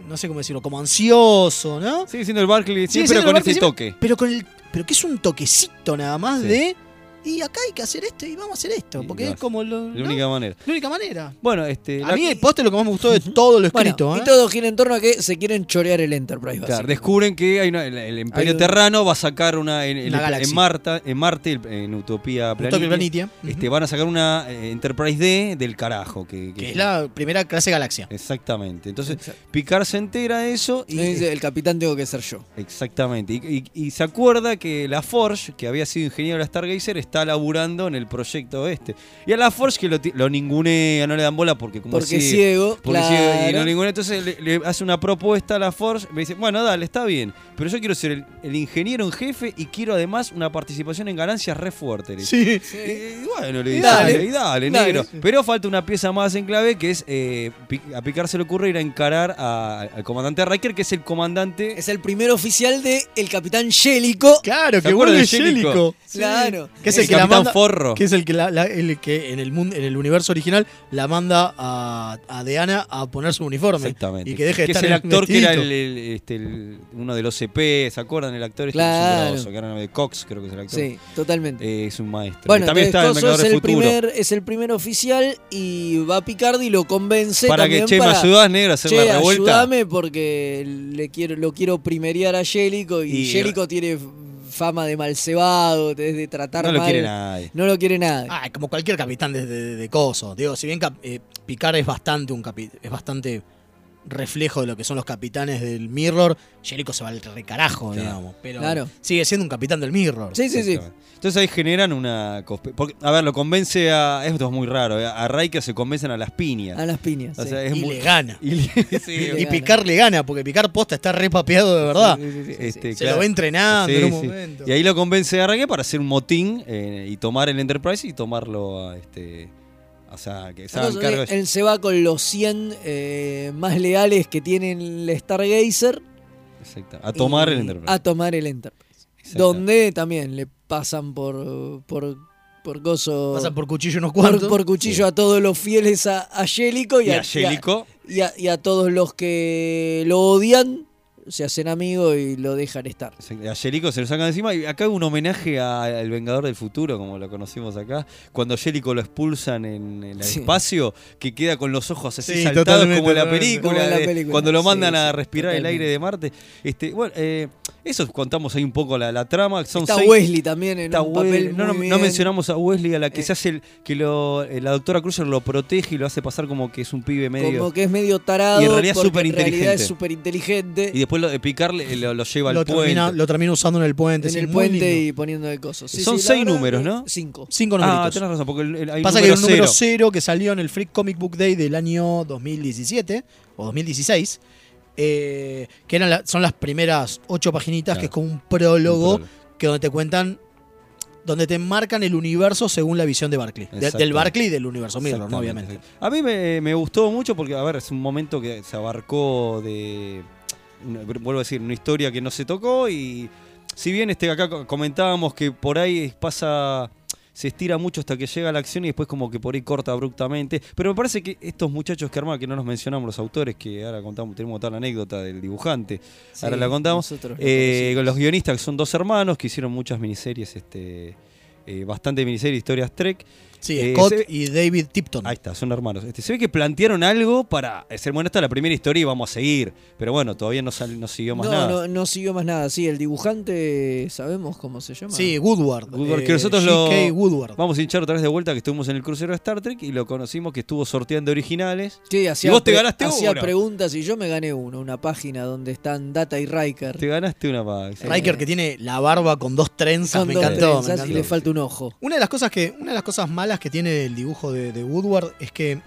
[SPEAKER 3] no sé cómo decirlo, como ansioso, ¿no?
[SPEAKER 4] Sigue siendo el Barclay, sí,
[SPEAKER 3] Sigue siendo
[SPEAKER 4] pero
[SPEAKER 3] el
[SPEAKER 4] con este
[SPEAKER 3] Barkley siempre,
[SPEAKER 4] ese toque.
[SPEAKER 3] Pero con el. Pero que es un toquecito nada más
[SPEAKER 4] Sí.
[SPEAKER 3] de. Y acá hay que hacer esto y vamos a hacer esto. Porque
[SPEAKER 4] lo
[SPEAKER 3] es
[SPEAKER 4] hace.
[SPEAKER 3] como lo-
[SPEAKER 4] La
[SPEAKER 3] ¿no?
[SPEAKER 4] única manera.
[SPEAKER 3] la única manera.
[SPEAKER 4] Bueno, este.
[SPEAKER 3] A
[SPEAKER 4] la-
[SPEAKER 3] mí el poste lo que más me gustó de todo lo
[SPEAKER 2] Bueno,
[SPEAKER 3] escrito.
[SPEAKER 2] y
[SPEAKER 3] ¿eh?
[SPEAKER 2] todo gira en torno a que se quieren chorear el Enterprise.
[SPEAKER 4] Claro,
[SPEAKER 2] básicamente.
[SPEAKER 4] descubren que hay una- el, el Imperio
[SPEAKER 2] Hay un-
[SPEAKER 4] Terrano va a sacar una en, en-
[SPEAKER 3] Una
[SPEAKER 4] en
[SPEAKER 3] galaxia.
[SPEAKER 4] Marta, en Marte, el- en Utopía Planitia,
[SPEAKER 3] Planitia, ujú.
[SPEAKER 4] este, van a sacar una eh, Enterprise D del carajo. Que, que-
[SPEAKER 3] Que es la primera clase galaxia.
[SPEAKER 4] Exactamente. Entonces, Picard se entera de eso y.
[SPEAKER 2] Y dice, el capitán tengo que ser yo.
[SPEAKER 4] Exactamente. Y, y- y se acuerda que la Forge, que había sido ingeniero de la Stargazer, está laburando en el proyecto este. Y a la Forge que lo, ti- lo ningunea, no le dan bola porque como
[SPEAKER 2] Porque
[SPEAKER 4] es
[SPEAKER 2] ciego,
[SPEAKER 4] porque es ciego y
[SPEAKER 2] claro.
[SPEAKER 4] no ningunea. Entonces le, le hace una propuesta a la Forge, me dice, bueno, dale, está bien, pero yo quiero ser el, el ingeniero en jefe y quiero además una participación en ganancias re fuerte. le dice.
[SPEAKER 3] Sí.
[SPEAKER 4] Y, y bueno, le
[SPEAKER 3] Y
[SPEAKER 4] dice,
[SPEAKER 3] dale.
[SPEAKER 4] dale, y dale,
[SPEAKER 3] Dale.
[SPEAKER 4] negro. Pero falta una pieza más en clave que es, eh, Pi- a Picard se le ocurre ir a encarar a- al comandante Riker, que es el comandante
[SPEAKER 2] Es el primer oficial de el capitán Yélico.
[SPEAKER 3] Claro,
[SPEAKER 4] ¿Se
[SPEAKER 3] que
[SPEAKER 4] acuerdan
[SPEAKER 3] vuelve
[SPEAKER 4] de Jellicoe?
[SPEAKER 3] Jellicoe.
[SPEAKER 2] Sí. Claro.
[SPEAKER 3] Que es
[SPEAKER 4] El
[SPEAKER 3] el, que la
[SPEAKER 4] eh, Capitán
[SPEAKER 3] manda.
[SPEAKER 4] Forro.
[SPEAKER 3] Que es el que, la- la- el que en, el mundo, en el universo original la manda a, a Deanna a poner su uniforme.
[SPEAKER 4] Exactamente.
[SPEAKER 3] Y que deje de estar
[SPEAKER 4] es
[SPEAKER 3] en
[SPEAKER 4] el actor que era el,
[SPEAKER 3] vestidito.
[SPEAKER 4] el- este, el- uno de los CP, ¿se acuerdan? El actor este
[SPEAKER 2] Claro.
[SPEAKER 4] que es un grosso, que era de Cox, creo que es el actor.
[SPEAKER 2] Sí, totalmente.
[SPEAKER 4] Eh, es un maestro.
[SPEAKER 2] Bueno,
[SPEAKER 4] Y también está en
[SPEAKER 2] entonces Coso
[SPEAKER 4] Vengadores
[SPEAKER 2] es el,
[SPEAKER 4] Futuro.
[SPEAKER 2] primer, es el primer oficial y va Picardi y lo convence
[SPEAKER 4] Para que,
[SPEAKER 2] también
[SPEAKER 4] che, me
[SPEAKER 2] para-
[SPEAKER 4] ayudás, negro, a hacer
[SPEAKER 2] Che,
[SPEAKER 4] la revuelta.
[SPEAKER 2] ayúdame porque le quiero, lo quiero primerear a Yélico y,
[SPEAKER 4] Y-
[SPEAKER 2] Yélico tiene fama de mal cebado, de, de tratar
[SPEAKER 4] No lo
[SPEAKER 2] mal.
[SPEAKER 4] quiere nadie.
[SPEAKER 2] No lo quiere nadie.
[SPEAKER 3] Ah, como cualquier capitán de, de, de coso. Digo, si bien cap- eh, Picard es bastante un capi- es bastante reflejo de lo que son los capitanes del Mirror, Jericho se va al recarajo, digamos. Pero
[SPEAKER 2] Claro.
[SPEAKER 3] sigue siendo un capitán del Mirror.
[SPEAKER 2] Sí, sí, sí.
[SPEAKER 4] Entonces ahí generan una. consp- porque, a ver, lo convence a. Esto es muy raro. eh, A Ray que se convencen a las piñas.
[SPEAKER 2] A las piñas.
[SPEAKER 4] O
[SPEAKER 2] Ah, sí.
[SPEAKER 4] sea, es
[SPEAKER 3] Y
[SPEAKER 4] muy-
[SPEAKER 3] le gana.
[SPEAKER 4] Y, le- sí,
[SPEAKER 3] Y Picar le gana, porque Picar posta está repapeado de verdad.
[SPEAKER 4] este,
[SPEAKER 3] Se
[SPEAKER 4] claro.
[SPEAKER 3] lo ve entrenando en
[SPEAKER 4] Sí,
[SPEAKER 3] un
[SPEAKER 4] sí.
[SPEAKER 3] momento.
[SPEAKER 4] Y ahí lo convence a Reggae para hacer un motín eh, y tomar el Enterprise y tomarlo a este. O sea, que se
[SPEAKER 2] Ah, no,
[SPEAKER 4] hagan cargo
[SPEAKER 2] él,
[SPEAKER 4] de-
[SPEAKER 2] él se va con los 100 eh, más leales que tiene el Stargazer.
[SPEAKER 4] Exacto, a tomar
[SPEAKER 2] y-
[SPEAKER 4] el Enterprise.
[SPEAKER 2] A tomar el Enterprise.
[SPEAKER 4] Exacto.
[SPEAKER 2] Donde también le pasan por. por por coso.
[SPEAKER 3] Pasan por cuchillo unos
[SPEAKER 2] por,
[SPEAKER 3] cuantos.
[SPEAKER 2] por cuchillo a todos los fieles a, a Yélico y,
[SPEAKER 4] Y
[SPEAKER 2] a-
[SPEAKER 4] a Yélico.
[SPEAKER 2] Y a, y a todos los que lo odian se hacen amigos y lo dejan estar.
[SPEAKER 4] Exacto, A Jericho se lo sacan de encima. Y acá hay un homenaje a- al Vengador del Futuro, como lo conocimos acá. Cuando Jericho lo expulsan en el
[SPEAKER 2] Sí.
[SPEAKER 4] espacio, que queda con los ojos así
[SPEAKER 3] Sí,
[SPEAKER 4] saltados
[SPEAKER 3] totalmente,
[SPEAKER 4] como en la
[SPEAKER 3] totalmente.
[SPEAKER 4] película.
[SPEAKER 2] Como en la
[SPEAKER 4] de-
[SPEAKER 2] película,
[SPEAKER 4] Cuando lo
[SPEAKER 2] sí,
[SPEAKER 4] mandan a
[SPEAKER 2] sí,
[SPEAKER 4] respirar el
[SPEAKER 2] totalmente.
[SPEAKER 4] aire de Marte. Este, bueno, eh, eso contamos ahí un poco la, la trama. Son
[SPEAKER 2] Está
[SPEAKER 4] seis-
[SPEAKER 2] Wesley también en
[SPEAKER 4] Está
[SPEAKER 2] un
[SPEAKER 4] Wesley.
[SPEAKER 2] papel
[SPEAKER 4] no, no-
[SPEAKER 2] muy
[SPEAKER 4] no
[SPEAKER 2] bien. Eh.
[SPEAKER 4] mencionamos a Wesley, a la que se hace el- que lo, eh, la doctora Cruiser lo protege y lo hace pasar como que es un pibe medio.
[SPEAKER 2] Como que es medio tarado.
[SPEAKER 4] Y en realidad es
[SPEAKER 2] porque en
[SPEAKER 4] superinteligente.
[SPEAKER 2] realidad es súper inteligente.
[SPEAKER 4] Y después lo de picarle eh, lo, lo lleva
[SPEAKER 3] lo,
[SPEAKER 4] al puente.
[SPEAKER 3] termina, lo termina usando en el puente.
[SPEAKER 2] en
[SPEAKER 3] sí,
[SPEAKER 2] el
[SPEAKER 3] muy
[SPEAKER 2] puente
[SPEAKER 3] lindo.
[SPEAKER 2] y poniendo de cosas. Sí,
[SPEAKER 4] Son
[SPEAKER 2] sí, la
[SPEAKER 4] seis
[SPEAKER 2] verdad
[SPEAKER 4] números,
[SPEAKER 2] que
[SPEAKER 4] ¿no?
[SPEAKER 2] Cinco.
[SPEAKER 3] Cinco
[SPEAKER 4] Ah,
[SPEAKER 3] numeritos.
[SPEAKER 4] tenés razón, porque el- el- hay un
[SPEAKER 3] Pasa que
[SPEAKER 4] número
[SPEAKER 3] el número
[SPEAKER 4] cero.
[SPEAKER 3] 0 que salió en el Freak Comic Book Day del año 2017 o 2016, eh, que eran la- son las primeras ocho paginitas, que es como un prólogo,
[SPEAKER 4] Un
[SPEAKER 3] que donde te cuentan, donde te enmarcan el universo según la visión de Barclay. De- del
[SPEAKER 4] Exactamente.
[SPEAKER 3] Barclay y del universo Mirror, ¿no?
[SPEAKER 4] Exactamente,
[SPEAKER 3] obviamente.
[SPEAKER 4] exacto. A mí me, me gustó mucho porque, a ver, es un momento que se abarcó de. una- vuelvo a decir, una historia que no se tocó y. Si bien este acá co- comentábamos que por ahí pasa. Se estira mucho hasta que llega la acción y después como que por ahí corta abruptamente. Pero me parece que estos muchachos que armaban, que no los mencionamos los autores, que ahora contamos, tenemos tal anécdota del dibujante,
[SPEAKER 2] Sí,
[SPEAKER 4] ahora la contamos.
[SPEAKER 2] nosotros lo
[SPEAKER 4] Eh, los guionistas que son dos hermanos que hicieron muchas miniseries, este, eh, bastante miniseries, historias Trek.
[SPEAKER 3] Sí,
[SPEAKER 4] Eh,
[SPEAKER 3] Scott
[SPEAKER 4] se-
[SPEAKER 3] y David Tipton.
[SPEAKER 4] Ahí está, son hermanos. Este, se ve que plantearon algo para decir, bueno, esta es la primera historia y vamos a seguir. Pero bueno, todavía no, sal- no siguió más
[SPEAKER 2] no,
[SPEAKER 4] nada.
[SPEAKER 2] no, no siguió más nada. Sí, el dibujante, ¿sabemos cómo se llama?
[SPEAKER 3] Sí, Woodward.
[SPEAKER 4] Woodward,
[SPEAKER 3] eh,
[SPEAKER 4] que nosotros lo
[SPEAKER 3] G.K. Woodward.
[SPEAKER 4] vamos a hinchar otra vez de vuelta que estuvimos en el crucero de Star Trek y lo conocimos que estuvo sorteando originales.
[SPEAKER 2] Sí, hacía
[SPEAKER 4] y vos te
[SPEAKER 2] pre-
[SPEAKER 4] ganaste
[SPEAKER 2] hacía
[SPEAKER 4] uno.
[SPEAKER 2] preguntas y yo me gané uno, una página donde están Data y Riker.
[SPEAKER 4] Te ganaste una pack. sí.
[SPEAKER 3] Riker que tiene la barba con dos
[SPEAKER 4] Ah,
[SPEAKER 3] trenzas,
[SPEAKER 2] Son
[SPEAKER 3] me
[SPEAKER 2] dos
[SPEAKER 3] encantó. me
[SPEAKER 2] trenzas y
[SPEAKER 3] encantó.
[SPEAKER 2] le falta un ojo.
[SPEAKER 3] Una de las cosas que. Una de las cosas malas que tiene el dibujo de, de Woodward es que.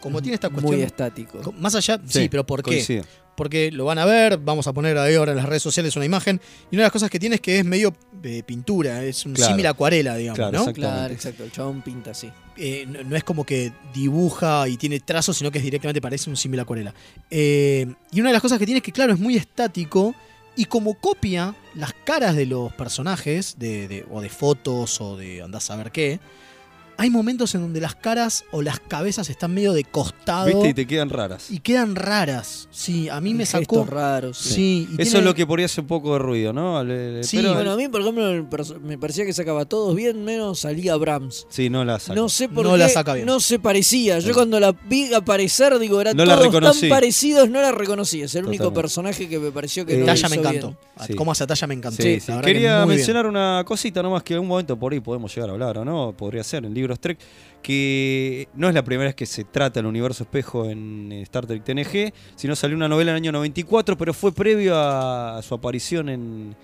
[SPEAKER 3] Como tiene esta cuestión.
[SPEAKER 2] Muy estático.
[SPEAKER 3] co- Más allá. Sí,
[SPEAKER 4] Sí,
[SPEAKER 3] pero ¿por qué?
[SPEAKER 4] coincido.
[SPEAKER 3] Porque lo van a ver, vamos a poner ahí ahora en las redes sociales una imagen. Y una de las cosas que tiene es que es medio eh, pintura, es un
[SPEAKER 4] Claro.
[SPEAKER 3] símil acuarela, digamos,
[SPEAKER 4] Claro,
[SPEAKER 3] ¿no?
[SPEAKER 4] exactamente.
[SPEAKER 2] Claro, exacto. El chabón pinta así.
[SPEAKER 3] Eh, no, no es como que dibuja y tiene trazos, sino que es directamente parece un símil acuarela. Eh, y una de las cosas que tiene es que, claro, es muy estático y como copia las caras de los personajes, de, de- o de fotos o de andás a ver qué, hay momentos en donde las caras o las cabezas están medio de costado
[SPEAKER 4] ¿Viste? Y te quedan raras.
[SPEAKER 3] y quedan raras. Sí, a mí me
[SPEAKER 2] Gestos
[SPEAKER 3] sacó.
[SPEAKER 2] raros.
[SPEAKER 3] Sí, y
[SPEAKER 4] Eso
[SPEAKER 3] tiene-
[SPEAKER 4] es lo que por ahí hace un poco de ruido, ¿no? Le- le-
[SPEAKER 3] Sí,
[SPEAKER 4] pero-
[SPEAKER 2] Bueno, a mí, por ejemplo, el perso- me parecía que sacaba a todos bien, menos salía Brahms.
[SPEAKER 4] sí, no la saca.
[SPEAKER 2] No sé por
[SPEAKER 3] No
[SPEAKER 2] qué
[SPEAKER 3] la saca bien.
[SPEAKER 2] no se parecía. Yo
[SPEAKER 4] Sí.
[SPEAKER 2] cuando la vi aparecer, digo, eran
[SPEAKER 4] No la
[SPEAKER 2] todos tan
[SPEAKER 4] reconocí.
[SPEAKER 2] parecidos, no la reconocí. Es el único
[SPEAKER 4] Totalmente.
[SPEAKER 2] personaje que me pareció que
[SPEAKER 4] Eh,
[SPEAKER 2] no lo
[SPEAKER 3] Talla
[SPEAKER 2] hizo
[SPEAKER 3] me encantó.
[SPEAKER 2] bien.
[SPEAKER 4] Sí.
[SPEAKER 3] Cómo hace Talla me encantó.
[SPEAKER 4] Sí,
[SPEAKER 3] La
[SPEAKER 4] sí.
[SPEAKER 3] verdad que
[SPEAKER 4] Quería
[SPEAKER 3] muy bien.
[SPEAKER 4] mencionar una cosita nomás que en un momento por ahí podemos llegar a hablar o no, podría ser en libros Trek, que no es la primera vez que se trata el universo espejo en eh, Star Trek TNG, sino salió una novela en el año 94, pero fue previo a a su aparición en,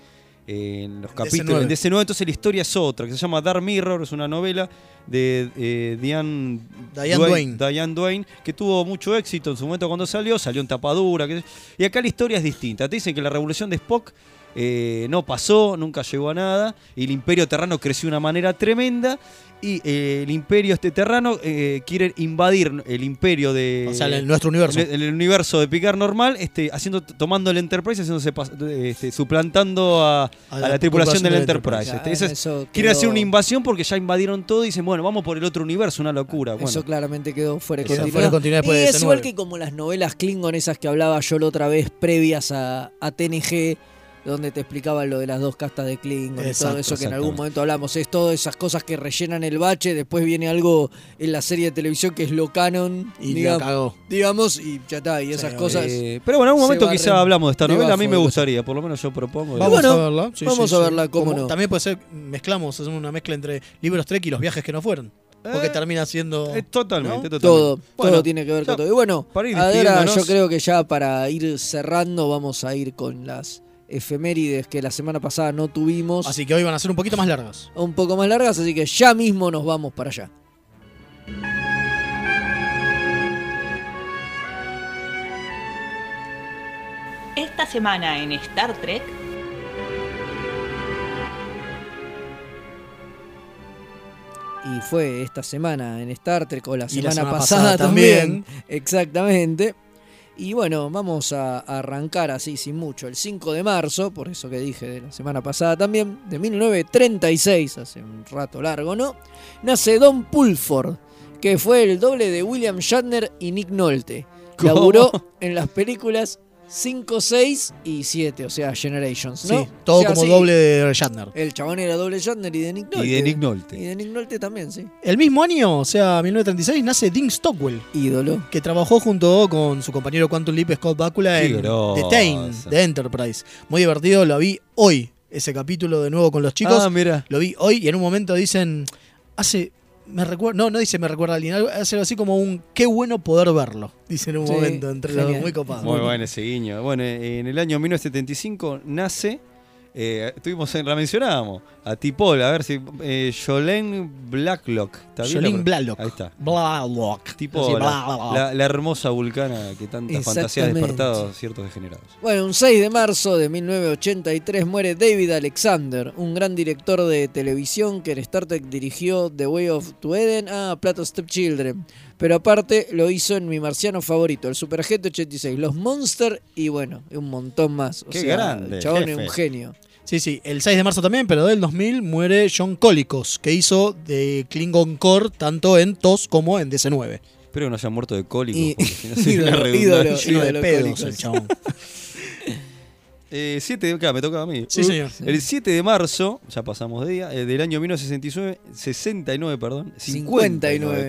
[SPEAKER 4] en los capítulos
[SPEAKER 3] DC9.
[SPEAKER 4] en DC9. Entonces la historia es otra, que se llama Dark Mirror, es una novela de eh, Diane,
[SPEAKER 3] Diane Duane.
[SPEAKER 4] Diane Duane, que tuvo mucho éxito en su momento cuando salió, salió en tapadura. qué sé yo. Y acá la historia es distinta. Te dicen que la revolución de Spock eh, no pasó, nunca llegó a nada, y el imperio terrano creció de una manera tremenda. Y eh, el imperio este terrano eh, quiere invadir el imperio de.
[SPEAKER 3] O sea, el- nuestro universo.
[SPEAKER 4] El, el universo de Picard normal, este, haciendo, tomando el Enterprise, haciéndose pas- este, suplantando a, a la, tripulación del Enterprise.
[SPEAKER 2] Enterprise.
[SPEAKER 4] este. Esa
[SPEAKER 2] Ah,
[SPEAKER 4] es-
[SPEAKER 2] Eso
[SPEAKER 4] quieren
[SPEAKER 2] quedó-
[SPEAKER 4] hacer una invasión porque ya invadieron todo y dicen, bueno, vamos por el otro universo, una locura. Ah, Bueno,
[SPEAKER 2] Eso claramente quedó fuera de
[SPEAKER 4] Eso
[SPEAKER 2] continuidad.
[SPEAKER 3] fuera de continuidad después
[SPEAKER 2] y
[SPEAKER 3] de
[SPEAKER 2] es
[SPEAKER 3] DC9.
[SPEAKER 2] igual que como las novelas Klingon esas que hablaba yo la otra vez previas a, a TNG, donde te explicaban lo de las dos castas de Klingon y todo
[SPEAKER 3] Exacto,
[SPEAKER 2] eso que en
[SPEAKER 4] exactamente.
[SPEAKER 2] algún momento hablamos. Es todas esas cosas que rellenan el bache, después viene algo en la serie de televisión que es lo canon,
[SPEAKER 3] Y
[SPEAKER 2] digam-
[SPEAKER 3] la cagó.
[SPEAKER 2] digamos, y ya está, y esas
[SPEAKER 3] Sí,
[SPEAKER 2] cosas...
[SPEAKER 4] Eh, pero bueno, en un
[SPEAKER 2] se
[SPEAKER 4] momento
[SPEAKER 2] barren
[SPEAKER 4] quizá hablamos de esta
[SPEAKER 2] debajo
[SPEAKER 4] novela, a mí me
[SPEAKER 2] de-
[SPEAKER 4] gustaría, por lo menos yo propongo.
[SPEAKER 2] Vamos bueno, vamos a verla, cómo
[SPEAKER 3] Como-
[SPEAKER 2] no.
[SPEAKER 3] También puede ser, mezclamos, hacemos una mezcla entre libros Trek y los viajes que no fueron.
[SPEAKER 2] Eh,
[SPEAKER 3] Porque termina siendo.
[SPEAKER 4] Eh, totalmente, totalmente.
[SPEAKER 2] Todo,
[SPEAKER 4] Bueno,
[SPEAKER 2] todo tiene que ver
[SPEAKER 4] ya,
[SPEAKER 2] con todo. Y bueno,
[SPEAKER 4] para ir
[SPEAKER 2] ahora
[SPEAKER 4] despidiéndonos-
[SPEAKER 2] yo creo que ya para ir cerrando vamos a ir con las efemérides que la semana pasada no tuvimos.
[SPEAKER 3] Así que hoy van a ser un poquito más largas.
[SPEAKER 2] Un poco más largas, así que ya mismo nos vamos para allá.
[SPEAKER 7] Esta semana en Star Trek,
[SPEAKER 2] Y fue esta semana en Star Trek o la
[SPEAKER 3] Y
[SPEAKER 2] semana,
[SPEAKER 3] la semana
[SPEAKER 2] pasada,
[SPEAKER 3] pasada
[SPEAKER 2] también.
[SPEAKER 3] también.
[SPEAKER 2] Exactamente. Y bueno, vamos a a arrancar así sin mucho. El 5 de marzo, por eso que dije de la semana pasada también, de 1936, hace un rato largo, ¿no? Nace Don Pulford, que fue el doble de William Shatner y Nick Nolte.
[SPEAKER 3] ¿Cómo?
[SPEAKER 2] Laburó en las películas 5, 6 y 7, o sea, Generations, ¿no?
[SPEAKER 3] Sí, todo
[SPEAKER 2] O sea,
[SPEAKER 3] como
[SPEAKER 2] sí,
[SPEAKER 3] doble de Shatner.
[SPEAKER 2] El chabón era doble Shatner y de Nick Nolte.
[SPEAKER 4] Y de Nick Nolte.
[SPEAKER 2] Y de Nick Nolte también, sí.
[SPEAKER 3] El mismo año, o sea, 1936, nace Dean Stockwell.
[SPEAKER 2] Ídolo.
[SPEAKER 3] Que trabajó junto con su compañero Quantum Leap Scott Bakula
[SPEAKER 4] Qué
[SPEAKER 3] en The
[SPEAKER 4] groso.
[SPEAKER 3] Time de Enterprise. Muy divertido, lo vi hoy, ese capítulo de nuevo con los chicos.
[SPEAKER 4] Ah, mira.
[SPEAKER 3] Lo vi hoy y en un momento dicen, hace, me recuerda, no, no dice me recuerda a alguien, algo- hace algo así como un, qué bueno poder verlo. Dice en un
[SPEAKER 2] Sí,
[SPEAKER 3] momento, entre los
[SPEAKER 2] genial.
[SPEAKER 3] muy copados.
[SPEAKER 4] Muy bueno ese guiño. Bueno, eh, en el año 1975 nace. eh, estuvimos en, la mencionábamos a Tipol, a ver si. Eh, Jolene Blacklock. ¿está bien la
[SPEAKER 3] Jolene
[SPEAKER 4] pro-
[SPEAKER 3] Blalock.
[SPEAKER 4] Ahí está.
[SPEAKER 3] Blalock.
[SPEAKER 4] Tipo
[SPEAKER 3] Así,
[SPEAKER 4] la,
[SPEAKER 3] Blalock.
[SPEAKER 4] la- la hermosa vulcana que tanta fantasía ha
[SPEAKER 2] Exactamente.
[SPEAKER 4] despertado ciertos degenerados.
[SPEAKER 2] Bueno, un 6 de marzo de 1983 muere David Alexander, un gran director de televisión que en Star Trek dirigió The Way of to Eden a Plato Step Children. Pero aparte lo hizo en mi marciano favorito, el Superagente 86, Los Monster y bueno, un montón más. O
[SPEAKER 4] Qué
[SPEAKER 2] sea,
[SPEAKER 4] grande,
[SPEAKER 2] el chabón
[SPEAKER 4] jefe.
[SPEAKER 2] es un genio.
[SPEAKER 3] Sí, sí, el 6 de marzo también, pero del 2000 muere John Colicos, que hizo de Klingon Core tanto en TOS como en DC9.
[SPEAKER 4] Espero que no haya muerto de cólicos.
[SPEAKER 2] Y-
[SPEAKER 4] porque si no sería
[SPEAKER 2] ídolo,
[SPEAKER 4] una redundancia.
[SPEAKER 2] ídolo,
[SPEAKER 3] Lleno de
[SPEAKER 2] ídolo
[SPEAKER 3] pedos
[SPEAKER 2] Colicos.
[SPEAKER 3] el chabón.
[SPEAKER 4] Eh, siete de- claro, me tocaba a mí.
[SPEAKER 3] Sí, señor.
[SPEAKER 4] El 7 de marzo, ya pasamos de día, eh, del año 1969, 69, perdón, 59.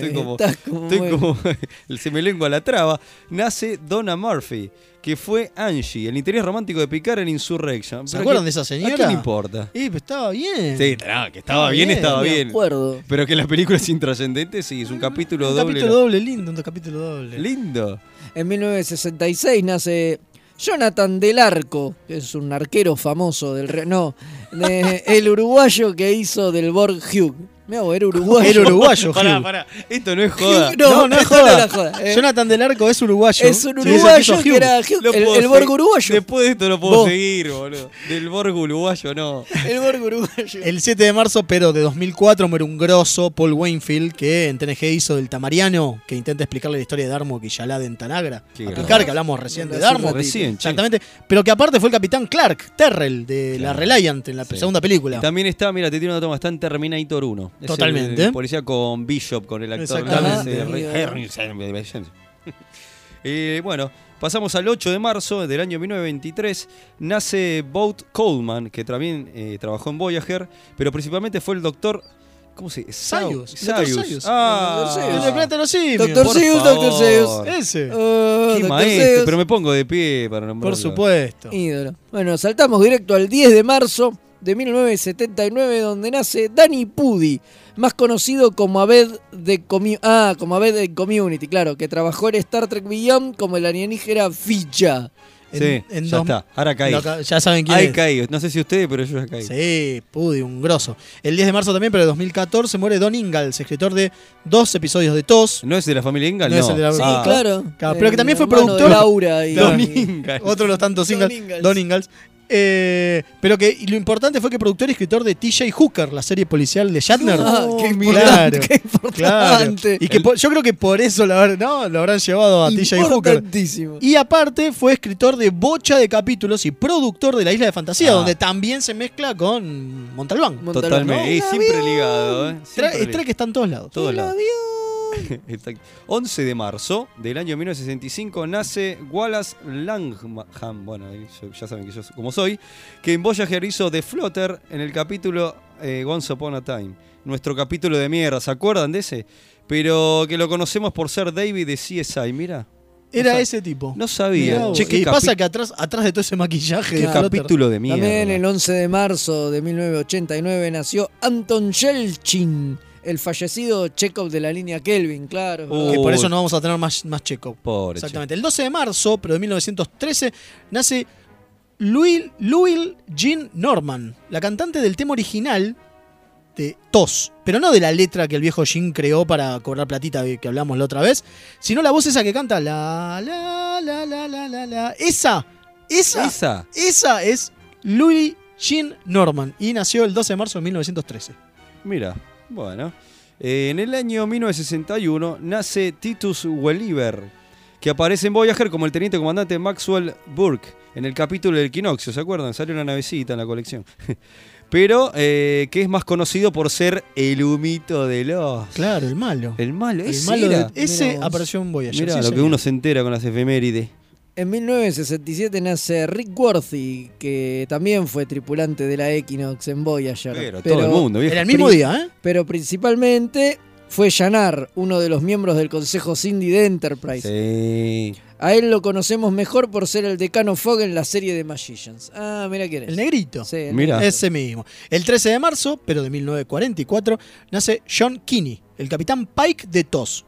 [SPEAKER 2] 59,
[SPEAKER 4] Estoy como,
[SPEAKER 2] estás como
[SPEAKER 4] estoy
[SPEAKER 2] bueno.
[SPEAKER 4] como- se me lengua la traba. Nace Donna Murphy, que fue Angie, el interés romántico de Picard en Insurrection.
[SPEAKER 3] ¿Se
[SPEAKER 4] Pero
[SPEAKER 3] acuerdan
[SPEAKER 4] que-
[SPEAKER 3] de esa señora?
[SPEAKER 4] ¿A quién le importa?
[SPEAKER 3] Eh, pero estaba bien.
[SPEAKER 4] Sí, no, que estaba bien, estaba
[SPEAKER 2] Me
[SPEAKER 4] bien.
[SPEAKER 2] acuerdo.
[SPEAKER 4] Pero que la película es intrascendente, sí, es un capítulo
[SPEAKER 3] Un
[SPEAKER 4] doble.
[SPEAKER 3] capítulo doble, lindo, un capítulo doble.
[SPEAKER 4] Lindo.
[SPEAKER 2] En 1966 nace Jonathan del Arco, que es un arquero famoso del re- no, de- el uruguayo que hizo del Borg Hugh. Mira, era uruguayo.
[SPEAKER 3] Era uruguayo,
[SPEAKER 4] Pará,
[SPEAKER 3] Hugh.
[SPEAKER 4] pará, esto no es joda.
[SPEAKER 2] No,
[SPEAKER 3] No, no es
[SPEAKER 2] esto
[SPEAKER 3] joda.
[SPEAKER 2] no era joda, eh.
[SPEAKER 3] Jonathan del Arco es uruguayo.
[SPEAKER 2] Es un
[SPEAKER 3] Sí, es el que
[SPEAKER 2] uruguayo
[SPEAKER 3] hizo
[SPEAKER 2] que
[SPEAKER 3] Hugh.
[SPEAKER 2] era Hugh,
[SPEAKER 4] No
[SPEAKER 2] el,
[SPEAKER 4] puedo
[SPEAKER 2] el Borg
[SPEAKER 4] seguir.
[SPEAKER 2] uruguayo.
[SPEAKER 4] Después de esto no puedo
[SPEAKER 2] Vos.
[SPEAKER 4] seguir, boludo. Del Borgo uruguayo no.
[SPEAKER 2] El Borg uruguayo.
[SPEAKER 3] El 7 de marzo, pero de 2004, muere un grosso, Paul Wainfield, que en TNG hizo del Tamariano, que intenta explicarle la historia de Darmo Quillalá en Tanagra.
[SPEAKER 4] Qué
[SPEAKER 3] a
[SPEAKER 4] grosso.
[SPEAKER 3] Picard, que hablamos recién de
[SPEAKER 2] Hace un
[SPEAKER 3] Darmo.
[SPEAKER 2] ratito.
[SPEAKER 4] Recién, che.
[SPEAKER 3] Exactamente. Pero que aparte fue el capitán Clark, Terrell, de
[SPEAKER 4] Claro.
[SPEAKER 3] la Reliant, en la
[SPEAKER 4] Sí.
[SPEAKER 3] segunda película.
[SPEAKER 4] Y también está, mira, te tiro una toma, está en Terminator 1. Es el-
[SPEAKER 3] Totalmente.
[SPEAKER 4] el policía con Bishop, con el actor.
[SPEAKER 3] Exactamente.
[SPEAKER 4] ese, Ray Harrison. Eh, bueno, pasamos al 8 de marzo del año 1923. Nace Boat Coleman, que también eh, trabajó en Voyager, pero principalmente fue el doctor. ¿Cómo se dice?
[SPEAKER 3] Sayus. Doctor Sayus. El de
[SPEAKER 4] Ah,
[SPEAKER 3] Planeta de los Simios.
[SPEAKER 2] Doctor
[SPEAKER 4] Por
[SPEAKER 2] Seuss, Doctor
[SPEAKER 4] favor.
[SPEAKER 2] Seuss.
[SPEAKER 3] Ese.
[SPEAKER 2] Oh,
[SPEAKER 4] qué
[SPEAKER 2] Dr.
[SPEAKER 4] maestro,
[SPEAKER 2] Seuss.
[SPEAKER 4] este, pero me pongo de pie para nombrarlo.
[SPEAKER 3] Por supuesto.
[SPEAKER 2] Ídolo. Bueno, saltamos directo al 10 de marzo de 1979, donde nace Danny Pudi, más conocido como Abed de, Commu- ah, como Abed de Community, claro, que trabajó en Star Trek Beyond como el alienígena Ficha.
[SPEAKER 3] En-
[SPEAKER 4] Sí,
[SPEAKER 3] en
[SPEAKER 4] ya
[SPEAKER 3] dos-
[SPEAKER 4] está. Ahora caí.
[SPEAKER 3] Lo ca- Ya saben quién
[SPEAKER 4] Ahí
[SPEAKER 3] es.
[SPEAKER 4] caí. No sé si ustedes, pero yo ya caí.
[SPEAKER 3] Sí, Pudi, un grosso. El 10 de marzo también, pero de 2014, muere Don Ingalls, escritor de dos episodios de TOS.
[SPEAKER 4] ¿No es de la familia Ingalls?
[SPEAKER 3] No es el de la-
[SPEAKER 2] Sí,
[SPEAKER 4] Ah.
[SPEAKER 2] claro.
[SPEAKER 3] Claro, pero que también fue
[SPEAKER 2] hermano de
[SPEAKER 3] productor.
[SPEAKER 2] Laura y,
[SPEAKER 3] Don
[SPEAKER 2] y-
[SPEAKER 4] Ingalls.
[SPEAKER 3] Otro de los tantos Ingalls.
[SPEAKER 2] Don Ingalls.
[SPEAKER 3] Don Ingalls. Eh, pero que y lo importante fue que productor y escritor de TJ Hooker, la serie policial de Shatner.
[SPEAKER 2] Ah, qué
[SPEAKER 3] claro,
[SPEAKER 2] importante, qué
[SPEAKER 3] claro.
[SPEAKER 2] importante.
[SPEAKER 3] Y que
[SPEAKER 4] El-
[SPEAKER 3] po- yo creo que por eso lo, habrán- ¿no? lo habrán llevado a TJ Ah, Hooker.
[SPEAKER 2] Importantísimo.
[SPEAKER 3] Y aparte fue escritor de bocha de capítulos y productor de La Isla de Fantasía,
[SPEAKER 4] Ah.
[SPEAKER 3] donde también se mezcla con Montalbán.
[SPEAKER 2] Montalbán.
[SPEAKER 4] Totalmente. Y
[SPEAKER 2] Un
[SPEAKER 4] siempre
[SPEAKER 2] avión.
[SPEAKER 4] ligado, ¿eh?
[SPEAKER 3] Tra-
[SPEAKER 4] Siempre
[SPEAKER 3] es tra-
[SPEAKER 4] ligado.
[SPEAKER 3] que está en todos lados.
[SPEAKER 4] Todos lados.
[SPEAKER 2] Adiós.
[SPEAKER 4] Exacto. 11 de marzo del año 1965 nace Wallace Langham. Bueno, ahí yo- ya saben que yo soy- como soy. Que en Voyager hizo The Floater en el capítulo eh, Once Upon a Time. Nuestro capítulo de mierda. ¿Se acuerdan de ese? Pero que lo conocemos por ser David de CSI. Mira.
[SPEAKER 3] Era
[SPEAKER 4] No sab-
[SPEAKER 3] ese tipo.
[SPEAKER 4] No sabía.
[SPEAKER 3] Mirá vos.
[SPEAKER 4] Che, qué
[SPEAKER 3] y pasa
[SPEAKER 4] capi-
[SPEAKER 3] que atrás, atrás de todo ese maquillaje
[SPEAKER 4] qué
[SPEAKER 3] de Flotter-
[SPEAKER 4] capítulo de mierda.
[SPEAKER 2] También el 11 de marzo de 1989 nació Anton Yelchin, el fallecido Chekhov de la línea Kelvin, claro.
[SPEAKER 3] que por eso no vamos a tener más, más checo.
[SPEAKER 4] Pobre.
[SPEAKER 3] Exactamente. El 12 de marzo, pero de 1913, nace Louis, Louis Jean Norman, la cantante del tema original de Tos, pero no de la letra que el viejo Jean creó para cobrar platita de- que hablamos la otra vez, sino la voz esa que canta la la la la la la la esa esa
[SPEAKER 4] Esa.
[SPEAKER 3] esa es Louis Jean Norman y nació el 12 de marzo de 1913.
[SPEAKER 4] Mira, bueno. Eh, en el año 1961 nace Titus Welliver, que aparece en Voyager como el teniente comandante Maxwell Burke en el capítulo del equinoccio, ¿se acuerdan? Salió una navecita en la colección. Pero eh, que es más conocido por ser el humito de los.
[SPEAKER 3] Claro, el malo.
[SPEAKER 4] El malo,
[SPEAKER 3] El
[SPEAKER 4] ese
[SPEAKER 3] malo de-
[SPEAKER 4] era.
[SPEAKER 3] ese
[SPEAKER 4] Mirá vos.
[SPEAKER 3] apareció en Voyager,
[SPEAKER 4] Mirá
[SPEAKER 3] sí,
[SPEAKER 4] lo que
[SPEAKER 3] señor.
[SPEAKER 4] uno se entera con las efemérides.
[SPEAKER 2] En 1967 nace Rick Worthy, que también fue tripulante de la Equinox en Voyager.
[SPEAKER 4] Pero todo el mundo, viejo. Era el
[SPEAKER 2] pri-
[SPEAKER 4] mismo día, ¿eh?
[SPEAKER 2] Pero principalmente fue Yanar, uno de los miembros del Consejo Cindy de Enterprise.
[SPEAKER 4] Sí.
[SPEAKER 2] A él lo conocemos mejor por ser el decano Fogg en la serie de Magicians. Ah, mira quién es.
[SPEAKER 3] El negrito.
[SPEAKER 2] Sí, el
[SPEAKER 4] Mirá.
[SPEAKER 2] negrito.
[SPEAKER 3] Ese mismo. El 13 de marzo, pero de 1944, nace John Kinney, el capitán Pike de TOS.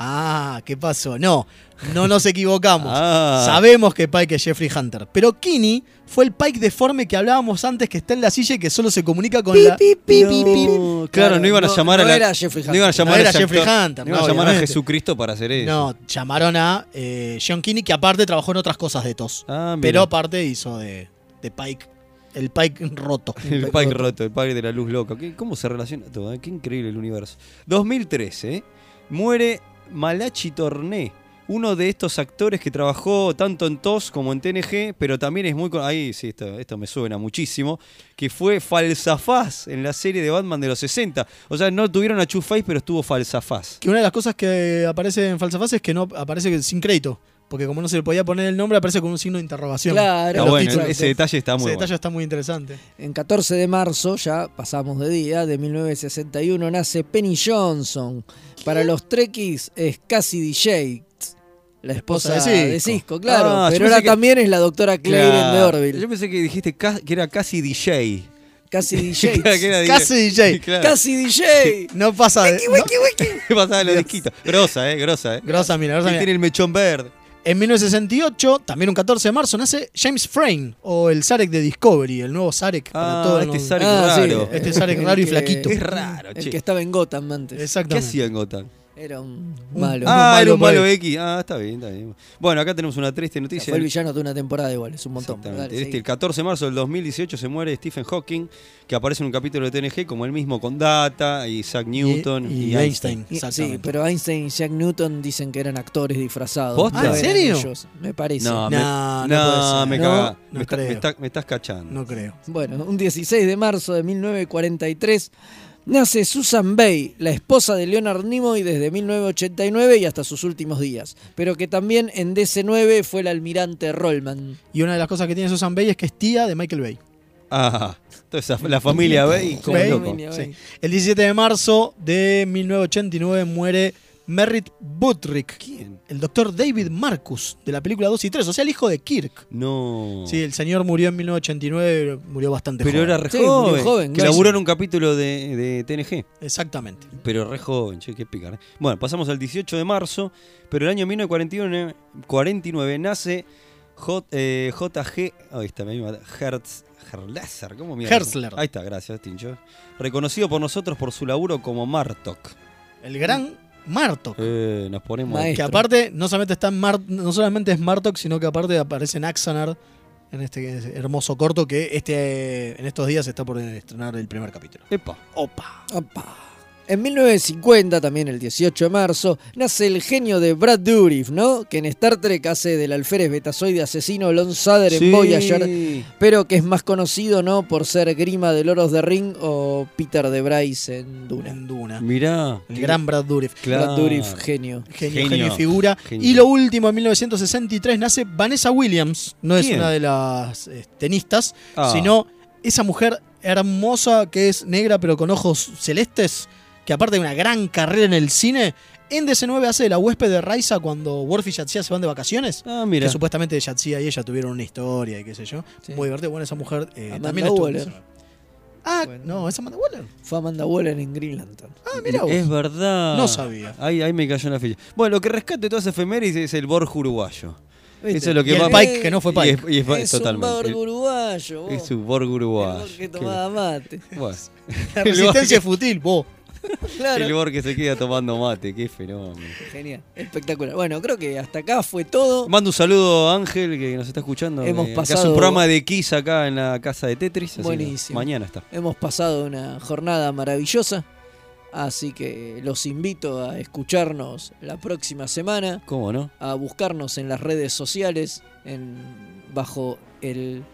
[SPEAKER 3] Ah, ¿qué pasó? No, no nos equivocamos.
[SPEAKER 4] Ah.
[SPEAKER 3] Sabemos que Pike es Jeffrey Hunter. Pero Kinney fue el Pike deforme que hablábamos antes que está en la silla y que solo se comunica con la. No.
[SPEAKER 4] Claro, no iban a llamar
[SPEAKER 3] no
[SPEAKER 4] a la.
[SPEAKER 3] era Jeffrey
[SPEAKER 4] No iban a
[SPEAKER 3] Hunter.
[SPEAKER 4] llamar
[SPEAKER 3] No era
[SPEAKER 4] a ese
[SPEAKER 3] Jeffrey
[SPEAKER 4] actor,
[SPEAKER 3] Hunter,
[SPEAKER 4] No iban
[SPEAKER 3] no,
[SPEAKER 4] a llamar a
[SPEAKER 3] obviamente.
[SPEAKER 4] Jesucristo para hacer eso.
[SPEAKER 3] No, llamaron a eh, John Kinney, que aparte trabajó en otras cosas de TOS.
[SPEAKER 4] Ah, mira.
[SPEAKER 3] pero aparte hizo de, de Pike. El Pike roto.
[SPEAKER 4] El Pike roto, el Pike de la luz loca. ¿Qué- ¿Cómo se relaciona todo? eh? Qué increíble el universo. 2013, ¿eh? muere Malachi Torné, uno de estos actores que trabajó tanto en TOS como en TNG, pero también es muy... con- Ahí sí, esto, esto me suena muchísimo, que fue Falsafaz en la serie de Batman de los 60. O sea, no tuvieron a Two Face, pero estuvo Falsafaz.
[SPEAKER 3] Que una de las cosas que aparece en Falsa Fase es que no aparece sin crédito. Porque como no se le podía poner el nombre, aparece con un signo de interrogación.
[SPEAKER 2] Claro.
[SPEAKER 4] Está
[SPEAKER 3] Los
[SPEAKER 4] bueno,
[SPEAKER 3] títulos. eh.
[SPEAKER 4] ese detalle está muy
[SPEAKER 3] Ese
[SPEAKER 4] bueno.
[SPEAKER 3] detalle está muy interesante.
[SPEAKER 2] En 14 de marzo, ya pasamos de día, de 1961, nace Penny Johnson. Para los trekkies es Cassidy Yates, la esposa,
[SPEAKER 3] esposa de
[SPEAKER 2] de
[SPEAKER 3] Cisco.
[SPEAKER 2] Cisco, claro.
[SPEAKER 4] Ah, yo
[SPEAKER 2] pero
[SPEAKER 4] pensé
[SPEAKER 2] ahora
[SPEAKER 4] que-
[SPEAKER 2] también es la doctora Claire de
[SPEAKER 4] Claro.
[SPEAKER 2] Orville.
[SPEAKER 4] Yo pensé que dijiste ca- que era casi DJ.
[SPEAKER 2] Cassidy
[SPEAKER 4] Claro, que era
[SPEAKER 2] Yates.
[SPEAKER 4] DJ.
[SPEAKER 3] Casi DJ.
[SPEAKER 4] Claro.
[SPEAKER 2] Casi DJ.
[SPEAKER 3] No pasa de... no-
[SPEAKER 4] Pasaba los disquitos. Grosa, eh, grosa, eh.
[SPEAKER 3] Grosa, mira, grosa,
[SPEAKER 4] Y
[SPEAKER 3] mira.
[SPEAKER 4] tiene el mechón verde.
[SPEAKER 3] En 1968, también un 14 de marzo, nace James Frame, o el Sarek de Discovery, el nuevo Sarek. para
[SPEAKER 4] Ah,
[SPEAKER 3] todos
[SPEAKER 4] este
[SPEAKER 3] los-
[SPEAKER 4] Sarek
[SPEAKER 2] Ah, sí,
[SPEAKER 4] raro.
[SPEAKER 3] Este Sarek
[SPEAKER 2] el
[SPEAKER 3] raro y
[SPEAKER 2] que-
[SPEAKER 3] flaquito.
[SPEAKER 4] Es raro,
[SPEAKER 2] El
[SPEAKER 4] che.
[SPEAKER 2] que estaba en Gotham antes.
[SPEAKER 4] ¿Qué
[SPEAKER 3] Exactamente.
[SPEAKER 4] hacía en Gotham?
[SPEAKER 2] Era un malo.
[SPEAKER 4] ah,
[SPEAKER 3] malo
[SPEAKER 4] era un
[SPEAKER 3] por
[SPEAKER 4] malo
[SPEAKER 3] ahí.
[SPEAKER 4] X. Ah, está bien, está bien. Bueno, acá tenemos una triste noticia.
[SPEAKER 2] Fue el villano de una temporada igual, es un montón.
[SPEAKER 4] Exactamente.
[SPEAKER 2] Dale,
[SPEAKER 4] Este,
[SPEAKER 2] seguí.
[SPEAKER 4] el 14 de marzo del 2018 se muere Stephen Hawking, que aparece en un capítulo de TNG como él mismo con Data, Isaac Newton y,
[SPEAKER 3] y Einstein.
[SPEAKER 2] Y- Sí,
[SPEAKER 3] Exactamente.
[SPEAKER 2] pero Einstein y Jack Newton dicen que eran actores disfrazados.
[SPEAKER 4] ¿Posta?
[SPEAKER 2] no
[SPEAKER 4] Ah, ¿en
[SPEAKER 2] eran
[SPEAKER 3] serio?
[SPEAKER 2] ellos, me parece.
[SPEAKER 3] No,
[SPEAKER 4] No, me,
[SPEAKER 3] no puede
[SPEAKER 4] no,
[SPEAKER 3] ser.
[SPEAKER 4] me
[SPEAKER 3] No,
[SPEAKER 4] cagá.
[SPEAKER 3] no
[SPEAKER 4] me, está- me
[SPEAKER 3] creo.
[SPEAKER 4] está- me estás cachando.
[SPEAKER 3] No creo.
[SPEAKER 2] Bueno, un 16 de marzo de 1943 nace Susan Bay, la esposa de Leonard Nimoy desde 1989 y hasta sus últimos días, pero que también en DC9 fue el almirante Rollman.
[SPEAKER 3] Y una de las cosas que tiene Susan Bay es que es tía de Michael Bay.
[SPEAKER 4] Ah, toda esa- la familia B como
[SPEAKER 3] Bay,
[SPEAKER 4] loco.
[SPEAKER 2] Bay.
[SPEAKER 3] sí. El 17 de marzo de 1989 muere Merritt Buttrick,
[SPEAKER 4] ¿Quién?
[SPEAKER 3] el doctor David Marcus, de la película 2 y 3, o sea, el hijo de Kirk.
[SPEAKER 4] No.
[SPEAKER 3] Sí, el señor murió en 1989, murió bastante
[SPEAKER 4] pero
[SPEAKER 3] joven.
[SPEAKER 4] era re
[SPEAKER 2] Sí, murió
[SPEAKER 4] joven.
[SPEAKER 2] joven,
[SPEAKER 4] que
[SPEAKER 2] claro.
[SPEAKER 4] laburó en un capítulo de, de TNG.
[SPEAKER 3] Exactamente.
[SPEAKER 4] Pero re joven, che, qué picar. ¿eh? Bueno, pasamos al 18 de marzo, pero el año 1949 49, nace J, eh, JG. Ahí está, me iba a- Hertz. Herlasser, ¿cómo mierda?
[SPEAKER 3] Herzler.
[SPEAKER 4] Ahí está, gracias, Tincho. Reconocido por nosotros por su laburo como Martok.
[SPEAKER 3] El gran Martok.
[SPEAKER 4] Eh, nos ponemos.
[SPEAKER 2] Maestro.
[SPEAKER 3] Que aparte, no solamente, está en Mar- no solamente es Martok, sino que aparte aparece en Axanar, en este hermoso corto que este en estos días está por estrenar el primer capítulo.
[SPEAKER 4] Epa.
[SPEAKER 3] Opa.
[SPEAKER 2] Opa. En 1950, también el 18 de marzo, nace el genio de Brad Dourif, ¿no? Que en Star Trek hace del alférez betazoide asesino Lon Sader en
[SPEAKER 4] Sí.
[SPEAKER 2] Voyager, pero que es más conocido, ¿no? Por ser Grima de Loros de Ring o Peter de Bryce en Duna.
[SPEAKER 3] En
[SPEAKER 4] Mm.
[SPEAKER 3] Duna.
[SPEAKER 4] Mirá.
[SPEAKER 3] El gran Brad Dourif.
[SPEAKER 4] Claro.
[SPEAKER 2] Brad Dourif, genio.
[SPEAKER 3] Genio,
[SPEAKER 4] Genio.
[SPEAKER 3] genio, y figura.
[SPEAKER 4] Genio.
[SPEAKER 3] Y lo último, en 1963 nace Vanessa Williams. No es
[SPEAKER 4] ¿Quién?
[SPEAKER 3] una de las eh, tenistas,
[SPEAKER 4] Ah.
[SPEAKER 3] sino esa mujer hermosa que es negra pero con ojos celestes, que aparte de una gran carrera en el cine, en DC9 hace de la huésped de Raiza cuando Worf y Yatsia se van de vacaciones.
[SPEAKER 4] Ah, mira.
[SPEAKER 3] Que supuestamente Yatsia y ella tuvieron una historia y qué sé yo. Muy divertido. Bueno, esa mujer eh,
[SPEAKER 2] Amanda
[SPEAKER 3] también estuvo en
[SPEAKER 2] Waller.
[SPEAKER 3] DC9. Ah, no, es Amanda Waller.
[SPEAKER 2] Fue Amanda Waller en Green Lantern.
[SPEAKER 3] Ah, mira vos.
[SPEAKER 4] Es verdad.
[SPEAKER 3] No sabía.
[SPEAKER 4] Ahí, ahí me cayó una ficha. Bueno, lo que rescate de todas esas efemérides es el Borja uruguayo.
[SPEAKER 2] ¿Viste?
[SPEAKER 4] Eso es lo que
[SPEAKER 3] Y el
[SPEAKER 4] más-
[SPEAKER 3] Pike, que no fue
[SPEAKER 4] y es-
[SPEAKER 3] Pike.
[SPEAKER 4] y es-
[SPEAKER 2] es
[SPEAKER 4] totalmente.
[SPEAKER 2] un bar uruguayo, vos.
[SPEAKER 4] Es su Borg uruguayo.
[SPEAKER 2] Oh, El que tomaba mate.
[SPEAKER 4] Qué- Bueno.
[SPEAKER 3] La
[SPEAKER 4] El
[SPEAKER 3] resistencia
[SPEAKER 4] Borg-
[SPEAKER 3] fútil, vos.
[SPEAKER 2] Claro.
[SPEAKER 4] El Borg que se queda tomando mate, qué fenómeno.
[SPEAKER 2] Genial, espectacular. Bueno, creo que hasta acá fue todo.
[SPEAKER 4] Mando un saludo a Ángel que nos está escuchando.
[SPEAKER 2] Oh.
[SPEAKER 4] eh,
[SPEAKER 2] Hemos
[SPEAKER 4] que Hace
[SPEAKER 2] pasado-
[SPEAKER 4] un programa de Kiss acá en la casa de Tetris. así que
[SPEAKER 2] Buenísimo.
[SPEAKER 4] Mañana está.
[SPEAKER 2] Hemos pasado una jornada maravillosa, así que los invito a escucharnos la próxima semana,
[SPEAKER 4] ¿Cómo no?
[SPEAKER 2] a buscarnos en las redes sociales, en bajo el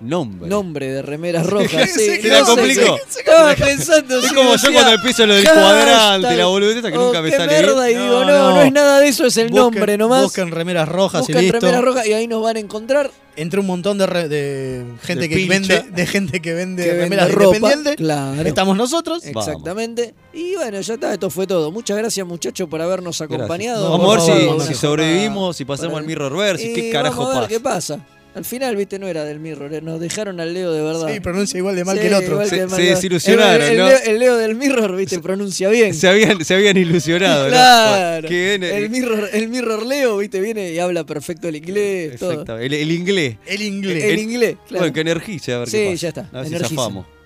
[SPEAKER 4] Nombre.
[SPEAKER 2] nombre de Remeras Rojas.
[SPEAKER 4] Se-
[SPEAKER 2] Sí,
[SPEAKER 4] se la
[SPEAKER 2] no sé,
[SPEAKER 4] complicó.
[SPEAKER 2] se- Estaba pensando.
[SPEAKER 4] Es
[SPEAKER 2] si
[SPEAKER 4] como
[SPEAKER 2] decía,
[SPEAKER 4] yo cuando empiezo lo del
[SPEAKER 2] hashtag,
[SPEAKER 4] cuadrante, la boludez esa que
[SPEAKER 2] o
[SPEAKER 4] nunca me
[SPEAKER 2] Oh, qué
[SPEAKER 4] sale
[SPEAKER 2] Mierda, y
[SPEAKER 4] bien.
[SPEAKER 2] digo, no,
[SPEAKER 4] No,
[SPEAKER 2] no,
[SPEAKER 3] no.
[SPEAKER 2] es nada de eso, es el
[SPEAKER 3] Busquen-
[SPEAKER 2] nombre nomás.
[SPEAKER 3] Busquen remeras rojas
[SPEAKER 2] Buscan
[SPEAKER 3] y listo.
[SPEAKER 2] Remeras Rojas y ahí nos van a encontrar.
[SPEAKER 3] Entre un montón de, re- de gente
[SPEAKER 2] De
[SPEAKER 3] que
[SPEAKER 2] pincha.
[SPEAKER 3] vende, de gente que vende
[SPEAKER 2] que vende
[SPEAKER 3] remeras
[SPEAKER 2] ropa.
[SPEAKER 3] independientes.
[SPEAKER 2] Claro.
[SPEAKER 3] Estamos nosotros.
[SPEAKER 2] Exactamente. Y bueno, ya está, esto fue todo. Muchas gracias, muchachos, por habernos acompañado.
[SPEAKER 4] Vamos a ver
[SPEAKER 2] Por
[SPEAKER 4] si-
[SPEAKER 2] favor,
[SPEAKER 4] si
[SPEAKER 2] una
[SPEAKER 4] sobrevivimos,
[SPEAKER 2] jornada
[SPEAKER 4] si pasamos
[SPEAKER 2] para-
[SPEAKER 4] al Mirrorverse, y qué carajo
[SPEAKER 2] vamos a ver
[SPEAKER 4] pasa.
[SPEAKER 2] qué pasa. Al final, viste, no era del Mirror, eh, nos dejaron al Leo de verdad.
[SPEAKER 3] Sí, pronuncia igual de mal
[SPEAKER 2] Sí,
[SPEAKER 3] que el otro.
[SPEAKER 2] igual que
[SPEAKER 4] Se-
[SPEAKER 2] el
[SPEAKER 4] se
[SPEAKER 2] mal-
[SPEAKER 4] desilusionaron,
[SPEAKER 2] el- el
[SPEAKER 4] ¿no?
[SPEAKER 2] Leo- El Leo del Mirror, viste, pronuncia bien.
[SPEAKER 4] Se habían, se habían ilusionado. ¿no?
[SPEAKER 2] Claro.
[SPEAKER 4] Qué bien, eh,
[SPEAKER 2] el, mirror, el Mirror Leo, viste, viene y habla perfecto el inglés, todo.
[SPEAKER 4] exactamente. El, el inglés.
[SPEAKER 3] El
[SPEAKER 2] El,
[SPEAKER 3] inglés.
[SPEAKER 2] inglés, claro.
[SPEAKER 4] Bueno, que energice a ver
[SPEAKER 2] Sí,
[SPEAKER 4] qué pasa.
[SPEAKER 2] ya está,
[SPEAKER 4] A ver si
[SPEAKER 2] energiza.
[SPEAKER 4] zafamos.